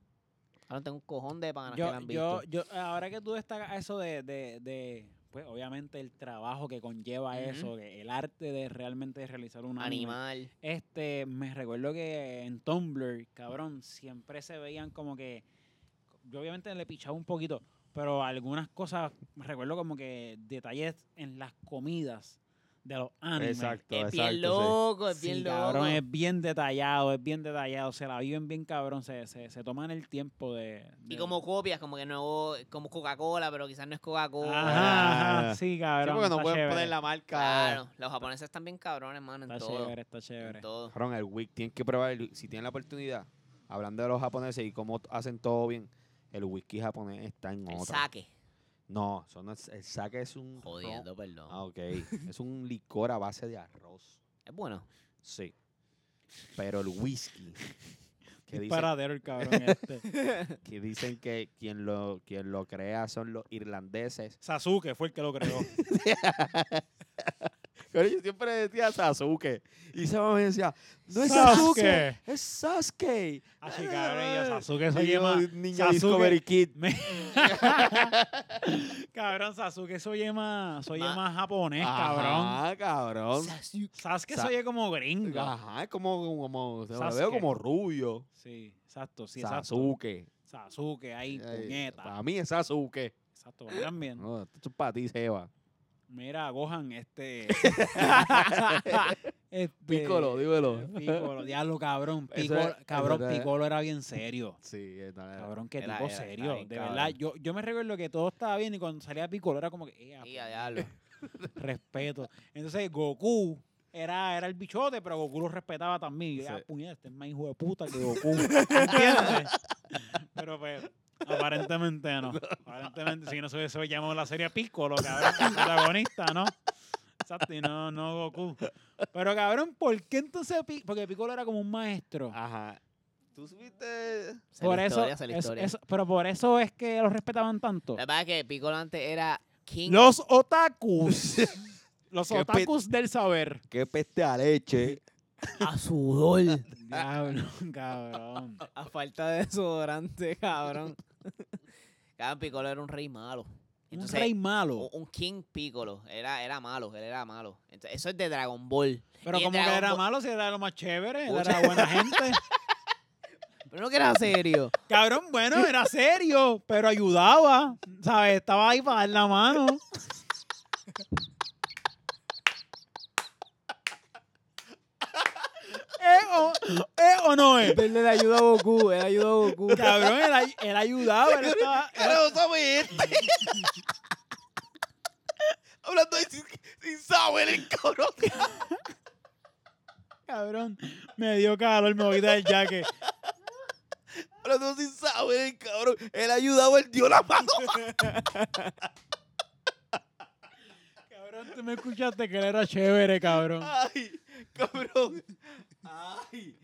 [SPEAKER 3] Ahora tengo un cojón de panas que la
[SPEAKER 1] yo,
[SPEAKER 3] han visto.
[SPEAKER 1] yo, yo- ahora que tú destacas eso de, de, de, pues obviamente el trabajo que conlleva
[SPEAKER 3] Ujú.
[SPEAKER 1] eso, que el arte de realmente realizar un anime.
[SPEAKER 3] Animal.
[SPEAKER 1] Este, me recuerdo que en Tumblr, cabrón, siempre se veían como que. Yo obviamente le pichaba un poquito, pero algunas cosas, me recuerdo como que detalles en las comidas de los animes.
[SPEAKER 2] Exacto,
[SPEAKER 3] Es
[SPEAKER 2] exacto.
[SPEAKER 3] bien
[SPEAKER 2] sí.
[SPEAKER 3] loco, es
[SPEAKER 1] Sí,
[SPEAKER 3] bien loco.
[SPEAKER 1] cabrón, es bien detallado, es bien detallado, se la viven bien cabrón, se, se, se toman el tiempo de...
[SPEAKER 3] Y
[SPEAKER 1] de-
[SPEAKER 3] como copias, como que no, como Coca-Cola, pero quizás no es Coca-Cola.
[SPEAKER 1] Ajá, ajá,
[SPEAKER 2] Ah.
[SPEAKER 1] sí,
[SPEAKER 2] Sí,
[SPEAKER 1] cabrón.
[SPEAKER 2] porque no
[SPEAKER 1] está
[SPEAKER 2] pueden
[SPEAKER 1] chévere,
[SPEAKER 2] poner la marca.
[SPEAKER 3] Claro, los japoneses están bien cabrones, mano, en
[SPEAKER 1] Está
[SPEAKER 3] todo.
[SPEAKER 1] chévere, está
[SPEAKER 3] en
[SPEAKER 1] chévere.
[SPEAKER 3] todo.
[SPEAKER 2] Cabrón, el Wick tienen que probar, el- si tienen la oportunidad, hablando de los japoneses y cómo t- hacen todo bien, el whisky japonés está en
[SPEAKER 3] El
[SPEAKER 2] otra.
[SPEAKER 3] saque.
[SPEAKER 2] No, eso no es- el sake es un... ron-
[SPEAKER 3] Jodiendo, perdón.
[SPEAKER 2] Ah, ok. es un licor a base de arroz.
[SPEAKER 3] Es bueno.
[SPEAKER 2] Sí. Pero el whisky, que dicen,
[SPEAKER 1] Disparadero el cabrón este.
[SPEAKER 2] que dicen que quien lo, quien lo crea son los irlandeses.
[SPEAKER 1] Sasuke fue el que lo creó.
[SPEAKER 2] Pero yo siempre decía Sasuke. Y se me decía, no es Sasuke,
[SPEAKER 1] Sasuke.
[SPEAKER 2] es Sasuke.
[SPEAKER 1] Así cabrón, y yo, Sasuke
[SPEAKER 2] Y
[SPEAKER 1] soy
[SPEAKER 2] yo,
[SPEAKER 1] más...
[SPEAKER 2] niño
[SPEAKER 1] Sasuke.
[SPEAKER 2] Discovery Kid.
[SPEAKER 1] Me- cabrón, Sasuke se oye más, se oye
[SPEAKER 3] Ma-
[SPEAKER 1] más japonés,
[SPEAKER 2] Ajá, cabrón.
[SPEAKER 1] cabrón. Sasuke se
[SPEAKER 2] Sa-
[SPEAKER 1] oye como gringo.
[SPEAKER 2] Ajá, es como, como se lo
[SPEAKER 1] Sasuke.
[SPEAKER 2] veo como rubio.
[SPEAKER 1] Sí, exacto, sí, exacto.
[SPEAKER 2] Sasuke.
[SPEAKER 1] Sasuke ahí,
[SPEAKER 2] Ay,
[SPEAKER 1] puñeta.
[SPEAKER 2] Para mí es Sasuke.
[SPEAKER 1] Exacto, también.
[SPEAKER 2] No, esto es para ti, Seba.
[SPEAKER 1] Mira, Gohan, este. este
[SPEAKER 2] Piccolo, dímelo.
[SPEAKER 1] Piccolo, diablo, cabrón.
[SPEAKER 2] Eso
[SPEAKER 1] Piccolo,
[SPEAKER 2] es-
[SPEAKER 1] cabrón,
[SPEAKER 2] eso es-
[SPEAKER 1] Piccolo era bien serio.
[SPEAKER 2] Sí, eh, no, no, no.
[SPEAKER 1] Cabrón, qué
[SPEAKER 3] Era-
[SPEAKER 1] tipo
[SPEAKER 3] era- era
[SPEAKER 1] serio.
[SPEAKER 3] bien
[SPEAKER 1] de
[SPEAKER 3] cabrón.
[SPEAKER 1] verdad, yo, yo me recuerdo que todo estaba bien y cuando salía Piccolo era como que. "Ea,
[SPEAKER 3] Y a
[SPEAKER 1] pues,
[SPEAKER 3] diablo.
[SPEAKER 1] respeto. Entonces Goku era, era el bichote, pero Goku lo respetaba también. Y yo,
[SPEAKER 2] Sí.
[SPEAKER 1] ah, puñeta, este es más hijo de puta que Goku. ¿Entiendes? pero pues, aparentemente no. Aparentemente, si no se hubiese llamado la serie Piccolo, cabrón, el protagonista, ¿no? Exacto, y no, no Goku. Pero cabrón, ¿por qué entonces Pi- Porque Piccolo era como un maestro.
[SPEAKER 2] Ajá. ¿Tú supiste?
[SPEAKER 3] Se
[SPEAKER 1] por
[SPEAKER 3] Ah, la
[SPEAKER 1] eso,
[SPEAKER 3] historia, se la
[SPEAKER 1] es-
[SPEAKER 3] historia. Ah,
[SPEAKER 1] eso- pero por eso es que los respetaban tanto.
[SPEAKER 3] La verdad es que Piccolo antes era King.
[SPEAKER 1] Los otakus. Los
[SPEAKER 2] Qué pe-
[SPEAKER 1] otakus del saber.
[SPEAKER 2] Qué peste a leche.
[SPEAKER 3] A sudor. Ah.
[SPEAKER 1] Diablo, cabrón.
[SPEAKER 3] A falta de desodorante, cabrón. Cabrón, Piccolo era un rey malo. Entonces,
[SPEAKER 1] un rey malo.
[SPEAKER 3] Un, un King Piccolo. Era, era malo, él era malo. Entonces, eso es de Dragon Ball.
[SPEAKER 1] Pero
[SPEAKER 3] y en
[SPEAKER 1] como que
[SPEAKER 3] Dragon
[SPEAKER 1] era
[SPEAKER 3] Ball-
[SPEAKER 1] malo si era lo más chévere,
[SPEAKER 3] Pucha.
[SPEAKER 1] era buena gente.
[SPEAKER 3] Pero no que era serio.
[SPEAKER 1] Cabrón, bueno, era serio, pero ayudaba. ¿Sabes? Estaba ahí para dar la mano. ¿Es o, es o no es?
[SPEAKER 4] Él le ayuda a Goku, él ayuda a Goku.
[SPEAKER 1] Cabrón, él, ay- él ayudaba, él estaba... él-
[SPEAKER 2] ¡Pero este! Hablando de sin, sin saber el cabrón.
[SPEAKER 1] cabrón, me dio calor, me voy del jaque.
[SPEAKER 2] Hablando sin saber el cabrón. Él ayudaba, él dio la mano.
[SPEAKER 1] Cabrón, tú me escuchaste que él era chévere, cabrón.
[SPEAKER 2] ¡Ay, cabrón! ¡Ay!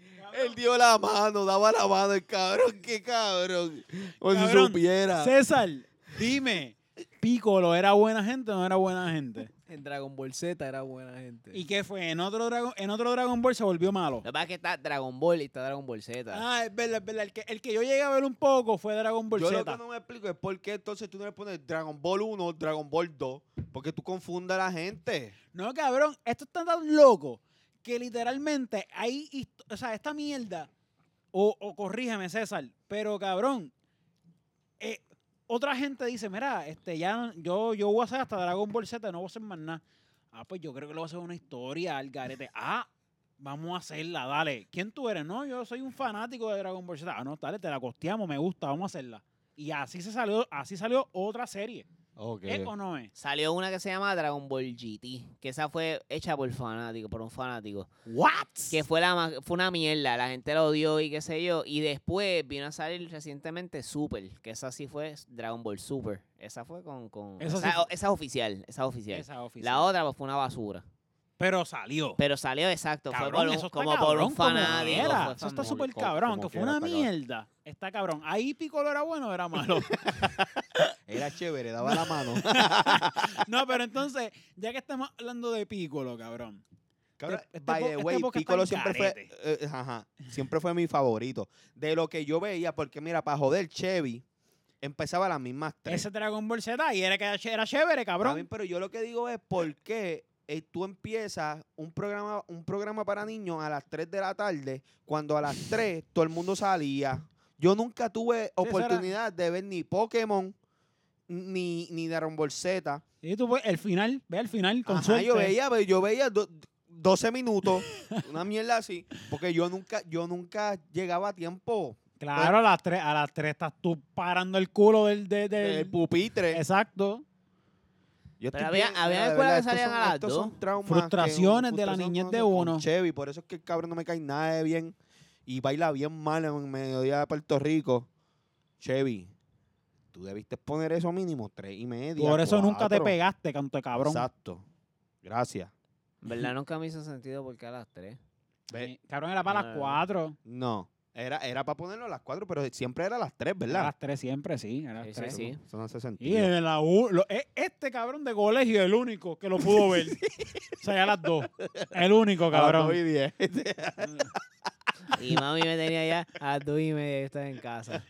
[SPEAKER 2] Él dio la mano, daba la mano el cabrón. ¡Qué cabrón! O si
[SPEAKER 1] Cabrón,
[SPEAKER 2] supiera.
[SPEAKER 1] César, dime, Piccolo era buena gente o no era buena gente?
[SPEAKER 3] En Dragon Ball Z era buena gente.
[SPEAKER 1] ¿Y qué fue? En otro Dragon, en otro Dragon Ball se volvió malo.
[SPEAKER 3] Lo que pasa es que está Dragon Ball y está Dragon Ball Z.
[SPEAKER 1] Ah, es verdad, es verdad. El que, el que yo llegué a ver un poco fue Dragon Ball
[SPEAKER 2] Yo lo
[SPEAKER 1] Z.
[SPEAKER 2] que no me explico es por qué entonces tú no le pones Dragon Ball 1, Dragon Ball 2, porque tú confundas a la gente.
[SPEAKER 1] No, cabrón, esto está tan loco que literalmente hay, hist- o sea, esta mierda, o, o corrígeme César, pero cabrón, eh, otra gente dice, mira, este, ya no- yo, yo voy a hacer hasta Dragon Ball Z, no voy a hacer más nada. Ah, pues yo creo que lo voy a hacer una historia al garete. Ah, vamos a hacerla, dale. ¿Quién tú eres? No, yo soy un fanático de Dragon Ball Z. Ah, no, dale, te la costeamos, me gusta, vamos a hacerla. Y así se salió, así salió otra serie.
[SPEAKER 2] Ok.
[SPEAKER 1] ¿Es o no es?
[SPEAKER 3] Salió una que se llama Dragon Ball GT, que esa fue hecha por fanático, por un fanático.
[SPEAKER 1] ¿What?
[SPEAKER 3] Que fue, la, ma- fue una mierda, la gente la odió y qué sé yo. Y después vino a salir recientemente Super, que esa sí fue Dragon Ball Super. Esa fue con... con
[SPEAKER 1] Esa sí
[SPEAKER 3] esa,
[SPEAKER 1] fue-
[SPEAKER 3] esa es oficial, esa es oficial.
[SPEAKER 1] Esa oficial.
[SPEAKER 3] La otra pues, fue una basura.
[SPEAKER 1] Pero salió.
[SPEAKER 3] Pero salió exacto, fue
[SPEAKER 1] Cabrón,
[SPEAKER 3] por un-
[SPEAKER 1] eso está
[SPEAKER 3] como
[SPEAKER 1] cabrón,
[SPEAKER 3] por
[SPEAKER 1] como
[SPEAKER 3] un fanático.
[SPEAKER 1] quiera.
[SPEAKER 3] fue
[SPEAKER 1] Eso está
[SPEAKER 3] fanboy.
[SPEAKER 1] súper
[SPEAKER 2] como-
[SPEAKER 1] cabrón,
[SPEAKER 2] como
[SPEAKER 1] que fue
[SPEAKER 2] quiera,
[SPEAKER 1] una
[SPEAKER 2] está cabrón.
[SPEAKER 1] mierda. Está cabrón. Ahí Piccolo era bueno o era malo.
[SPEAKER 2] Era chévere, daba la mano.
[SPEAKER 1] no, pero entonces, ya que estamos hablando de Piccolo, cabrón.
[SPEAKER 2] Cabrón,
[SPEAKER 1] Este- este
[SPEAKER 2] by
[SPEAKER 1] po-
[SPEAKER 2] the
[SPEAKER 1] este
[SPEAKER 2] way,
[SPEAKER 1] podcast
[SPEAKER 2] Piccolo
[SPEAKER 1] está
[SPEAKER 2] siempre
[SPEAKER 1] al
[SPEAKER 2] fue, eh, ajá, siempre fue mi favorito. De lo que yo veía, porque mira, para joder Chevy, empezaba las mismas tres.
[SPEAKER 1] Ese Dragon Ball Z y era, que era ch- era chévere,
[SPEAKER 2] Está
[SPEAKER 1] cabrón.
[SPEAKER 2] bien, pero yo lo que digo es por qué eh, tú empiezas un programa, un programa para niños a las 3 de la tarde, cuando a las 3 todo el mundo salía. Yo nunca tuve
[SPEAKER 1] eso era-
[SPEAKER 2] oportunidad de ver ni Pokémon, ni, ni Dragon Ball Z.
[SPEAKER 1] Y tú, pues, el final, ve el final, con
[SPEAKER 2] Ajá,
[SPEAKER 1] suerte.
[SPEAKER 2] yo veía, pero yo veía do- 12 minutos, una mierda así, porque yo nunca, yo nunca llegaba a tiempo
[SPEAKER 1] Claro, a las tres, a las tres estás tú parando el culo del... del- del-
[SPEAKER 2] del pupitre.
[SPEAKER 1] exacto.
[SPEAKER 2] Yo estoy
[SPEAKER 3] Pero había-
[SPEAKER 2] bien-
[SPEAKER 3] había
[SPEAKER 2] mira, de verdad,
[SPEAKER 3] escuelas que
[SPEAKER 2] estos
[SPEAKER 3] salían
[SPEAKER 2] son-
[SPEAKER 3] a las
[SPEAKER 2] estos
[SPEAKER 3] dos.
[SPEAKER 2] son traumas que-
[SPEAKER 1] Frustraciones de la
[SPEAKER 2] frustraciones
[SPEAKER 1] niñez
[SPEAKER 2] con-
[SPEAKER 1] de
[SPEAKER 2] con
[SPEAKER 1] uno.
[SPEAKER 2] Chevy, por eso es que el cabrón no me cae nada bien y baila bien mal en mediodía de Puerto Rico. Chevy, tú debiste poner eso mínimo, tres y media.
[SPEAKER 1] Por eso nunca te
[SPEAKER 2] cuatro.
[SPEAKER 1] pegaste, canto de cabrón.
[SPEAKER 2] Exacto. Gracias.
[SPEAKER 3] En ¿Verdad? Nunca me hizo sentido porque a las 3.
[SPEAKER 2] Ve,
[SPEAKER 1] Eh, Cabrón, era para las
[SPEAKER 3] Ah.
[SPEAKER 1] cuatro.
[SPEAKER 2] No, era, era para ponerlo a las cuatro, pero siempre era a las tres,
[SPEAKER 1] A
[SPEAKER 2] ¿verdad?
[SPEAKER 1] las tres siempre, sí. A las
[SPEAKER 3] Sí, sí,
[SPEAKER 1] tres.
[SPEAKER 3] sí.
[SPEAKER 2] Eso no hace
[SPEAKER 1] Y
[SPEAKER 2] sentido.
[SPEAKER 1] en la U, lo- e- este cabrón de colegio, el único que lo pudo ver. O sea, ya las dos. El único,
[SPEAKER 2] A las dos
[SPEAKER 1] cabrón.
[SPEAKER 2] y diez.
[SPEAKER 3] Y mami me tenía ya a las 2 y media, yo estaba en casa.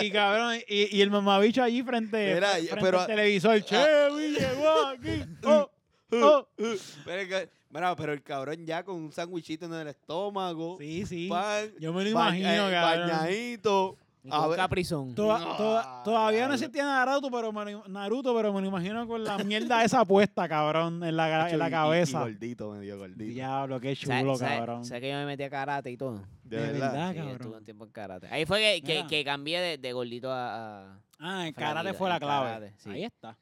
[SPEAKER 1] Y, y cabrón, y, y el mamabicho allí frente,
[SPEAKER 2] Mira,
[SPEAKER 1] frente
[SPEAKER 2] pero-
[SPEAKER 1] al televisor. Chevy llegó aquí. Oh, oh.
[SPEAKER 2] pero, el ca- mira, pero el cabrón ya con un sandwichito en el estómago.
[SPEAKER 1] Sí, sí.
[SPEAKER 2] pan,
[SPEAKER 1] Yo me lo
[SPEAKER 2] Bañ-
[SPEAKER 1] imagino,
[SPEAKER 2] eh,
[SPEAKER 1] cabrón.
[SPEAKER 2] Bañadito.
[SPEAKER 3] Y
[SPEAKER 2] A
[SPEAKER 3] con
[SPEAKER 2] ver.
[SPEAKER 3] Caprizón.
[SPEAKER 1] Toda-
[SPEAKER 2] No,
[SPEAKER 1] toda- todavía no
[SPEAKER 2] diablo.
[SPEAKER 1] existía Naruto, pero me, lo- Naruto, pero me lo imagino con la mierda esa puesta, cabrón, en la, en la
[SPEAKER 2] Y- y- y
[SPEAKER 1] cabeza.
[SPEAKER 2] gordito, me dio gordito.
[SPEAKER 1] Diablo, qué
[SPEAKER 3] ¿Sabes-
[SPEAKER 1] chulo,
[SPEAKER 3] sabes-
[SPEAKER 1] cabrón.
[SPEAKER 3] ¿Sabes que yo me metí a karate y todo?
[SPEAKER 2] De
[SPEAKER 1] de
[SPEAKER 2] verdad.
[SPEAKER 1] verdad. Ah,
[SPEAKER 3] Sí, yo
[SPEAKER 1] cabrón. Ah.
[SPEAKER 3] estuve un tiempo en karate. Ahí fue que, que,
[SPEAKER 1] Mira.
[SPEAKER 3] que cambié de, de gordito a, a-
[SPEAKER 1] Ah, el
[SPEAKER 3] Frágil,
[SPEAKER 1] karate fue
[SPEAKER 3] el
[SPEAKER 1] la clave.
[SPEAKER 3] karate, sí.
[SPEAKER 1] Ahí está.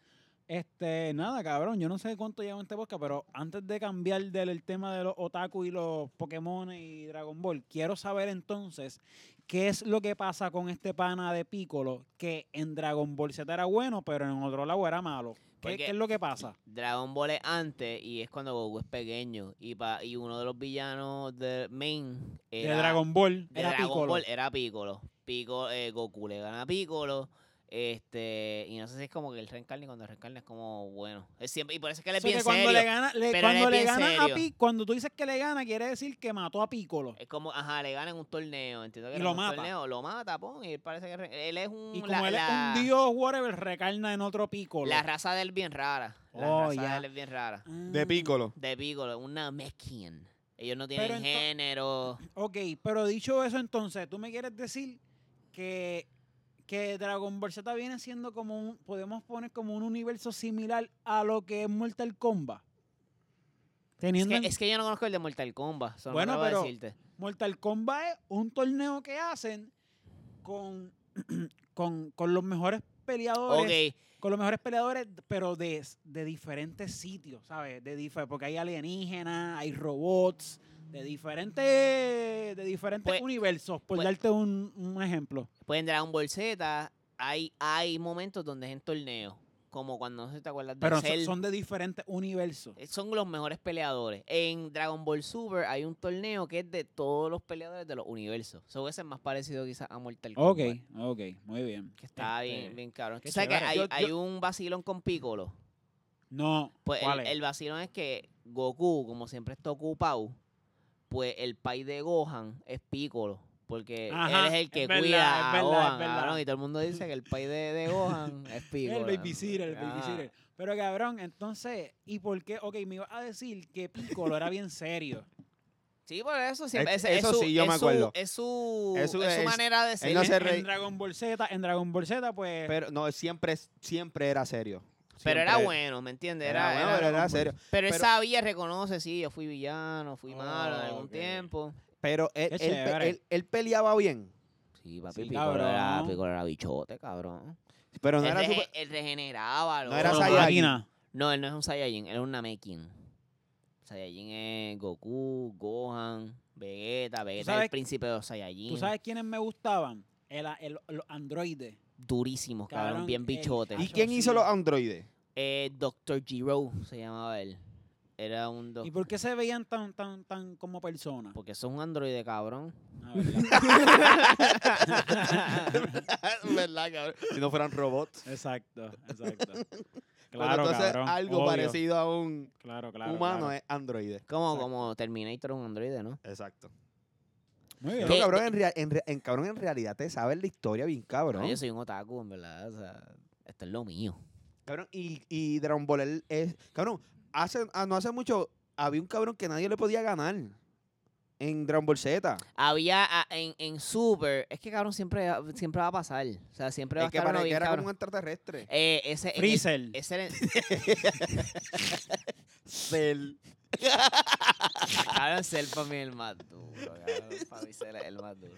[SPEAKER 1] Este, nada, cabrón, yo no sé cuánto lleva este podcast, pero antes de cambiar del el tema de los otaku y los Pokémon y Dragon Ball, quiero saber entonces qué es lo que pasa con este pana de Piccolo que en Dragon Ball Z era bueno, pero en otro lado era malo. ¿Qué,
[SPEAKER 3] Porque-
[SPEAKER 1] qué es lo que pasa?
[SPEAKER 3] Dragon Ball es antes y es cuando Goku es pequeño. Y, pa, y uno de los villanos de main
[SPEAKER 1] De
[SPEAKER 3] era,
[SPEAKER 1] Dragon Ball
[SPEAKER 3] de
[SPEAKER 1] era
[SPEAKER 3] Dragon
[SPEAKER 1] Piccolo.
[SPEAKER 3] Ball era Piccolo. Pico, eh, Goku le gana a Piccolo. Este, y no sé si es como que el reencarne cuando reencarna es como bueno. Es siempre, y por eso es que le
[SPEAKER 1] O sea, que
[SPEAKER 3] pide
[SPEAKER 1] cuando
[SPEAKER 3] serio.
[SPEAKER 1] le gana, le-
[SPEAKER 3] pero
[SPEAKER 1] cuando
[SPEAKER 3] él es
[SPEAKER 1] le
[SPEAKER 3] bien
[SPEAKER 1] gana a
[SPEAKER 3] serio.
[SPEAKER 1] Piccolo, cuando tú dices que le gana, quiere decir que mató a Piccolo.
[SPEAKER 3] Es como, ajá, le gana en un torneo. Entiendo que
[SPEAKER 1] Y
[SPEAKER 3] era
[SPEAKER 1] lo
[SPEAKER 3] un
[SPEAKER 1] mata.
[SPEAKER 3] torneo, lo mata, pon, y él parece que re- él es un
[SPEAKER 1] Y como
[SPEAKER 3] Mm, la-
[SPEAKER 1] él es
[SPEAKER 3] la-
[SPEAKER 1] un dios, whatever, recarna en otro Piccolo.
[SPEAKER 3] La raza de él bien rara. La
[SPEAKER 1] Oh,
[SPEAKER 3] raza
[SPEAKER 1] ya.
[SPEAKER 3] de él es bien rara.
[SPEAKER 2] De
[SPEAKER 1] Ah.
[SPEAKER 2] Piccolo.
[SPEAKER 3] De Piccolo, una Namekian. Ellos no
[SPEAKER 1] Pero
[SPEAKER 3] tienen
[SPEAKER 1] ento-
[SPEAKER 3] género.
[SPEAKER 1] Ok, pero dicho eso, entonces, tú me quieres decir que, que Dragon Ball Z viene siendo como un. Podemos poner como un universo similar a lo que es Mortal Kombat.
[SPEAKER 3] Es
[SPEAKER 1] Teniendo.
[SPEAKER 3] que,
[SPEAKER 1] en-
[SPEAKER 3] es que yo no conozco el de Mortal Kombat. eso no
[SPEAKER 1] Bueno,
[SPEAKER 3] te lo voy a
[SPEAKER 1] pero-
[SPEAKER 3] decirte.
[SPEAKER 1] Mortal Kombat es un torneo que hacen con, con, con los mejores peleadores.
[SPEAKER 3] Ok,
[SPEAKER 1] Con los mejores peleadores, pero de, de diferentes sitios, ¿sabes? De dife- porque hay alienígenas, hay robots, de diferentes, de diferentes
[SPEAKER 3] Pues-
[SPEAKER 1] universos, por
[SPEAKER 3] pues-
[SPEAKER 1] darte un, un ejemplo.
[SPEAKER 3] pues en Dragon Ball Z hay, hay momentos donde es en torneo. Como cuando no sé si te acuerdas de
[SPEAKER 1] Pero so-
[SPEAKER 3] Cell.
[SPEAKER 1] son de diferentes universos.
[SPEAKER 3] Eh, son los mejores peleadores. En Dragon Ball Super hay un torneo que es de todos los peleadores de los universos. So, ese es más parecido quizás a Mortal
[SPEAKER 1] Ok,
[SPEAKER 3] Kombat.
[SPEAKER 1] ok, muy bien.
[SPEAKER 3] Que está
[SPEAKER 1] Este,
[SPEAKER 3] bien, bien cabrón.
[SPEAKER 1] qué
[SPEAKER 3] ¿Tú sabes que
[SPEAKER 1] chévere.
[SPEAKER 3] hay,
[SPEAKER 1] Yo-
[SPEAKER 3] hay un vacilón con Piccolo?
[SPEAKER 1] No,
[SPEAKER 3] Pues
[SPEAKER 1] ¿cuál
[SPEAKER 3] el,
[SPEAKER 1] es?
[SPEAKER 3] el vacilón es que Goku, como siempre está ocupado, pues el pai de Gohan es Piccolo. Porque
[SPEAKER 1] Ajá,
[SPEAKER 3] él es el que
[SPEAKER 1] es verdad,
[SPEAKER 3] cuida
[SPEAKER 1] es
[SPEAKER 3] a
[SPEAKER 1] verdad, es
[SPEAKER 3] Gohan,
[SPEAKER 1] verdad.
[SPEAKER 3] cabrón, Y todo el mundo dice que el pai de, de Gohan es Piccolo. Ah.
[SPEAKER 1] El babysitter, el
[SPEAKER 3] Ajá.
[SPEAKER 1] babysitter. Pero cabrón, entonces, ¿y por qué? Ok, me iba a decir que Piccolo era bien serio.
[SPEAKER 3] Sí, por eso siempre.
[SPEAKER 2] Es-
[SPEAKER 3] ese- es
[SPEAKER 2] eso
[SPEAKER 3] su-
[SPEAKER 2] sí, yo me
[SPEAKER 3] es su-
[SPEAKER 2] acuerdo.
[SPEAKER 3] es su,
[SPEAKER 2] Es
[SPEAKER 3] es
[SPEAKER 2] su-
[SPEAKER 3] su,
[SPEAKER 2] es-
[SPEAKER 3] manera de ser.
[SPEAKER 2] no
[SPEAKER 3] él-
[SPEAKER 2] se
[SPEAKER 1] en,
[SPEAKER 2] re-
[SPEAKER 1] Dragon Ball Z, en Dragon Ball Z, pues...
[SPEAKER 2] Pero no, siempre, siempre era serio.
[SPEAKER 3] pero era
[SPEAKER 2] Siempre-
[SPEAKER 3] bueno, ¿me entiendes?
[SPEAKER 2] Era, bueno, pero era serio.
[SPEAKER 3] pero él
[SPEAKER 2] pero-
[SPEAKER 3] sabía, reconoce, sí, yo fui villano, fui malo en
[SPEAKER 1] Oh,
[SPEAKER 3] algún
[SPEAKER 1] ok.
[SPEAKER 3] tiempo.
[SPEAKER 2] Pero él,
[SPEAKER 1] Qué
[SPEAKER 2] él pe-
[SPEAKER 1] chévere.
[SPEAKER 2] él- él peleaba bien.
[SPEAKER 3] Sí, papi,
[SPEAKER 1] Sí,
[SPEAKER 3] Piccolo, era,
[SPEAKER 1] cabrón.
[SPEAKER 3] Piccolo era bichote, cabrón.
[SPEAKER 2] Pero no
[SPEAKER 3] él,
[SPEAKER 2] era
[SPEAKER 3] rege-
[SPEAKER 2] super-
[SPEAKER 3] él regeneraba.
[SPEAKER 2] No
[SPEAKER 3] loco.
[SPEAKER 2] era
[SPEAKER 1] Son
[SPEAKER 2] Saiyajin.
[SPEAKER 1] máquina.
[SPEAKER 3] No, él no es un Saiyajin, él es un Namekin. Saiyajin es Goku, Gohan, Vegeta, Vegeta es
[SPEAKER 1] sabes-
[SPEAKER 3] el príncipe de los Saiyajin.
[SPEAKER 1] ¿Tú sabes quiénes me gustaban? El, el- los androides.
[SPEAKER 3] Durísimos, cabrón,
[SPEAKER 1] Cabrón,
[SPEAKER 3] bien
[SPEAKER 1] el-
[SPEAKER 3] bichotes.
[SPEAKER 2] ¿Y
[SPEAKER 1] Nacho,
[SPEAKER 2] quién hizo
[SPEAKER 1] sí.
[SPEAKER 2] los androides?
[SPEAKER 3] Eh, Dr. Giro se llamaba él. Era un
[SPEAKER 1] ¿Y
[SPEAKER 3] doctor.
[SPEAKER 1] por qué se veían tan, tan, tan como personas?
[SPEAKER 3] Porque eso es un androide, cabrón.
[SPEAKER 1] Ah, ¿verdad?
[SPEAKER 2] ¿Verdad, cabrón? Si no fueran robots.
[SPEAKER 1] Exacto, exacto.
[SPEAKER 2] Bueno,
[SPEAKER 1] Claro,
[SPEAKER 2] entonces,
[SPEAKER 1] cabrón,
[SPEAKER 2] algo
[SPEAKER 1] obvio.
[SPEAKER 2] parecido a un
[SPEAKER 1] Claro, claro.
[SPEAKER 2] humano
[SPEAKER 1] claro.
[SPEAKER 2] es androide.
[SPEAKER 3] Como,
[SPEAKER 2] Exacto.
[SPEAKER 3] como Terminator es un androide, ¿no?
[SPEAKER 2] Exacto.
[SPEAKER 1] Muy
[SPEAKER 2] Pero,
[SPEAKER 1] bien.
[SPEAKER 3] ¿Qué?
[SPEAKER 2] cabrón, en, rea- en re- en- cabrón, en realidad te sabes la historia bien,
[SPEAKER 3] No,
[SPEAKER 2] cabrón.
[SPEAKER 3] yo soy un otaku, en verdad. O sea, esto es lo mío.
[SPEAKER 2] Cabrón, y, y Dragon Ball él es. Cabrón, hace, ah, no hace mucho había un cabrón que nadie le podía ganar en Dragon Ball Z.
[SPEAKER 3] Había ah, en, en Super. Es que, cabrón, siempre, siempre va a pasar. O sea, siempre va
[SPEAKER 2] Es
[SPEAKER 3] a
[SPEAKER 2] que
[SPEAKER 3] estar uno
[SPEAKER 2] para que
[SPEAKER 3] bien,
[SPEAKER 2] era como un
[SPEAKER 3] cabrón.
[SPEAKER 2] extraterrestre.
[SPEAKER 3] Eh, ese, en el-
[SPEAKER 1] Freezer.
[SPEAKER 3] ese era en-
[SPEAKER 2] Cell.
[SPEAKER 3] cabrón, Cell para mí es el más duro. Cabrón, para mí Cell es el más duro.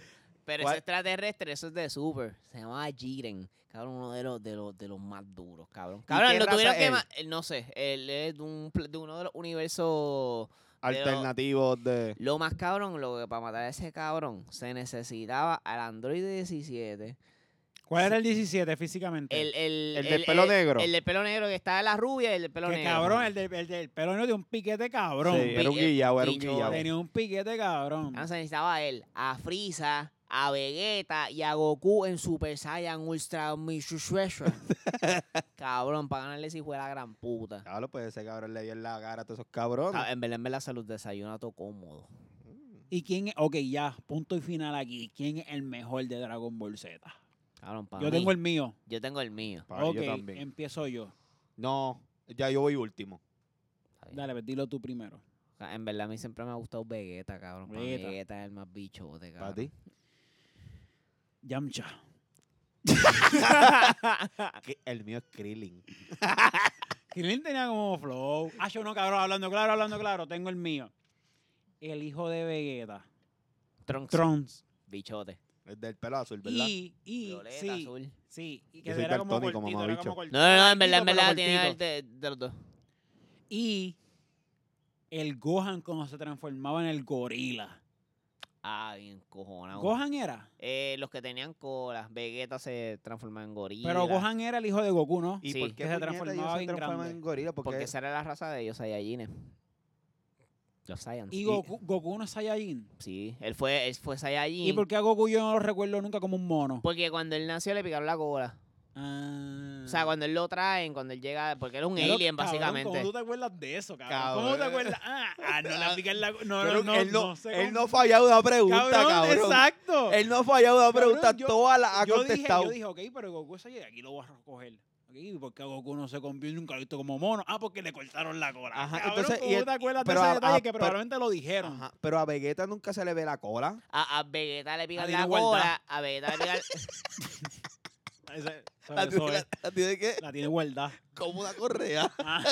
[SPEAKER 3] Pero
[SPEAKER 2] ¿Cuál?
[SPEAKER 3] ese extraterrestre, eso es de Super. Se llamaba Jiren. Cabrón, uno de los, de los, de los más duros, cabrón.
[SPEAKER 2] qué
[SPEAKER 3] Cabrón, lo
[SPEAKER 2] raza
[SPEAKER 3] tuvieron que.
[SPEAKER 2] es
[SPEAKER 3] ma- eh, No sé. Él es de, un, pl- de uno de los universos.
[SPEAKER 2] Alternativos de.
[SPEAKER 3] Lo más cabrón, lo que para matar a ese cabrón se necesitaba al Android 17.
[SPEAKER 1] ¿Cuál era el 17 físicamente?
[SPEAKER 3] El, el,
[SPEAKER 2] El del pelo negro.
[SPEAKER 3] El del pelo negro que estaba la rubia y el del pelo
[SPEAKER 1] que
[SPEAKER 3] negro.
[SPEAKER 1] cabrón, el del, el del pelo negro de un piquete cabrón.
[SPEAKER 2] Sí, era un
[SPEAKER 3] Pi- eh,
[SPEAKER 2] guillao, era un
[SPEAKER 3] pichón.
[SPEAKER 2] guillao.
[SPEAKER 1] Tenía un piquete cabrón.
[SPEAKER 3] Ah, se necesitaba a él, a Frieza, a Vegeta y a Goku en Super Saiyan Ultra Michu Shredder. Cabrón, para ganarle si fue la gran puta.
[SPEAKER 2] Claro, pues ese cabrón le dio en la cara a todos esos cabrones.
[SPEAKER 3] Ah, En verdad, en verdad, se los desayuna todo cómodo.
[SPEAKER 1] ¿Y quién es? Ok, ya, punto y final aquí. ¿Quién es el mejor de Dragon Ball Z?
[SPEAKER 3] Cabrón, para
[SPEAKER 1] Yo tengo el mío.
[SPEAKER 3] Yo tengo el mío.
[SPEAKER 2] Para
[SPEAKER 1] ok,
[SPEAKER 2] yo también.
[SPEAKER 1] empiezo yo.
[SPEAKER 2] No, ya yo voy último.
[SPEAKER 3] Está bien.
[SPEAKER 1] Dale, pues, dilo tú primero.
[SPEAKER 3] Ca- En verdad, a mí siempre me ha gustado Vegeta, cabrón. Para mí
[SPEAKER 1] Vegeta.
[SPEAKER 3] Ah. Vegeta es el más bichote,
[SPEAKER 2] Para
[SPEAKER 3] cabrón.
[SPEAKER 2] ti.
[SPEAKER 1] Yamcha.
[SPEAKER 2] Que el mío es Krillin.
[SPEAKER 1] Krillin tenía como flow. Ah, yo no, cabrón, hablando claro, hablando claro. Tengo el mío. El hijo de Vegeta.
[SPEAKER 3] Trunks.
[SPEAKER 1] Trunks.
[SPEAKER 3] Bichote.
[SPEAKER 2] El del pelo azul, ¿verdad?
[SPEAKER 1] Y, y,
[SPEAKER 3] Violeta,
[SPEAKER 1] sí,
[SPEAKER 3] azul.
[SPEAKER 1] sí. Y
[SPEAKER 2] Yo
[SPEAKER 1] que
[SPEAKER 2] soy
[SPEAKER 1] era como
[SPEAKER 2] daltónico,
[SPEAKER 1] cortito, era
[SPEAKER 2] mamabicho.
[SPEAKER 1] como cortito.
[SPEAKER 3] No, no, no, en verdad, en
[SPEAKER 1] Bajito,
[SPEAKER 3] verdad,
[SPEAKER 1] pero
[SPEAKER 3] tiene el
[SPEAKER 1] cortito.
[SPEAKER 3] de, de los dos.
[SPEAKER 1] Y el Gohan cuando se transformaba en el gorila.
[SPEAKER 3] Ah, bien cojonado.
[SPEAKER 1] Gohan era.
[SPEAKER 3] Eh, los que tenían colas, Vegeta se transformaba en gorila.
[SPEAKER 1] Pero Gohan era el hijo de Goku, ¿no?
[SPEAKER 2] ¿Y
[SPEAKER 3] Sí.
[SPEAKER 2] por qué
[SPEAKER 1] Que se
[SPEAKER 2] puñeta
[SPEAKER 1] transformaba
[SPEAKER 2] ellos se
[SPEAKER 1] en
[SPEAKER 2] transforman
[SPEAKER 1] grande.
[SPEAKER 2] en gorila? Porque,
[SPEAKER 3] Porque esa era la raza de ellos, Saiyajines. Los Saiyans.
[SPEAKER 1] Y Goku, Goku no es Saiyajin.
[SPEAKER 3] Sí, él fue, él fue Saiyajin.
[SPEAKER 1] ¿Y por qué a Goku yo no lo recuerdo nunca como un mono?
[SPEAKER 3] Porque cuando él nació le picaron la cola.
[SPEAKER 1] Ah.
[SPEAKER 3] O sea, cuando él lo traen, cuando él llega, porque él es un
[SPEAKER 1] Pero,
[SPEAKER 3] alien,
[SPEAKER 1] cabrón,
[SPEAKER 3] básicamente.
[SPEAKER 1] ¿Cómo tú te acuerdas de eso, cabrón? ¿Cómo te
[SPEAKER 2] Cabrón.
[SPEAKER 1] acuerdas? Ah, ah, no la pica en la. No,
[SPEAKER 2] Creo
[SPEAKER 1] no,
[SPEAKER 2] que
[SPEAKER 1] no,
[SPEAKER 2] él no,
[SPEAKER 1] sé
[SPEAKER 2] él
[SPEAKER 1] cómo-
[SPEAKER 2] no ha fallado una pregunta,
[SPEAKER 1] cabrón,
[SPEAKER 2] cabrón.
[SPEAKER 1] Exacto.
[SPEAKER 2] Él no ha fallado una
[SPEAKER 1] Cabrón,
[SPEAKER 2] pregunta,
[SPEAKER 1] yo-
[SPEAKER 2] todas las ha
[SPEAKER 1] yo dije,
[SPEAKER 2] contestado.
[SPEAKER 1] yo dije, ok, pero Goku es Saiyajin, aquí lo voy a recoger. Okay, porque a Goku no se convierte nunca lo he visto como mono. Ah, porque le cortaron la cola.
[SPEAKER 2] Ajá,
[SPEAKER 1] Cabrón,
[SPEAKER 2] entonces,
[SPEAKER 1] ¿cómo
[SPEAKER 2] y el-
[SPEAKER 1] te acuerdas
[SPEAKER 2] pero
[SPEAKER 1] de ese
[SPEAKER 2] a-
[SPEAKER 1] detalle
[SPEAKER 2] a-
[SPEAKER 1] que
[SPEAKER 2] pero-
[SPEAKER 1] probablemente lo dijeron?
[SPEAKER 2] Ajá, pero a Vegeta nunca se le ve la cola.
[SPEAKER 3] A, Ah, a Vegeta le pican
[SPEAKER 1] Dino
[SPEAKER 3] la
[SPEAKER 1] Guardá.
[SPEAKER 3] cola. A Vegeta le pican.
[SPEAKER 1] Ese-
[SPEAKER 2] La,
[SPEAKER 1] eso
[SPEAKER 2] tiene-
[SPEAKER 1] es,
[SPEAKER 2] la- la tiene que
[SPEAKER 1] la tiene guardada.
[SPEAKER 2] como una correa.
[SPEAKER 1] Ah,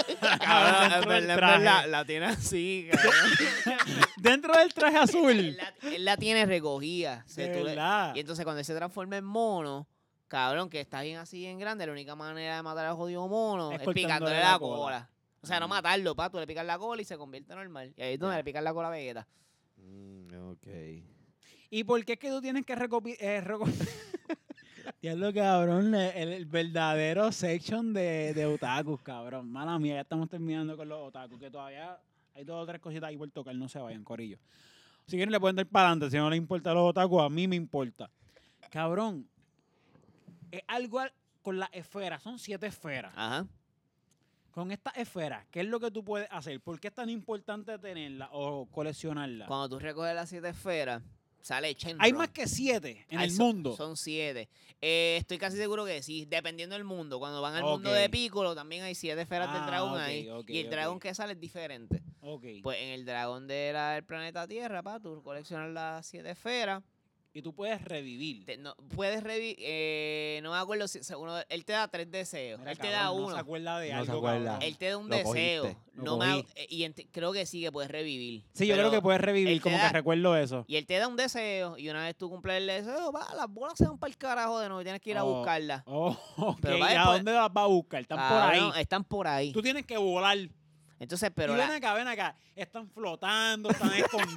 [SPEAKER 3] Cabrón,
[SPEAKER 1] dentro,
[SPEAKER 3] en
[SPEAKER 1] del
[SPEAKER 3] verdad, en
[SPEAKER 1] traje,
[SPEAKER 3] verdad, la tiene así, cabrón.
[SPEAKER 1] dentro del traje
[SPEAKER 3] él,
[SPEAKER 1] azul.
[SPEAKER 3] la, él la tiene recogida. O sea,
[SPEAKER 1] De
[SPEAKER 3] tú le-
[SPEAKER 1] verdad.
[SPEAKER 3] Y entonces cuando él se transforma en mono, cabrón, que está bien así bien grande, la única manera de matar al jodido mono
[SPEAKER 1] Es
[SPEAKER 3] es,
[SPEAKER 1] cortándole
[SPEAKER 3] picándole
[SPEAKER 1] la
[SPEAKER 3] la
[SPEAKER 1] cola.
[SPEAKER 3] cola. O sea, no
[SPEAKER 1] Mm.
[SPEAKER 3] matarlo, pa, tú le picas la cola y se convierte normal. Y ahí es donde le picas la cola a Vegeta.
[SPEAKER 2] ok.
[SPEAKER 1] ¿Y por qué es que tú tienes que recopilar? Eh, reco- Diablo, cabrón, el, el verdadero section de, de otakus, cabrón. Mala mía, ya estamos terminando con los otakus, que todavía hay dos o tres cositas ahí por tocar, no se vayan, corillo. Si quieren le pueden dar para adelante, si no le importa a los otakus, a mí me importa. Cabrón, es algo al- con las esferas, son siete esferas.
[SPEAKER 3] Ajá.
[SPEAKER 1] Con estas esferas, ¿qué es lo que tú puedes hacer? ¿Por qué es tan importante tenerla o coleccionarla?
[SPEAKER 3] Cuando tú recoges las siete esferas, sale Shenron.
[SPEAKER 1] Hay más que siete en
[SPEAKER 3] Ay,
[SPEAKER 1] el
[SPEAKER 3] son-
[SPEAKER 1] mundo.
[SPEAKER 3] Son siete. Eh, estoy casi seguro que sí, dependiendo del mundo. Cuando van al mundo
[SPEAKER 1] Ok.
[SPEAKER 3] de Piccolo, también hay siete esferas
[SPEAKER 1] Ah,
[SPEAKER 3] del dragón
[SPEAKER 1] ok,
[SPEAKER 3] ahí.
[SPEAKER 1] ok,
[SPEAKER 3] y el
[SPEAKER 1] ok.
[SPEAKER 3] dragón que sale es diferente.
[SPEAKER 1] Ok.
[SPEAKER 3] Pues en el dragón de la, del planeta Tierra, pa, tú coleccionas las siete esferas.
[SPEAKER 1] y tú puedes revivir.
[SPEAKER 3] Te- no, puedes revivir. no me acuerdo si. se- uno- él te da tres deseos.
[SPEAKER 1] Mira,
[SPEAKER 3] él te
[SPEAKER 1] cabrón,
[SPEAKER 3] da
[SPEAKER 1] No
[SPEAKER 3] uno.
[SPEAKER 1] se acuerda de
[SPEAKER 2] No se
[SPEAKER 1] algo.
[SPEAKER 2] acuerda.
[SPEAKER 1] cabrón.
[SPEAKER 3] él te da un
[SPEAKER 2] Lo
[SPEAKER 3] deseo.
[SPEAKER 2] cogiste,
[SPEAKER 1] lo
[SPEAKER 3] no me
[SPEAKER 1] cogí.
[SPEAKER 3] ac- y ent- creo que sí que puedes revivir.
[SPEAKER 1] sí, yo creo
[SPEAKER 3] pero-
[SPEAKER 1] que puedes revivir,
[SPEAKER 3] él te
[SPEAKER 1] como que
[SPEAKER 3] da-
[SPEAKER 1] recuerdo eso.
[SPEAKER 3] Y él te da un deseo. Y una vez tú cumples el deseo, va, las bolas se van para el carajo de nuevo. y Tienes que ir a
[SPEAKER 1] Oh,
[SPEAKER 3] buscarlas.
[SPEAKER 1] Oh, ok,
[SPEAKER 3] Pero
[SPEAKER 1] ¿y
[SPEAKER 3] va
[SPEAKER 1] ¿A
[SPEAKER 3] después-
[SPEAKER 1] dónde las vas a buscar? Están
[SPEAKER 3] Cabrón,
[SPEAKER 1] por ahí.
[SPEAKER 3] Están por ahí.
[SPEAKER 1] Tú tienes que volar.
[SPEAKER 3] Entonces, pero
[SPEAKER 1] y ven
[SPEAKER 3] la-
[SPEAKER 1] acá, ven acá. Están flotando, están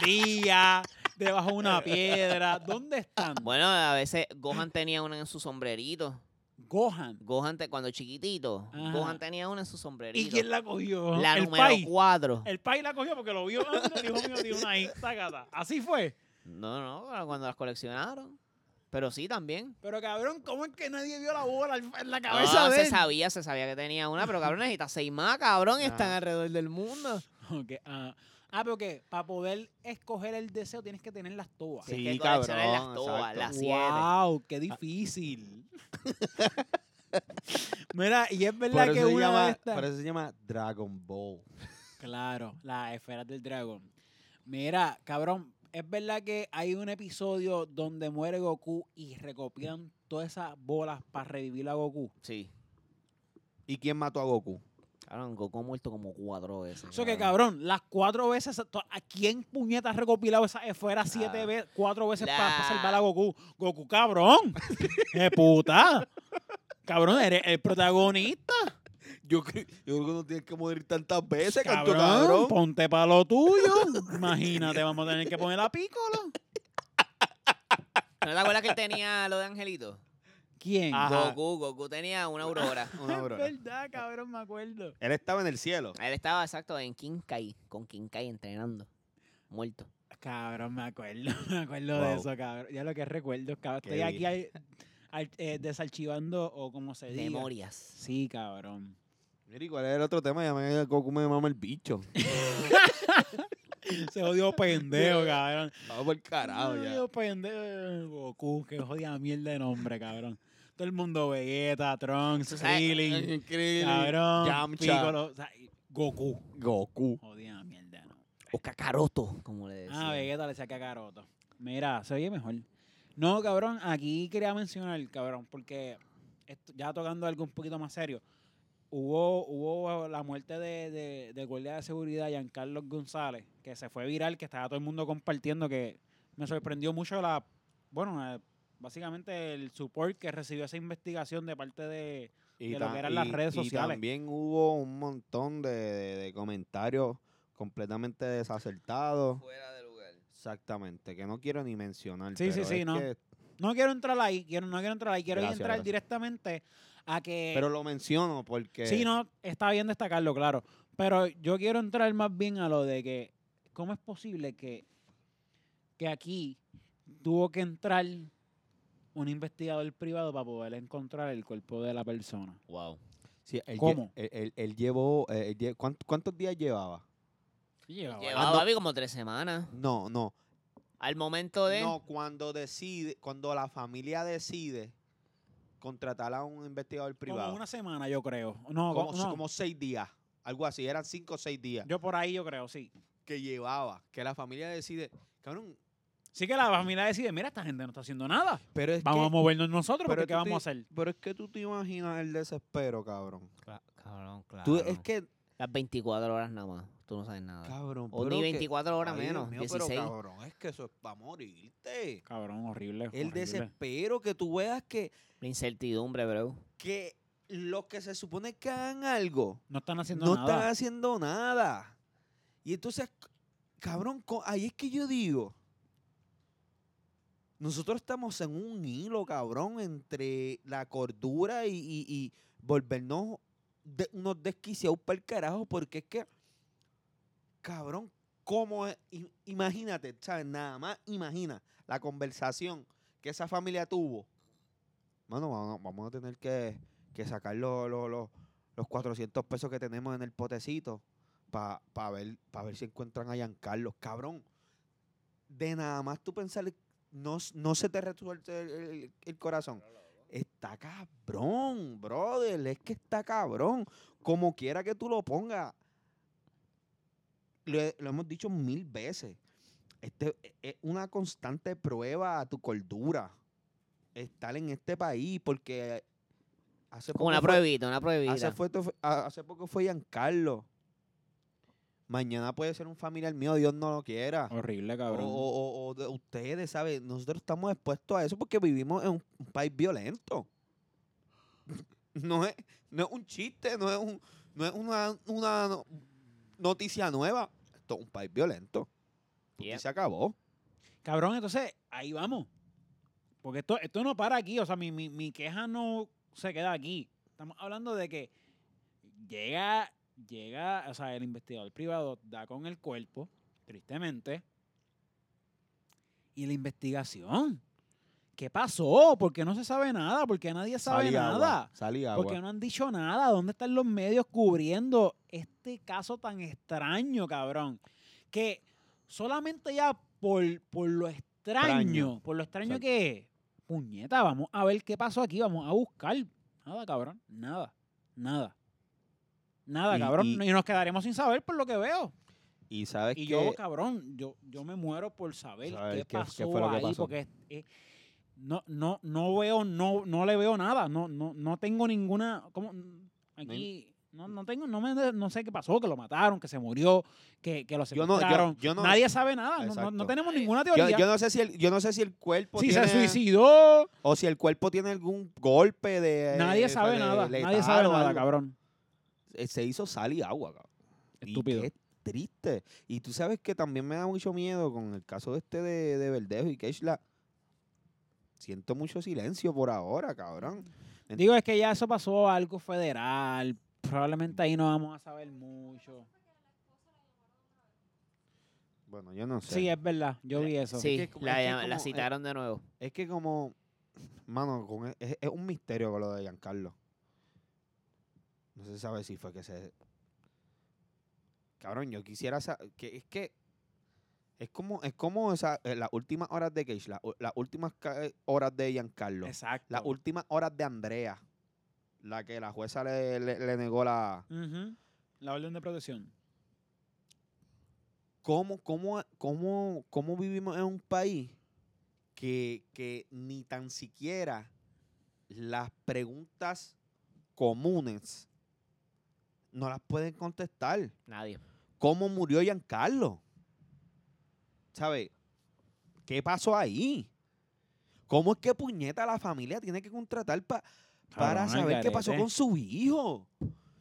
[SPEAKER 1] escondidas, debajo de una piedra. ¿Dónde están?
[SPEAKER 3] bueno, a veces Gohan tenía una en su sombrerito.
[SPEAKER 1] Gohan.
[SPEAKER 3] Gohan, te- cuando chiquitito,
[SPEAKER 1] Ajá.
[SPEAKER 3] Gohan tenía una en su sombrerito.
[SPEAKER 1] ¿Y quién la cogió?
[SPEAKER 3] La
[SPEAKER 1] el
[SPEAKER 3] número
[SPEAKER 1] pai.
[SPEAKER 3] 4.
[SPEAKER 1] El pai la cogió porque lo vio. antes, dijo mío, tiene una ahí. sácata". Así fue.
[SPEAKER 3] No, no, cuando las coleccionaron. Pero sí, también.
[SPEAKER 1] Pero cabrón, ¿cómo es que nadie vio la bola en la
[SPEAKER 3] No,
[SPEAKER 1] cabeza de
[SPEAKER 3] Ah, se
[SPEAKER 1] él?
[SPEAKER 3] sabía, se sabía que tenía una, pero cabrón, necesita seis más, cabrón, están
[SPEAKER 2] Ah.
[SPEAKER 3] alrededor del mundo.
[SPEAKER 1] Ok, ah, ah, pero que para poder escoger el deseo tienes que tener las toas.
[SPEAKER 2] Sí,
[SPEAKER 3] Tienes que coleccionar
[SPEAKER 2] cabrón,
[SPEAKER 3] las todas,
[SPEAKER 2] exacto.
[SPEAKER 3] las siete.
[SPEAKER 1] wow, qué difícil. Mira, y es
[SPEAKER 2] Por
[SPEAKER 1] verdad
[SPEAKER 2] eso,
[SPEAKER 1] que
[SPEAKER 2] se
[SPEAKER 1] una de
[SPEAKER 2] llama,
[SPEAKER 1] estas-
[SPEAKER 2] por eso se llama Dragon Ball.
[SPEAKER 1] Claro, las esferas del dragón. Mira, cabrón, es verdad que hay un episodio donde muere Goku y recopilan todas esas bolas para revivir a Goku.
[SPEAKER 3] Sí.
[SPEAKER 2] ¿Y quién mató a Goku?
[SPEAKER 3] Cabrón, Goku ha muerto como cuatro veces.
[SPEAKER 1] Eso que cabrón, las cuatro veces, to- ¿a quién puñeta ha recopilado esas esferas siete
[SPEAKER 3] Ah.
[SPEAKER 1] veces, cuatro veces
[SPEAKER 3] La-
[SPEAKER 1] para salvar a Goku? Goku, cabrón. ¡Qué puta! Cabrón, eres el protagonista.
[SPEAKER 2] Yo, cre- yo creo que no tienes que morir tantas veces, canto
[SPEAKER 1] Cabrón,
[SPEAKER 2] cabrón.
[SPEAKER 1] ponte para lo tuyo. Imagínate, vamos a tener que poner a Piccolo.
[SPEAKER 3] ¿No te acuerdas que él tenía lo de Angelito?
[SPEAKER 1] ¿Quién?
[SPEAKER 2] Ah, Ajá.
[SPEAKER 3] Goku, Goku tenía una aurora.
[SPEAKER 2] Una
[SPEAKER 1] es
[SPEAKER 2] broma.
[SPEAKER 1] verdad, cabrón, me acuerdo.
[SPEAKER 2] Él estaba en el cielo.
[SPEAKER 3] Él estaba exacto en Kinkai, con Kinkai entrenando. Muerto.
[SPEAKER 1] Cabrón, me acuerdo, me acuerdo de
[SPEAKER 2] Wow.
[SPEAKER 1] eso, cabrón. Ya lo que recuerdo, cabrón.
[SPEAKER 2] Qué
[SPEAKER 1] Estoy aquí
[SPEAKER 2] bien.
[SPEAKER 1] al- al- eh, desarchivando o como se diga.
[SPEAKER 3] Memorias.
[SPEAKER 1] Sí, cabrón.
[SPEAKER 2] Mira, ¿y ¿cuál era el otro tema? Ya me Goku me mama el bicho.
[SPEAKER 1] Se jodió pendejo, cabrón.
[SPEAKER 2] Vamos por el carajo
[SPEAKER 1] No,
[SPEAKER 2] ya.
[SPEAKER 1] yo pendejo. Goku, que jodida mierda de nombre, cabrón. Todo el mundo Vegeta, Trunks,
[SPEAKER 3] Tú sabes,
[SPEAKER 1] Krillin,
[SPEAKER 2] Increíble.
[SPEAKER 1] cabrón,
[SPEAKER 2] Yamcha.
[SPEAKER 1] Piccolo, o sea, y Goku,
[SPEAKER 2] Goku.
[SPEAKER 1] jodida mierda de nombre.
[SPEAKER 4] Este,
[SPEAKER 3] O Kakaroto, como le decía.
[SPEAKER 1] Ah, Vegeta le saca caroto. Mira, se oye mejor. No, cabrón, aquí quería mencionar, cabrón, porque esto- ya tocando algo un poquito más serio. Hubo, hubo la muerte de, de, del guardia de seguridad Giancarlo González, que se fue viral, que estaba todo el mundo compartiendo, que me sorprendió mucho la, bueno, eh, básicamente el support que recibió esa investigación de parte de...
[SPEAKER 4] y
[SPEAKER 1] de lo
[SPEAKER 4] ta-
[SPEAKER 1] que eran las
[SPEAKER 4] y-
[SPEAKER 1] redes sociales.
[SPEAKER 4] Y también hubo un montón de, de- de comentarios completamente desacertados.
[SPEAKER 3] Fuera de lugar.
[SPEAKER 4] Exactamente, que no quiero ni mencionar.
[SPEAKER 1] Sí, sí,
[SPEAKER 4] pero
[SPEAKER 1] sí,
[SPEAKER 4] es
[SPEAKER 1] no.
[SPEAKER 4] que-
[SPEAKER 1] No quiero entrar ahí, quiero, no quiero entrar ahí, quiero
[SPEAKER 4] Gracias,
[SPEAKER 1] entrar
[SPEAKER 4] gracias.
[SPEAKER 1] directamente a que...
[SPEAKER 4] pero lo menciono porque.
[SPEAKER 1] Sí, no, está bien destacarlo, claro. Pero yo quiero entrar más bien a lo de que, ¿cómo es posible que, que aquí tuvo que entrar un investigador privado para poder encontrar el cuerpo de la persona?
[SPEAKER 3] Wow.
[SPEAKER 4] Sí, él lle-
[SPEAKER 1] ¿Cómo?
[SPEAKER 4] Él, él- él llevó. eh, él lle- ¿cuánt- ¿Cuántos días llevaba?
[SPEAKER 3] Llevaba,
[SPEAKER 4] no.
[SPEAKER 3] papi, como tres semanas.
[SPEAKER 4] No, no.
[SPEAKER 3] Al momento de...
[SPEAKER 4] No, cuando decide, cuando la familia decide contratar a un investigador privado.
[SPEAKER 1] Como una semana, yo creo. No,
[SPEAKER 4] como,
[SPEAKER 1] no,
[SPEAKER 4] como seis días. Algo así, eran cinco o seis días
[SPEAKER 1] yo por ahí yo creo, sí.
[SPEAKER 4] que llevaba. Que la familia decide, cabrón,
[SPEAKER 1] Sí que la familia decide, mira, esta gente no está haciendo nada.
[SPEAKER 4] pero es
[SPEAKER 1] Vamos a
[SPEAKER 4] que,
[SPEAKER 1] movernos nosotros,
[SPEAKER 4] pero
[SPEAKER 1] porque ¿qué
[SPEAKER 4] tú
[SPEAKER 1] vamos a
[SPEAKER 4] te-
[SPEAKER 1] hacer?
[SPEAKER 4] Pero es que tú te imaginas el desespero, cabrón.
[SPEAKER 3] Cla- cabrón, claro.
[SPEAKER 4] Tú, es que,
[SPEAKER 3] Las 24 horas nada más. Tú no sabes nada.
[SPEAKER 4] cabrón.
[SPEAKER 3] o
[SPEAKER 4] pero
[SPEAKER 3] ni
[SPEAKER 4] que-
[SPEAKER 3] 24 horas
[SPEAKER 4] Ay, Dios
[SPEAKER 3] menos.
[SPEAKER 4] mío, pero
[SPEAKER 3] 16.
[SPEAKER 4] cabrón, es que eso es para morirte.
[SPEAKER 1] Cabrón, horrible.
[SPEAKER 4] El
[SPEAKER 1] horrible.
[SPEAKER 4] desespero que tú veas que,
[SPEAKER 3] La incertidumbre, bro.
[SPEAKER 4] que los que se supone que hagan algo
[SPEAKER 1] No están haciendo
[SPEAKER 4] no
[SPEAKER 1] nada.
[SPEAKER 4] están haciendo nada. Y entonces, c- cabrón, co- ahí es que yo digo, nosotros estamos en un hilo, cabrón, entre la cordura y, y- y volvernos de- unos desquiciados para el carajo, porque es que, cabrón, ¿cómo es? I- Imagínate, ¿sabes? Nada más imagina la conversación que esa familia tuvo. Mano, vamos, vamos a tener que, que sacar los, los, los- los 400 pesos que tenemos en el potecito para ver, pa ver si encuentran a Giancarlo. Cabrón, de nada más tú pensar, no, s- no se te resuelve el, el- el corazón. Está cabrón, brother, es que está cabrón. Como quiera que tú lo pongas, lo, he- lo hemos dicho mil veces. Este e- es una constante prueba a tu cordura estar en este país porque hace
[SPEAKER 3] Como una
[SPEAKER 4] poco fue-
[SPEAKER 3] pruebita, una pruebita.
[SPEAKER 4] Hace, Ah, fue- to- a- hace poco fue Giancarlo. Mañana puede ser un familiar mío, Dios no lo quiera.
[SPEAKER 1] Horrible,
[SPEAKER 4] O,
[SPEAKER 1] cabrón.
[SPEAKER 4] o- o- o de ustedes, ¿sabes? Nosotros estamos expuestos a eso porque vivimos en un, un país violento. No es, no es un chiste, no es, un, no es una, una no- noticia nueva. Esto es un país violento. Y
[SPEAKER 3] Yep.
[SPEAKER 4] se acabó.
[SPEAKER 1] Cabrón, entonces ahí vamos. Porque esto, esto no para aquí. O sea, mi, mi, mi queja no se queda aquí. Estamos hablando de que llega, llega, o sea, el investigador privado da con el cuerpo, tristemente. Y la investigación. ¿Qué pasó? ¿Por qué no se sabe nada? ¿Por qué nadie sabe
[SPEAKER 4] Salí agua,
[SPEAKER 1] nada?
[SPEAKER 4] salí agua.
[SPEAKER 1] Porque no han dicho nada. ¿Dónde están los medios cubriendo este caso tan extraño, cabrón? Que solamente ya por, por lo extraño,
[SPEAKER 4] Extraño.
[SPEAKER 1] por lo extraño
[SPEAKER 4] Exacto.
[SPEAKER 1] que es, puñeta, vamos a ver qué pasó aquí, vamos a buscar. Nada, cabrón, nada, nada. Nada,
[SPEAKER 4] Y-
[SPEAKER 1] cabrón.
[SPEAKER 4] y-
[SPEAKER 1] Y, nos quedaremos sin saber por lo que veo.
[SPEAKER 4] Y sabes
[SPEAKER 1] Y
[SPEAKER 4] que
[SPEAKER 1] yo, cabrón, yo, yo me muero por saber
[SPEAKER 4] Saber
[SPEAKER 1] qué,
[SPEAKER 4] qué- qué
[SPEAKER 1] pasó
[SPEAKER 4] fue lo que
[SPEAKER 1] ahí,
[SPEAKER 4] pasó.
[SPEAKER 1] porque es- es- no, no, no veo, no, no le veo nada, no, no, no tengo ninguna, ¿cómo? aquí, no, no tengo, no me, no sé qué pasó, que lo mataron, que se murió, que, que lo
[SPEAKER 4] Yo no- yo-
[SPEAKER 1] secuestraron,
[SPEAKER 4] yo no-
[SPEAKER 1] nadie sabe nada, no, no- no,
[SPEAKER 4] Exacto.
[SPEAKER 1] tenemos ninguna
[SPEAKER 4] yo,
[SPEAKER 1] teoría,
[SPEAKER 4] yo no sé si el, yo no sé si el cuerpo
[SPEAKER 1] si
[SPEAKER 4] tiene-
[SPEAKER 1] se suicidó,
[SPEAKER 4] O si el cuerpo tiene algún golpe de.
[SPEAKER 1] nadie
[SPEAKER 4] de-
[SPEAKER 1] sabe
[SPEAKER 4] de-
[SPEAKER 1] nada, nadie
[SPEAKER 4] letal
[SPEAKER 1] sabe
[SPEAKER 4] o
[SPEAKER 1] nada,
[SPEAKER 4] algo.
[SPEAKER 1] cabrón,
[SPEAKER 4] Eh, Se hizo sal y agua, cabrón. Y
[SPEAKER 1] estúpido.
[SPEAKER 4] qué triste. Y tú sabes que también me da mucho miedo con el caso este de, de Verdejo y Keishla. Siento mucho silencio por ahora, cabrón.
[SPEAKER 1] Digo, es que ya eso pasó a algo federal, probablemente ahí no vamos a saber mucho.
[SPEAKER 4] Bueno, yo no sé.
[SPEAKER 1] Sí, es verdad,
[SPEAKER 4] Eh,
[SPEAKER 1] yo vi eso.
[SPEAKER 3] Sí,
[SPEAKER 4] Es que como-
[SPEAKER 3] la,
[SPEAKER 4] es que
[SPEAKER 3] llama- la
[SPEAKER 4] como- eh,
[SPEAKER 3] citaron de nuevo.
[SPEAKER 4] Es que como, mano, con e- es, es un misterio con lo de Giancarlo. No se sabe si fue que se... Cabrón, yo quisiera saber... Que es que... Es como, es como esa- eh, las últimas horas de Cage, la u- las últimas ca- eh, horas de Giancarlo,
[SPEAKER 1] Exacto.
[SPEAKER 4] las últimas horas de Andrea, la que la jueza le, le- le negó la...
[SPEAKER 1] Ujú. La orden de protección.
[SPEAKER 4] ¿Cómo, cómo, cómo, cómo vivimos en un país que, que ni tan siquiera las preguntas comunes no las pueden contestar.
[SPEAKER 3] Nadie.
[SPEAKER 4] ¿Cómo murió Giancarlo? ¿Sabe? ¿Qué pasó ahí? ¿Cómo es que puñeta la familia tiene que contratar pa- para
[SPEAKER 1] Cabrón, al
[SPEAKER 4] saber qué pasó
[SPEAKER 1] garete.
[SPEAKER 4] con su hijo?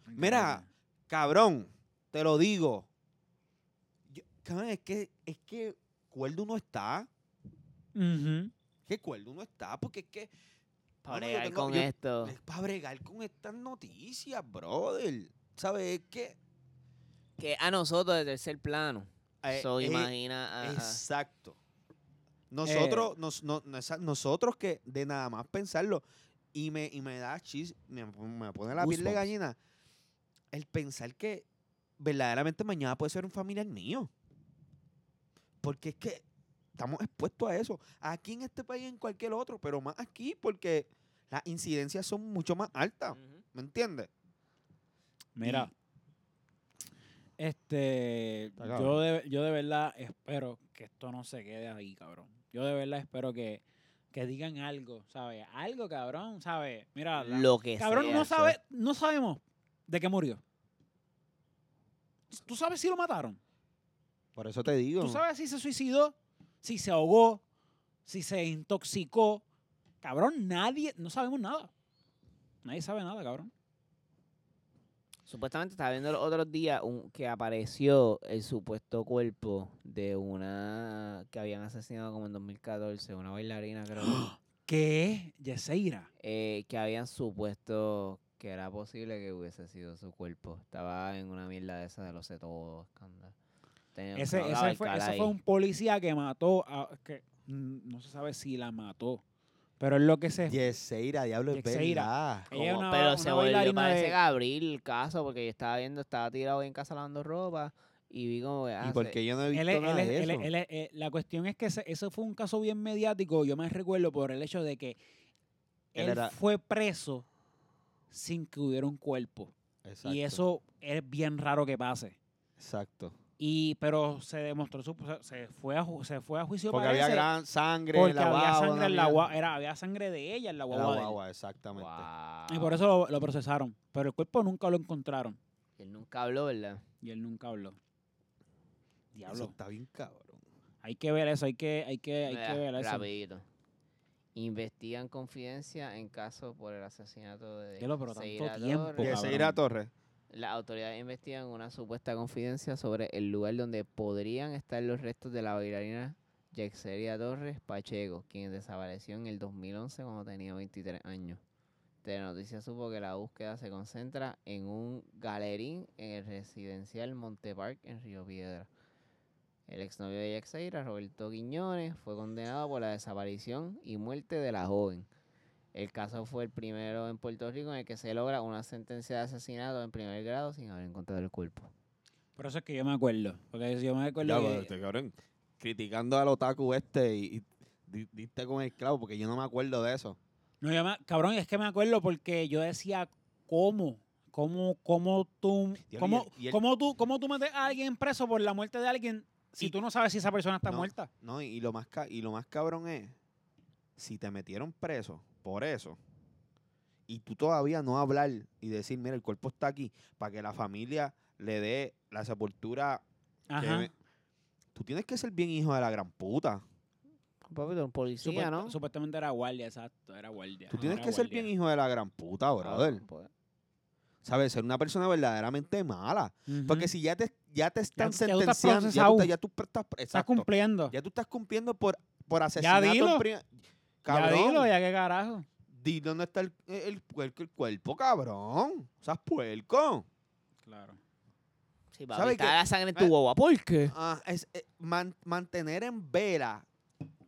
[SPEAKER 4] Mira, cabrón, te lo digo. Yo- cabrón, es que, es que cuerdo uno está.
[SPEAKER 1] Ujú.
[SPEAKER 4] Es que cuerdo uno está, porque es que
[SPEAKER 3] Para
[SPEAKER 4] Mano, yo
[SPEAKER 3] bregar
[SPEAKER 4] tengo-
[SPEAKER 3] con
[SPEAKER 4] yo-
[SPEAKER 3] esto.
[SPEAKER 4] es para bregar con estas noticias, brother. ¿Sabes? Es que.
[SPEAKER 3] Que a nosotros de tercer plano.
[SPEAKER 4] eh,
[SPEAKER 3] so,
[SPEAKER 4] eh,
[SPEAKER 3] imagina. a- a-
[SPEAKER 4] Exacto. Nosotros, nos- no- no- esa- nosotros que de nada más pensarlo, y me, y me da chis, me, me pone la piel de
[SPEAKER 2] Goosebumps.
[SPEAKER 4] gallina, el pensar que verdaderamente mañana puede ser un familiar mío. Porque es que estamos expuestos a eso, aquí en este país y en cualquier otro, pero más aquí porque las incidencias son mucho más altas,
[SPEAKER 3] Ujú.
[SPEAKER 4] ¿me entiendes?
[SPEAKER 1] Mira. Este,
[SPEAKER 4] Está cabrón.
[SPEAKER 1] yo de, yo de verdad espero que esto no se quede ahí, cabrón. Yo de verdad espero que, que digan algo, ¿sabes? Algo, cabrón, ¿sabes? Mira, la-
[SPEAKER 3] Lo que
[SPEAKER 1] cabrón,
[SPEAKER 3] sea.
[SPEAKER 1] no, sabe, no sabemos de qué murió. ¿Tú sabes si lo mataron?
[SPEAKER 4] Por eso te digo.
[SPEAKER 1] ¿Tú sabes si se suicidó? Si se ahogó, si se intoxicó. Cabrón, nadie, no sabemos nada. Nadie sabe nada, cabrón.
[SPEAKER 3] Supuestamente estaba viendo los otros días un- que apareció el supuesto cuerpo de una que habían asesinado como en 2014, una bailarina creo,
[SPEAKER 1] ¿Qué? Yeseira.
[SPEAKER 3] eh, que habían supuesto que era posible que hubiese sido su cuerpo. Estaba en una mierda de esa de los sé todo, escándalo. Tenía un
[SPEAKER 1] Ese,
[SPEAKER 3] cadáver
[SPEAKER 1] ese, fue,
[SPEAKER 3] cala
[SPEAKER 1] ese
[SPEAKER 3] ahí.
[SPEAKER 1] fue un policía que mató a. Que, mm, no se sabe si la mató. Pero es lo que se.
[SPEAKER 4] Yeseira, diablo, es
[SPEAKER 1] Este. Yeseira.
[SPEAKER 4] verdad.
[SPEAKER 1] Ella es
[SPEAKER 3] Como-
[SPEAKER 1] una-
[SPEAKER 3] pero
[SPEAKER 1] una
[SPEAKER 3] se volvió,
[SPEAKER 1] bailarina
[SPEAKER 3] parece
[SPEAKER 1] de-
[SPEAKER 3] que a abrir el caso, porque yo estaba viendo, estaba tirado en casa lavando ropa y vi como que... ah,
[SPEAKER 4] Y
[SPEAKER 3] se-
[SPEAKER 4] porque yo no he visto
[SPEAKER 1] Él es-
[SPEAKER 4] nada
[SPEAKER 1] él es-
[SPEAKER 4] de
[SPEAKER 1] él es-
[SPEAKER 4] eso.
[SPEAKER 1] él es- eh, la cuestión es que ese, ese fue un caso bien mediático. Yo me recuerdo por el hecho de que
[SPEAKER 4] Él
[SPEAKER 1] él
[SPEAKER 4] era-
[SPEAKER 1] fue preso sin que hubiera un cuerpo. Y
[SPEAKER 4] Exacto,
[SPEAKER 1] eso es bien raro que pase.
[SPEAKER 4] Exacto.
[SPEAKER 1] Y, pero se demostró, su, se- se, fue a, ju- se fue a juicio
[SPEAKER 4] Porque
[SPEAKER 1] parece,
[SPEAKER 4] había gran sangre
[SPEAKER 1] porque
[SPEAKER 4] en la
[SPEAKER 1] había
[SPEAKER 4] guagua,
[SPEAKER 1] sangre en
[SPEAKER 4] una
[SPEAKER 1] la
[SPEAKER 4] mierda.
[SPEAKER 1] guagua, era, había sangre de ella en la
[SPEAKER 4] En
[SPEAKER 1] guagua.
[SPEAKER 4] la
[SPEAKER 1] de él.
[SPEAKER 4] guagua, Ah. exactamente.
[SPEAKER 1] Y por eso lo, lo procesaron. Pero el cuerpo nunca lo encontraron.
[SPEAKER 3] Él nunca habló, ¿verdad?
[SPEAKER 1] Y él nunca habló.
[SPEAKER 4] Eso
[SPEAKER 1] Diablo.
[SPEAKER 4] está bien cabrón.
[SPEAKER 1] Hay que ver eso, hay que, hay que, hay
[SPEAKER 3] Mira,
[SPEAKER 1] que ver eso.
[SPEAKER 3] rapidito. Investigan confidencia en caso por el asesinato de
[SPEAKER 1] Diablo, pero tanto
[SPEAKER 3] Seira
[SPEAKER 1] tiempo,
[SPEAKER 3] Torres.
[SPEAKER 1] Pues, cabrón.
[SPEAKER 4] Yeseira Torres.
[SPEAKER 3] Las autoridades investigan una supuesta confidencia sobre el lugar donde podrían estar los restos de la bailarina Yexeria Torres Pacheco, quien desapareció en el 2011 cuando tenía 23 años. Telenoticias supo que la búsqueda se concentra en un galerín en el residencial Montepark en Río Piedra. El exnovio de Yexeira, Roberto Quiñones, fue condenado por la desaparición y muerte de la joven. El caso fue el primero en Puerto Rico en el que se logra una sentencia de asesinato en primer grado sin haber encontrado el cuerpo.
[SPEAKER 1] Por eso es que yo me acuerdo. Porque yo me acuerdo
[SPEAKER 4] Ya, pero
[SPEAKER 1] Pues que...
[SPEAKER 4] este cabrón. Criticando al otaku este y, y di- diste con el clavo porque yo no me acuerdo de eso.
[SPEAKER 1] No, yo me- cabrón, es que me acuerdo porque yo decía, ¿cómo? ¿Cómo, cómo tú,
[SPEAKER 4] y el-
[SPEAKER 1] cómo,
[SPEAKER 4] y el-
[SPEAKER 1] cómo tú, cómo tú metes a alguien preso por la muerte de alguien si
[SPEAKER 4] Y-
[SPEAKER 1] tú no sabes si esa persona está
[SPEAKER 4] No.
[SPEAKER 1] muerta?
[SPEAKER 4] No, y, y lo más ca- y lo más cabrón es si te metieron preso por eso y tú todavía no hablar y decir, mira, el cuerpo está aquí para que la familia le dé la sepultura. que
[SPEAKER 1] Ajá.
[SPEAKER 4] me- Tú tienes que ser bien hijo de la gran puta.
[SPEAKER 3] Papito, un policía,
[SPEAKER 1] Supuesta-
[SPEAKER 3] ¿no?
[SPEAKER 1] Supuestamente era guardia, exacto, era guardia.
[SPEAKER 4] Tú tienes
[SPEAKER 1] era
[SPEAKER 4] que ser
[SPEAKER 1] guardia.
[SPEAKER 4] bien hijo de la gran puta, brother.
[SPEAKER 3] Ah, pues,
[SPEAKER 4] ¿Sabes? Ser una persona verdaderamente mala.
[SPEAKER 1] Ujú.
[SPEAKER 4] Porque si ya te, ya te están
[SPEAKER 1] ya tú estás
[SPEAKER 4] sentenciando, ya
[SPEAKER 1] procesado.
[SPEAKER 4] tú, estás- ya tú pre- estás,
[SPEAKER 1] Estás
[SPEAKER 4] exacto,
[SPEAKER 1] cumpliendo.
[SPEAKER 4] ya tú estás cumpliendo por, por asesinato. en
[SPEAKER 1] dilo.
[SPEAKER 4] pri-
[SPEAKER 1] Ya
[SPEAKER 4] Cabrón,
[SPEAKER 1] dilo, ya qué carajo.
[SPEAKER 4] di dónde está el, el, puerco- el cuerpo, cabrón. O sea, puerco.
[SPEAKER 1] Claro.
[SPEAKER 3] Sí, papi,
[SPEAKER 4] ¿Sabe
[SPEAKER 3] está
[SPEAKER 4] qué?
[SPEAKER 3] la sangre en tu
[SPEAKER 4] Eh,
[SPEAKER 3] pues. boba. ¿Por qué?
[SPEAKER 4] Ah, es, eh, man- mantener en vela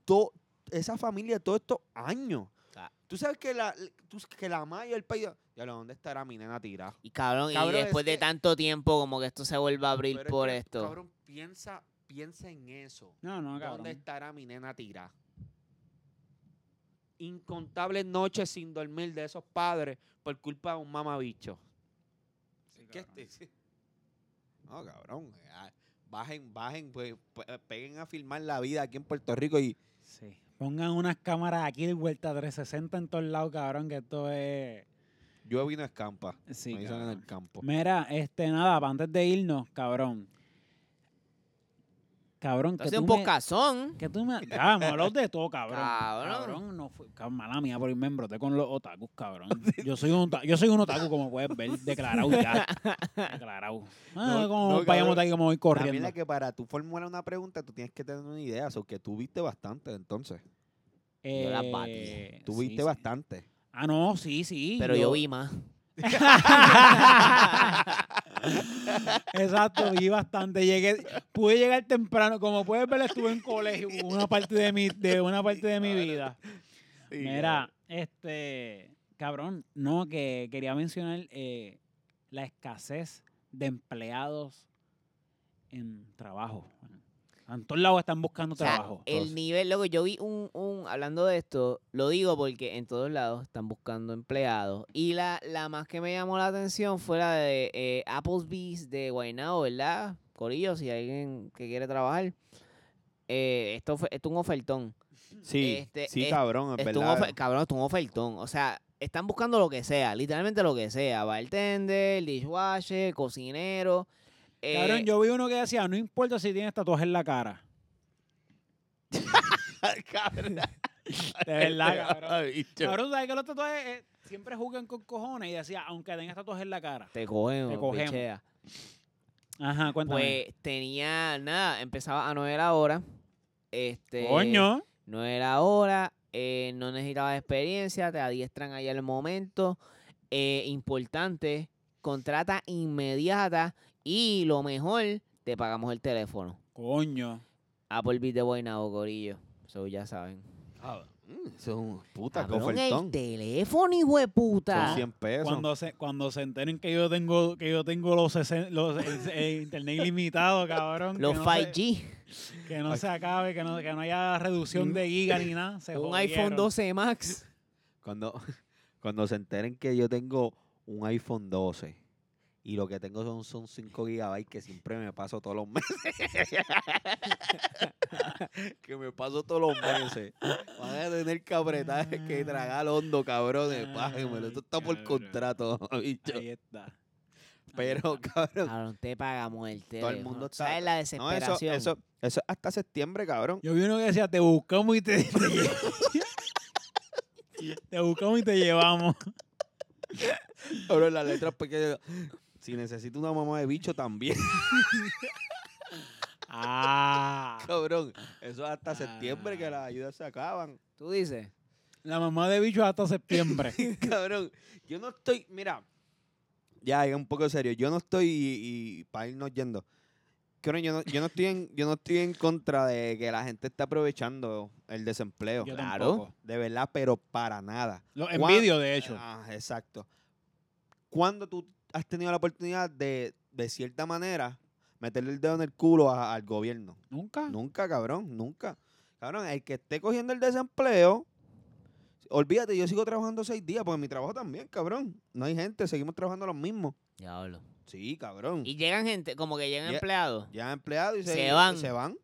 [SPEAKER 4] to- esa familia todos estos años.
[SPEAKER 3] Ah.
[SPEAKER 4] Tú sabes que la, tú- que la mayor país... Ya lo, ¿dónde estará mi nena tirada?
[SPEAKER 3] Y cabrón,
[SPEAKER 4] Cabrón,
[SPEAKER 3] y
[SPEAKER 4] es
[SPEAKER 3] después de
[SPEAKER 4] que-
[SPEAKER 3] tanto tiempo, como que esto se vuelva a abrir
[SPEAKER 4] Pero es
[SPEAKER 3] por
[SPEAKER 4] que,
[SPEAKER 3] esto.
[SPEAKER 4] Cabrón, piensa, piensa en eso.
[SPEAKER 1] No, no, cabrón.
[SPEAKER 4] ¿Dónde estará mi nena tira? Incontables noches sin dormir de esos padres por culpa de un mamabicho.
[SPEAKER 1] Sí,
[SPEAKER 4] ¿Qué
[SPEAKER 1] cabrón.
[SPEAKER 4] este- No, cabrón. eh, pues, ah, Bajen, bajen, pues, pe- peguen a filmar la vida aquí en Puerto Rico y
[SPEAKER 1] Sí. Pongan unas cámaras aquí de vuelta 360 en todos lados, cabrón, que esto es...
[SPEAKER 4] Yo vino escampa.
[SPEAKER 1] Sí,
[SPEAKER 4] me dicen en
[SPEAKER 1] cabrón.
[SPEAKER 4] el campo.
[SPEAKER 1] Mira, este, nada, pa' antes de irnos, cabrón. Cabrón, que
[SPEAKER 3] Entonces,
[SPEAKER 1] tú,
[SPEAKER 3] un
[SPEAKER 1] me,
[SPEAKER 3] pocazón.
[SPEAKER 1] que tú me... Ya, hemos hablado de todo, cabrón.
[SPEAKER 3] Cabrón.
[SPEAKER 1] Cabrón, no fue... Cabrón, mala mía por irme embroté con los otakus, cabrón. Yo soy un, ota- yo soy un otaku, como puedes ver, declarado ya. Declarado. Ah,
[SPEAKER 4] No,
[SPEAKER 1] como
[SPEAKER 4] no,
[SPEAKER 1] vayamos
[SPEAKER 4] cabrón.
[SPEAKER 1] de aquí, como voy
[SPEAKER 4] La mierda
[SPEAKER 1] corriendo.
[SPEAKER 4] es que para tú formular una pregunta, tú tienes que tener una idea. O sea, que tú viste bastante, entonces.
[SPEAKER 1] Eh,
[SPEAKER 3] Yo la batí.
[SPEAKER 4] Tú
[SPEAKER 1] sí,
[SPEAKER 4] viste
[SPEAKER 1] sí.
[SPEAKER 4] bastante.
[SPEAKER 1] Ah, no, sí, sí.
[SPEAKER 3] Pero yo vi más.
[SPEAKER 1] Exacto, vi bastante. Llegué, pude llegar temprano. Como puedes ver, estuve en colegio una parte de mi, de una parte de mi vida. Mira, este, cabrón, no, que quería mencionar eh, la escasez de empleados en trabajo. En todos lados están buscando
[SPEAKER 3] O sea, eh,
[SPEAKER 1] trabajo.
[SPEAKER 3] el nivel, loco, yo vi un, un, hablando de esto, lo digo porque en todos lados están buscando empleados. Y la, la más que me llamó la atención fue la de eh, Applebee's de Guaynabo, ¿verdad? Corillo, si hay alguien que quiere trabajar. Eh, esto, fue, esto es un ofertón.
[SPEAKER 4] Sí,
[SPEAKER 3] este,
[SPEAKER 4] sí,
[SPEAKER 3] es-
[SPEAKER 4] cabrón, es
[SPEAKER 3] Esto es un
[SPEAKER 4] verdad.
[SPEAKER 3] ofe- cabrón, esto es un ofertón. O sea, están buscando lo que sea, literalmente lo que sea. Bartender, dishwasher, cocinero. eh,
[SPEAKER 1] Cabrón, yo vi uno que decía, no importa si tienes tatuaje en la cara.
[SPEAKER 4] Cabrón.
[SPEAKER 1] De verdad, cabrón.
[SPEAKER 4] Ay, bicho.
[SPEAKER 1] Cabrón, ¿sabes que los tatuajes eh, siempre juegan con cojones? Y decía, aunque tengas tatuajes en la cara.
[SPEAKER 3] Te cogemos,
[SPEAKER 1] Te cogemos.
[SPEAKER 3] pichea.
[SPEAKER 1] Ajá, cuéntame.
[SPEAKER 3] Pues tenía nada, empezaba a 9 de la hora. Este,
[SPEAKER 1] Coño.
[SPEAKER 3] 9 de la hora, eh, no necesitabas experiencia, te adiestran ahí al momento. eh, importante, contrata inmediata y lo mejor, te pagamos el teléfono.
[SPEAKER 1] Coño.
[SPEAKER 3] Applebee's de Guaynabo, Corillo. So, ya saben.
[SPEAKER 4] Mm, Eso es un puta que
[SPEAKER 3] Cabrón, este el
[SPEAKER 4] ofertón.
[SPEAKER 3] teléfono, hijo de puta.
[SPEAKER 4] Son 100 pesos.
[SPEAKER 1] Cuando se, cuando se enteren que yo tengo, que yo tengo los, sesen- los el- el internet ilimitado, cabrón.
[SPEAKER 3] Los
[SPEAKER 1] que no se-
[SPEAKER 3] 5G.
[SPEAKER 1] que no se acabe, que no, que no haya reducción de giga ni nada. Se
[SPEAKER 3] Un
[SPEAKER 1] jodieron.
[SPEAKER 3] iPhone 12 Max.
[SPEAKER 4] Cuando, cuando se enteren que yo tengo un iPhone 12 y lo que tengo son, son 5 gigabytes que siempre me paso todos los meses. que me paso todos los meses. Van a tener que apretar, que tragar hondo, cabrones. Pájenmelo. Esto está por
[SPEAKER 1] Ay, cabrón.
[SPEAKER 4] contrato, bicho.
[SPEAKER 1] Ahí está.
[SPEAKER 4] Pero, cabrón.
[SPEAKER 3] Cabrón, te pagamos el teléfono.
[SPEAKER 4] Todo el mundo está-
[SPEAKER 3] ¿Sabes la
[SPEAKER 4] No, eso,
[SPEAKER 3] desesperación?
[SPEAKER 4] eso, eso es hasta septiembre, cabrón.
[SPEAKER 1] Yo vi uno que decía, te buscamos y te... te lle- Te buscamos y te llevamos.
[SPEAKER 4] Cabrón, las letras pequeñas. Si necesito una mamá de bicho también.
[SPEAKER 1] Ah.
[SPEAKER 4] Cabrón, eso es hasta
[SPEAKER 1] Ah.
[SPEAKER 4] septiembre que las ayudas se acaban.
[SPEAKER 3] Tú dices.
[SPEAKER 1] La mamá de bicho hasta septiembre.
[SPEAKER 4] Cabrón, yo no estoy, mira, ya, ya un poco serio, yo no estoy y, para irnos yendo. Cabrón, yo no, yo no estoy en, yo no estoy en contra de que la gente está aprovechando el desempleo.
[SPEAKER 1] Yo
[SPEAKER 4] claro.
[SPEAKER 1] tampoco.
[SPEAKER 4] De verdad, pero para nada.
[SPEAKER 1] Los
[SPEAKER 4] Cuán-
[SPEAKER 1] envidio, de hecho.
[SPEAKER 4] Ah, exacto. Cuando tú has tenido la oportunidad de, de cierta manera, meterle el dedo en el culo a- al gobierno.
[SPEAKER 1] Nunca.
[SPEAKER 4] Nunca, cabrón, nunca. Cabrón, el que esté cogiendo el desempleo, olvídate, yo sigo trabajando seis días, porque mi trabajo también, cabrón. No hay gente, seguimos trabajando los mismos.
[SPEAKER 3] Diablo.
[SPEAKER 4] Sí, cabrón.
[SPEAKER 3] Y llegan gente, como que llegan
[SPEAKER 4] Ya-
[SPEAKER 3] empleados.
[SPEAKER 4] Ya empleados y se,
[SPEAKER 3] Se van.
[SPEAKER 4] se van.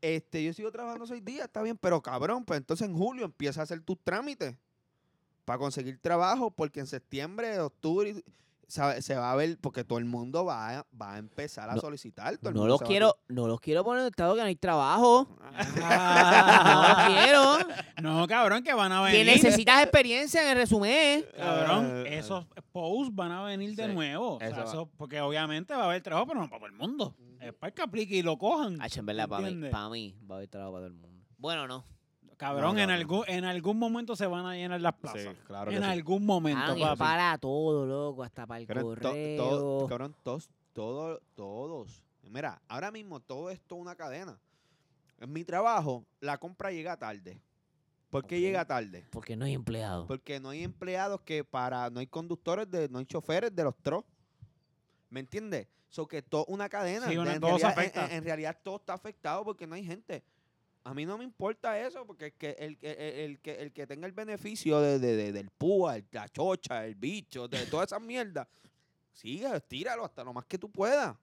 [SPEAKER 4] Este, yo sigo trabajando seis días, está bien, pero cabrón, pues entonces en julio empieza a hacer tus trámites para conseguir trabajo, porque en septiembre, octubre, y- sabe- se va a ver, porque todo el mundo va a, va a empezar a
[SPEAKER 3] No-
[SPEAKER 4] solicitar. todo el
[SPEAKER 3] No
[SPEAKER 4] mundo
[SPEAKER 3] los
[SPEAKER 4] se va a-
[SPEAKER 3] quiero, no los quiero poner en estado que no hay trabajo. No los
[SPEAKER 1] Ah.
[SPEAKER 3] quiero.
[SPEAKER 1] No, cabrón, que van a
[SPEAKER 3] Que
[SPEAKER 1] venir.
[SPEAKER 3] necesitas experiencia en el resumen.
[SPEAKER 2] Ah,
[SPEAKER 1] Cabrón,
[SPEAKER 4] Eh,
[SPEAKER 1] esos posts van a venir de
[SPEAKER 4] sí,
[SPEAKER 1] nuevo. O sea,
[SPEAKER 4] eso va.
[SPEAKER 1] eso- porque obviamente va a haber trabajo, pero no para todo el mundo. Es para el que aplique y lo cojan.
[SPEAKER 3] Hacho, en verdad, para mí,
[SPEAKER 1] ¿Entiendes?
[SPEAKER 3] para mí, va a haber trabajo para todo el mundo. Bueno, no.
[SPEAKER 1] Cabrón,
[SPEAKER 4] No,
[SPEAKER 1] en,
[SPEAKER 4] cabrón.
[SPEAKER 1] algún, en algún momento se van a llenar las plazas.
[SPEAKER 4] Sí, claro que
[SPEAKER 1] en
[SPEAKER 4] sí.
[SPEAKER 1] algún momento,
[SPEAKER 3] Ah, y
[SPEAKER 1] papi.
[SPEAKER 3] para todo, loco, hasta para el
[SPEAKER 4] Cabrón, to-
[SPEAKER 3] correo.
[SPEAKER 4] todo- cabrón, tos- todo- todos. Mira, ahora mismo todo esto es una cadena. En mi trabajo, la compra llega tarde. ¿Por qué
[SPEAKER 3] Ok.
[SPEAKER 4] llega tarde?
[SPEAKER 3] Porque no hay empleado.
[SPEAKER 4] Porque no hay empleados que para, no hay conductores, de, no hay choferes de los tros. ¿Me entiendes? So que todo una cadena.
[SPEAKER 1] Sí, una-
[SPEAKER 4] en,
[SPEAKER 1] todo se
[SPEAKER 4] realidad, en-
[SPEAKER 1] afecta.
[SPEAKER 4] en- en realidad todo está afectado porque no hay gente. A mí no me importa eso, porque el que, el, que- el- el que, el que tenga el beneficio de, de- de- del púa, el, la chocha, el bicho, de todas esas mierdas, sigue, estíralo hasta lo más que tú puedas.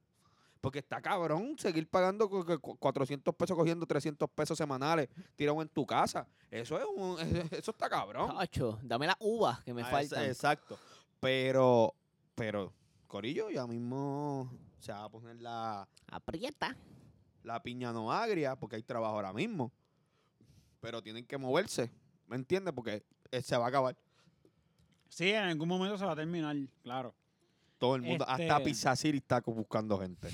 [SPEAKER 2] Porque está cabrón seguir pagando cu- cu- cu- 400 pesos cogiendo 300 pesos semanales tirado en tu casa. Eso es un, eso está cabrón.
[SPEAKER 3] Chacho, dame las uvas que me
[SPEAKER 2] Ah, ex-
[SPEAKER 3] faltan.
[SPEAKER 2] Exacto. Pero, pero, Corillo, ya mismo se va a poner la,
[SPEAKER 3] Aprieta.
[SPEAKER 2] la piña no agria porque hay trabajo ahora mismo. Pero tienen que moverse, ¿me entiendes? Porque eh, se va a acabar
[SPEAKER 1] Sí, en algún momento se va a terminar, claro.
[SPEAKER 2] todo el mundo. Hasta
[SPEAKER 1] Este-
[SPEAKER 2] Pizza City está co- buscando gente.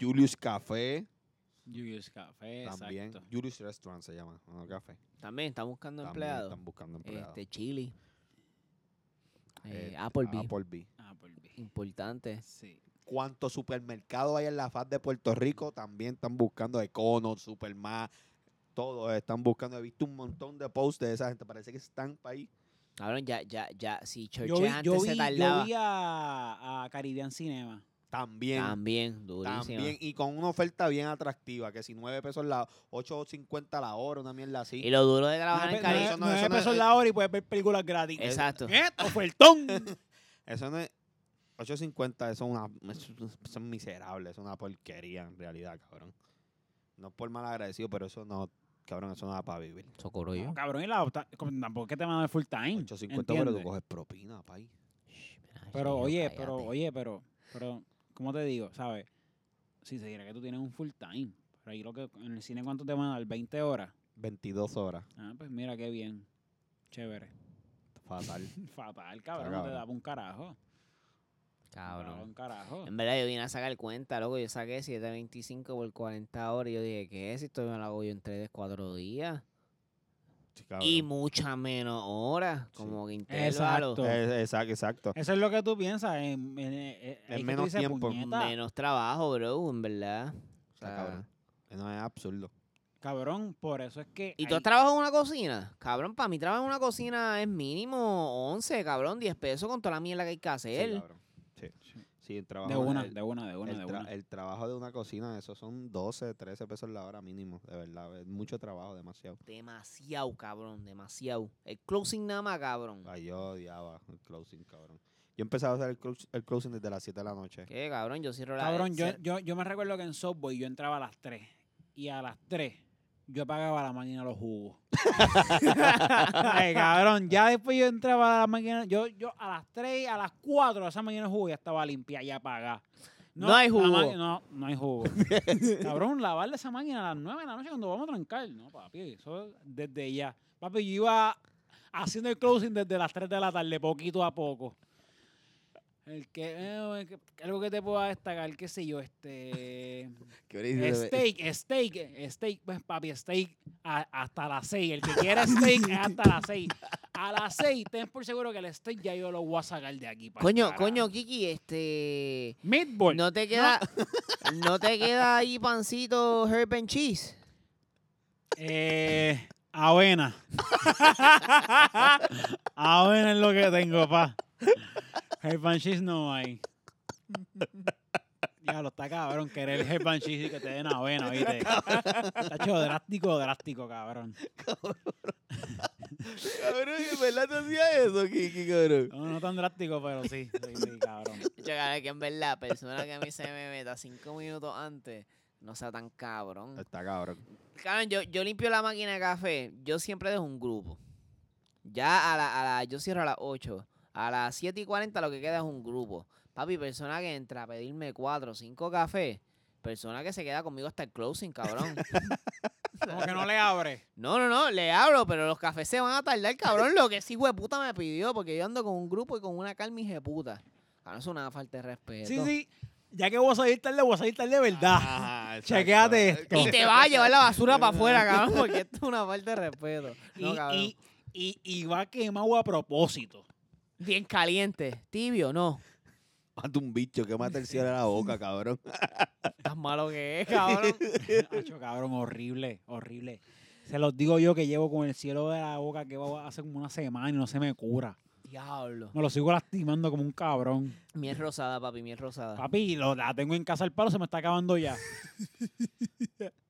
[SPEAKER 2] Julius Café
[SPEAKER 1] Julius Café,
[SPEAKER 2] también.
[SPEAKER 1] exacto.
[SPEAKER 2] Julius Restaurant se llama, no café.
[SPEAKER 3] También está buscando
[SPEAKER 2] También
[SPEAKER 3] empleados.
[SPEAKER 2] Están buscando empleados.
[SPEAKER 3] Este, Chili. Eh,
[SPEAKER 2] Este,
[SPEAKER 3] Applebee.
[SPEAKER 2] Applebee.
[SPEAKER 1] Ah, por bien.
[SPEAKER 3] Importante.
[SPEAKER 1] Sí.
[SPEAKER 2] cuántos supermercados hay en la faz de Puerto Rico, también están buscando Econo, Superman, todos están buscando. He visto un montón de posts de esa gente, parece que están para ahí.
[SPEAKER 3] Cabrón, ya, ya, ya. Si Churches
[SPEAKER 1] Yo vi,
[SPEAKER 3] antes
[SPEAKER 1] yo
[SPEAKER 3] se
[SPEAKER 1] vi- yo
[SPEAKER 3] tardaba.
[SPEAKER 1] vi a, a Caribbean Cinema.
[SPEAKER 2] También,
[SPEAKER 3] También, durísimo.
[SPEAKER 2] también, y con una oferta bien atractiva, que si 9 pesos la, 8.50 la hora, una mierda
[SPEAKER 3] Y
[SPEAKER 2] así.
[SPEAKER 3] lo duro de trabajar
[SPEAKER 1] Nueve
[SPEAKER 3] en
[SPEAKER 1] pe-
[SPEAKER 2] Cari-
[SPEAKER 1] nueve-
[SPEAKER 2] eso
[SPEAKER 3] Caribe.
[SPEAKER 2] no-
[SPEAKER 1] nueve
[SPEAKER 2] eso no- eh,
[SPEAKER 1] pesos la hora y puedes ver películas gratis.
[SPEAKER 3] Exacto.
[SPEAKER 1] ¿Qué? ¡Ofertón!
[SPEAKER 2] Eso no es... 8.50, eso es una... Eso es miserable, es una porquería en realidad, cabrón. No por mal agradecido, pero eso no... Cabrón, eso no da para vivir.
[SPEAKER 3] Socorro yo.
[SPEAKER 1] No, cabrón, y la opta- como tampoco es que te van a dar full time.
[SPEAKER 2] 8.50, pero tú
[SPEAKER 1] ¿entiendes?
[SPEAKER 2] coges propina, país.
[SPEAKER 1] Pero oye, pero
[SPEAKER 3] cállate.
[SPEAKER 1] oye, pero, pero, ¿cómo te digo? ¿Sabes? Si se diera que tú tienes un full time, pero ahí lo que en el cine cuánto te van a dar, 20 horas.
[SPEAKER 2] 22 horas.
[SPEAKER 1] Ah, pues mira qué bien. Chévere.
[SPEAKER 2] Fatal.
[SPEAKER 1] Fatal, cabrón, no te
[SPEAKER 2] cabrón.
[SPEAKER 1] da pa' un carajo.
[SPEAKER 3] Cabrón.
[SPEAKER 1] Un carajo.
[SPEAKER 3] En verdad, yo vine a sacar cuenta, loco. Yo saqué 7.25 por 40 horas. Y yo dije, ¿qué es? Si esto me lo hago yo en 3 4 días.
[SPEAKER 2] Sí, cabrón.
[SPEAKER 3] Y muchas menos horas.
[SPEAKER 2] Sí.
[SPEAKER 3] Como que intervalo.
[SPEAKER 1] Exacto.
[SPEAKER 2] Eh, exacto, exacto.
[SPEAKER 1] Eso es lo que tú piensas. En, en- eh, eh, es que tú
[SPEAKER 2] menos
[SPEAKER 1] dices,
[SPEAKER 2] tiempo.
[SPEAKER 1] "Puñeta,
[SPEAKER 3] Menos trabajo, bro, en verdad. O
[SPEAKER 2] Está
[SPEAKER 3] sea,
[SPEAKER 2] cabrón. No es absurdo.
[SPEAKER 1] Cabrón, por eso es que.
[SPEAKER 3] ¿Y tú
[SPEAKER 1] hay-
[SPEAKER 3] has trabajado en una cocina? Cabrón, para mí trabajar en una cocina es mínimo 11, cabrón, 10 pesos con toda la mierda que hay que
[SPEAKER 2] Sí,
[SPEAKER 3] hacer.
[SPEAKER 2] cabrón. Sí. Sí, el trabajo
[SPEAKER 1] De una,
[SPEAKER 2] el,
[SPEAKER 1] de una, de una,
[SPEAKER 2] el
[SPEAKER 1] de
[SPEAKER 2] tra-
[SPEAKER 1] una.
[SPEAKER 2] el trabajo de una cocina, eso son 12, 13 pesos la hora mínimo, de verdad. Es mucho trabajo, demasiado.
[SPEAKER 3] Demasiado, cabrón, demasiado. El closing nada más, cabrón.
[SPEAKER 2] Ay, yo odiaba el closing, cabrón. Yo empezaba a hacer el, clous- el closing desde las 7 de la noche.
[SPEAKER 3] ¿Qué, cabrón? Yo cierro la...
[SPEAKER 1] Cabrón, yo,
[SPEAKER 3] cer-
[SPEAKER 1] yo, yo me recuerdo que en Subway yo entraba a las 3. Y a las 3 yo apagaba la máquina los jugos. Ay, cabrón, ya después yo entraba a la máquina. Yo, yo a las 3, a las 4 esa mañana de jugo ya estaba limpia y apagada.
[SPEAKER 3] No hay
[SPEAKER 1] la
[SPEAKER 3] jugo.
[SPEAKER 1] ma- No, no hay jugo. cabrón, lavarle esa máquina a las 9 de la noche cuando vamos a trancar. No, papi, eso desde ya. Papi, yo iba haciendo el closing desde las 3 de la tarde, poquito a poco. El que, eh, el que- algo que te pueda destacar, qué sé yo, este steak, steak, steak, pues papi, steak a- hasta las 6. El que quiera steak es hasta las 6. A las 6, ten por seguro que el steak ya yo lo voy a sacar de aquí. pa'l
[SPEAKER 3] Coño,
[SPEAKER 1] carajo.
[SPEAKER 3] coño, Kiki, este...
[SPEAKER 1] Meatball.
[SPEAKER 3] No te queda... No. te queda ahí pancito herb and cheese?
[SPEAKER 1] Eh, avena. avena es lo que tengo, pa. El cheese no hay. Diablo, está cabrón querer el pan cheese y que te den avena, ¿viste? Está hecho drástico, drástico, cabrón.
[SPEAKER 2] Cabrón, ¿en verdad te hacía eso, Kiki, cabrón?
[SPEAKER 1] No, no tan drástico, pero sí, sí, sí, cabrón.
[SPEAKER 3] Checar que en verdad, persona que a mí se me meta cinco minutos antes, no sea tan cabrón.
[SPEAKER 2] Está cabrón.
[SPEAKER 3] Cabrón, yo, yo limpio la máquina de café. Yo siempre dejo un grupo. Ya a la, a la- yo cierro a las 8. A las 7 y 40 lo que queda es un grupo. Papi, persona que entra a pedirme 4 o 5 cafés. Persona que se queda conmigo hasta el closing, cabrón.
[SPEAKER 1] Como que no le abre.
[SPEAKER 3] No, no, no, le abro, pero los cafés se van a tardar, cabrón. Lo que ese hijo de puta me pidió, porque yo ando con un grupo y con una calma hija de puta. Cabrón, eso es una falta de respeto.
[SPEAKER 1] Sí, sí. Ya que voy a salir tarde, voy a salir tarde de verdad.
[SPEAKER 2] Ah.
[SPEAKER 1] Chequéate esto.
[SPEAKER 3] Ah, Y te vas a llevar la basura para afuera, cabrón, porque esto es una falta de respeto. No,
[SPEAKER 1] Y-
[SPEAKER 3] cabrón.
[SPEAKER 1] y, y, y va quemado a propósito.
[SPEAKER 3] Bien caliente. Tibio, no.
[SPEAKER 2] Mata un bicho que mata el cielo a la boca, cabrón.
[SPEAKER 3] Tan malo que es, cabrón.
[SPEAKER 1] Acho, cabrón, horrible, horrible. Se los digo yo que llevo con el cielo de la boca que va hace como una semana y no se me cura.
[SPEAKER 3] Diablo.
[SPEAKER 1] Me lo sigo lastimando como un cabrón.
[SPEAKER 3] Miel rosada, papi, miel rosada.
[SPEAKER 1] Papi, lo- la tengo en casa al palo, se me está acabando ya.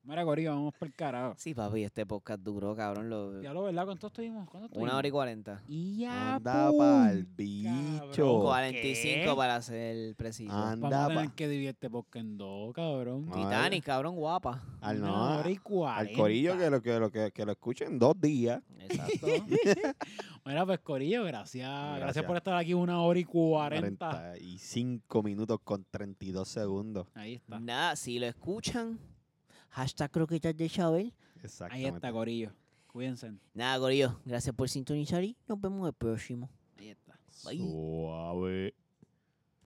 [SPEAKER 1] Mira, Corillo, vamos por el carajo.
[SPEAKER 3] Sí, papi, este podcast duró, cabrón. Lo...
[SPEAKER 1] Ya lo verdad, ¿cuánto estuvimos? ¿Cuánto estuvimos?
[SPEAKER 3] Una hora y cuarenta.
[SPEAKER 1] Y ya.
[SPEAKER 2] Anda
[SPEAKER 1] Ah, pum.
[SPEAKER 2] pa'l bicho.
[SPEAKER 4] Chacho.
[SPEAKER 1] cabrón.
[SPEAKER 3] 45
[SPEAKER 1] ¿Qué?
[SPEAKER 3] para ser preciso.
[SPEAKER 1] Vamos a
[SPEAKER 4] Anda,
[SPEAKER 1] tener
[SPEAKER 4] pa-
[SPEAKER 1] que divierte porque en dos, cabrón.
[SPEAKER 4] Ah,
[SPEAKER 3] Titanic, cabrón, guapa.
[SPEAKER 4] al, no,
[SPEAKER 1] Una hora y
[SPEAKER 4] al
[SPEAKER 1] 40.
[SPEAKER 4] corillo que lo, que, lo, que, que lo escuchen en dos días.
[SPEAKER 3] Exacto.
[SPEAKER 1] Mira, pues Corillo, gracias. Gracias,
[SPEAKER 4] Gracias.
[SPEAKER 1] por estar aquí una hora y cuarenta.
[SPEAKER 4] 45 minutos con 32 segundos.
[SPEAKER 1] Ahí está.
[SPEAKER 3] Nada, si lo escuchan.
[SPEAKER 2] Hashtag croquetas de Chabel.
[SPEAKER 1] Ahí está,
[SPEAKER 4] Exactamente.
[SPEAKER 1] Corillo. Cuídense.
[SPEAKER 3] Nada, gorillo.
[SPEAKER 2] Gracias por sintonizar y nos vemos el próximo.
[SPEAKER 1] Ahí está.
[SPEAKER 3] Bye.
[SPEAKER 4] Suave.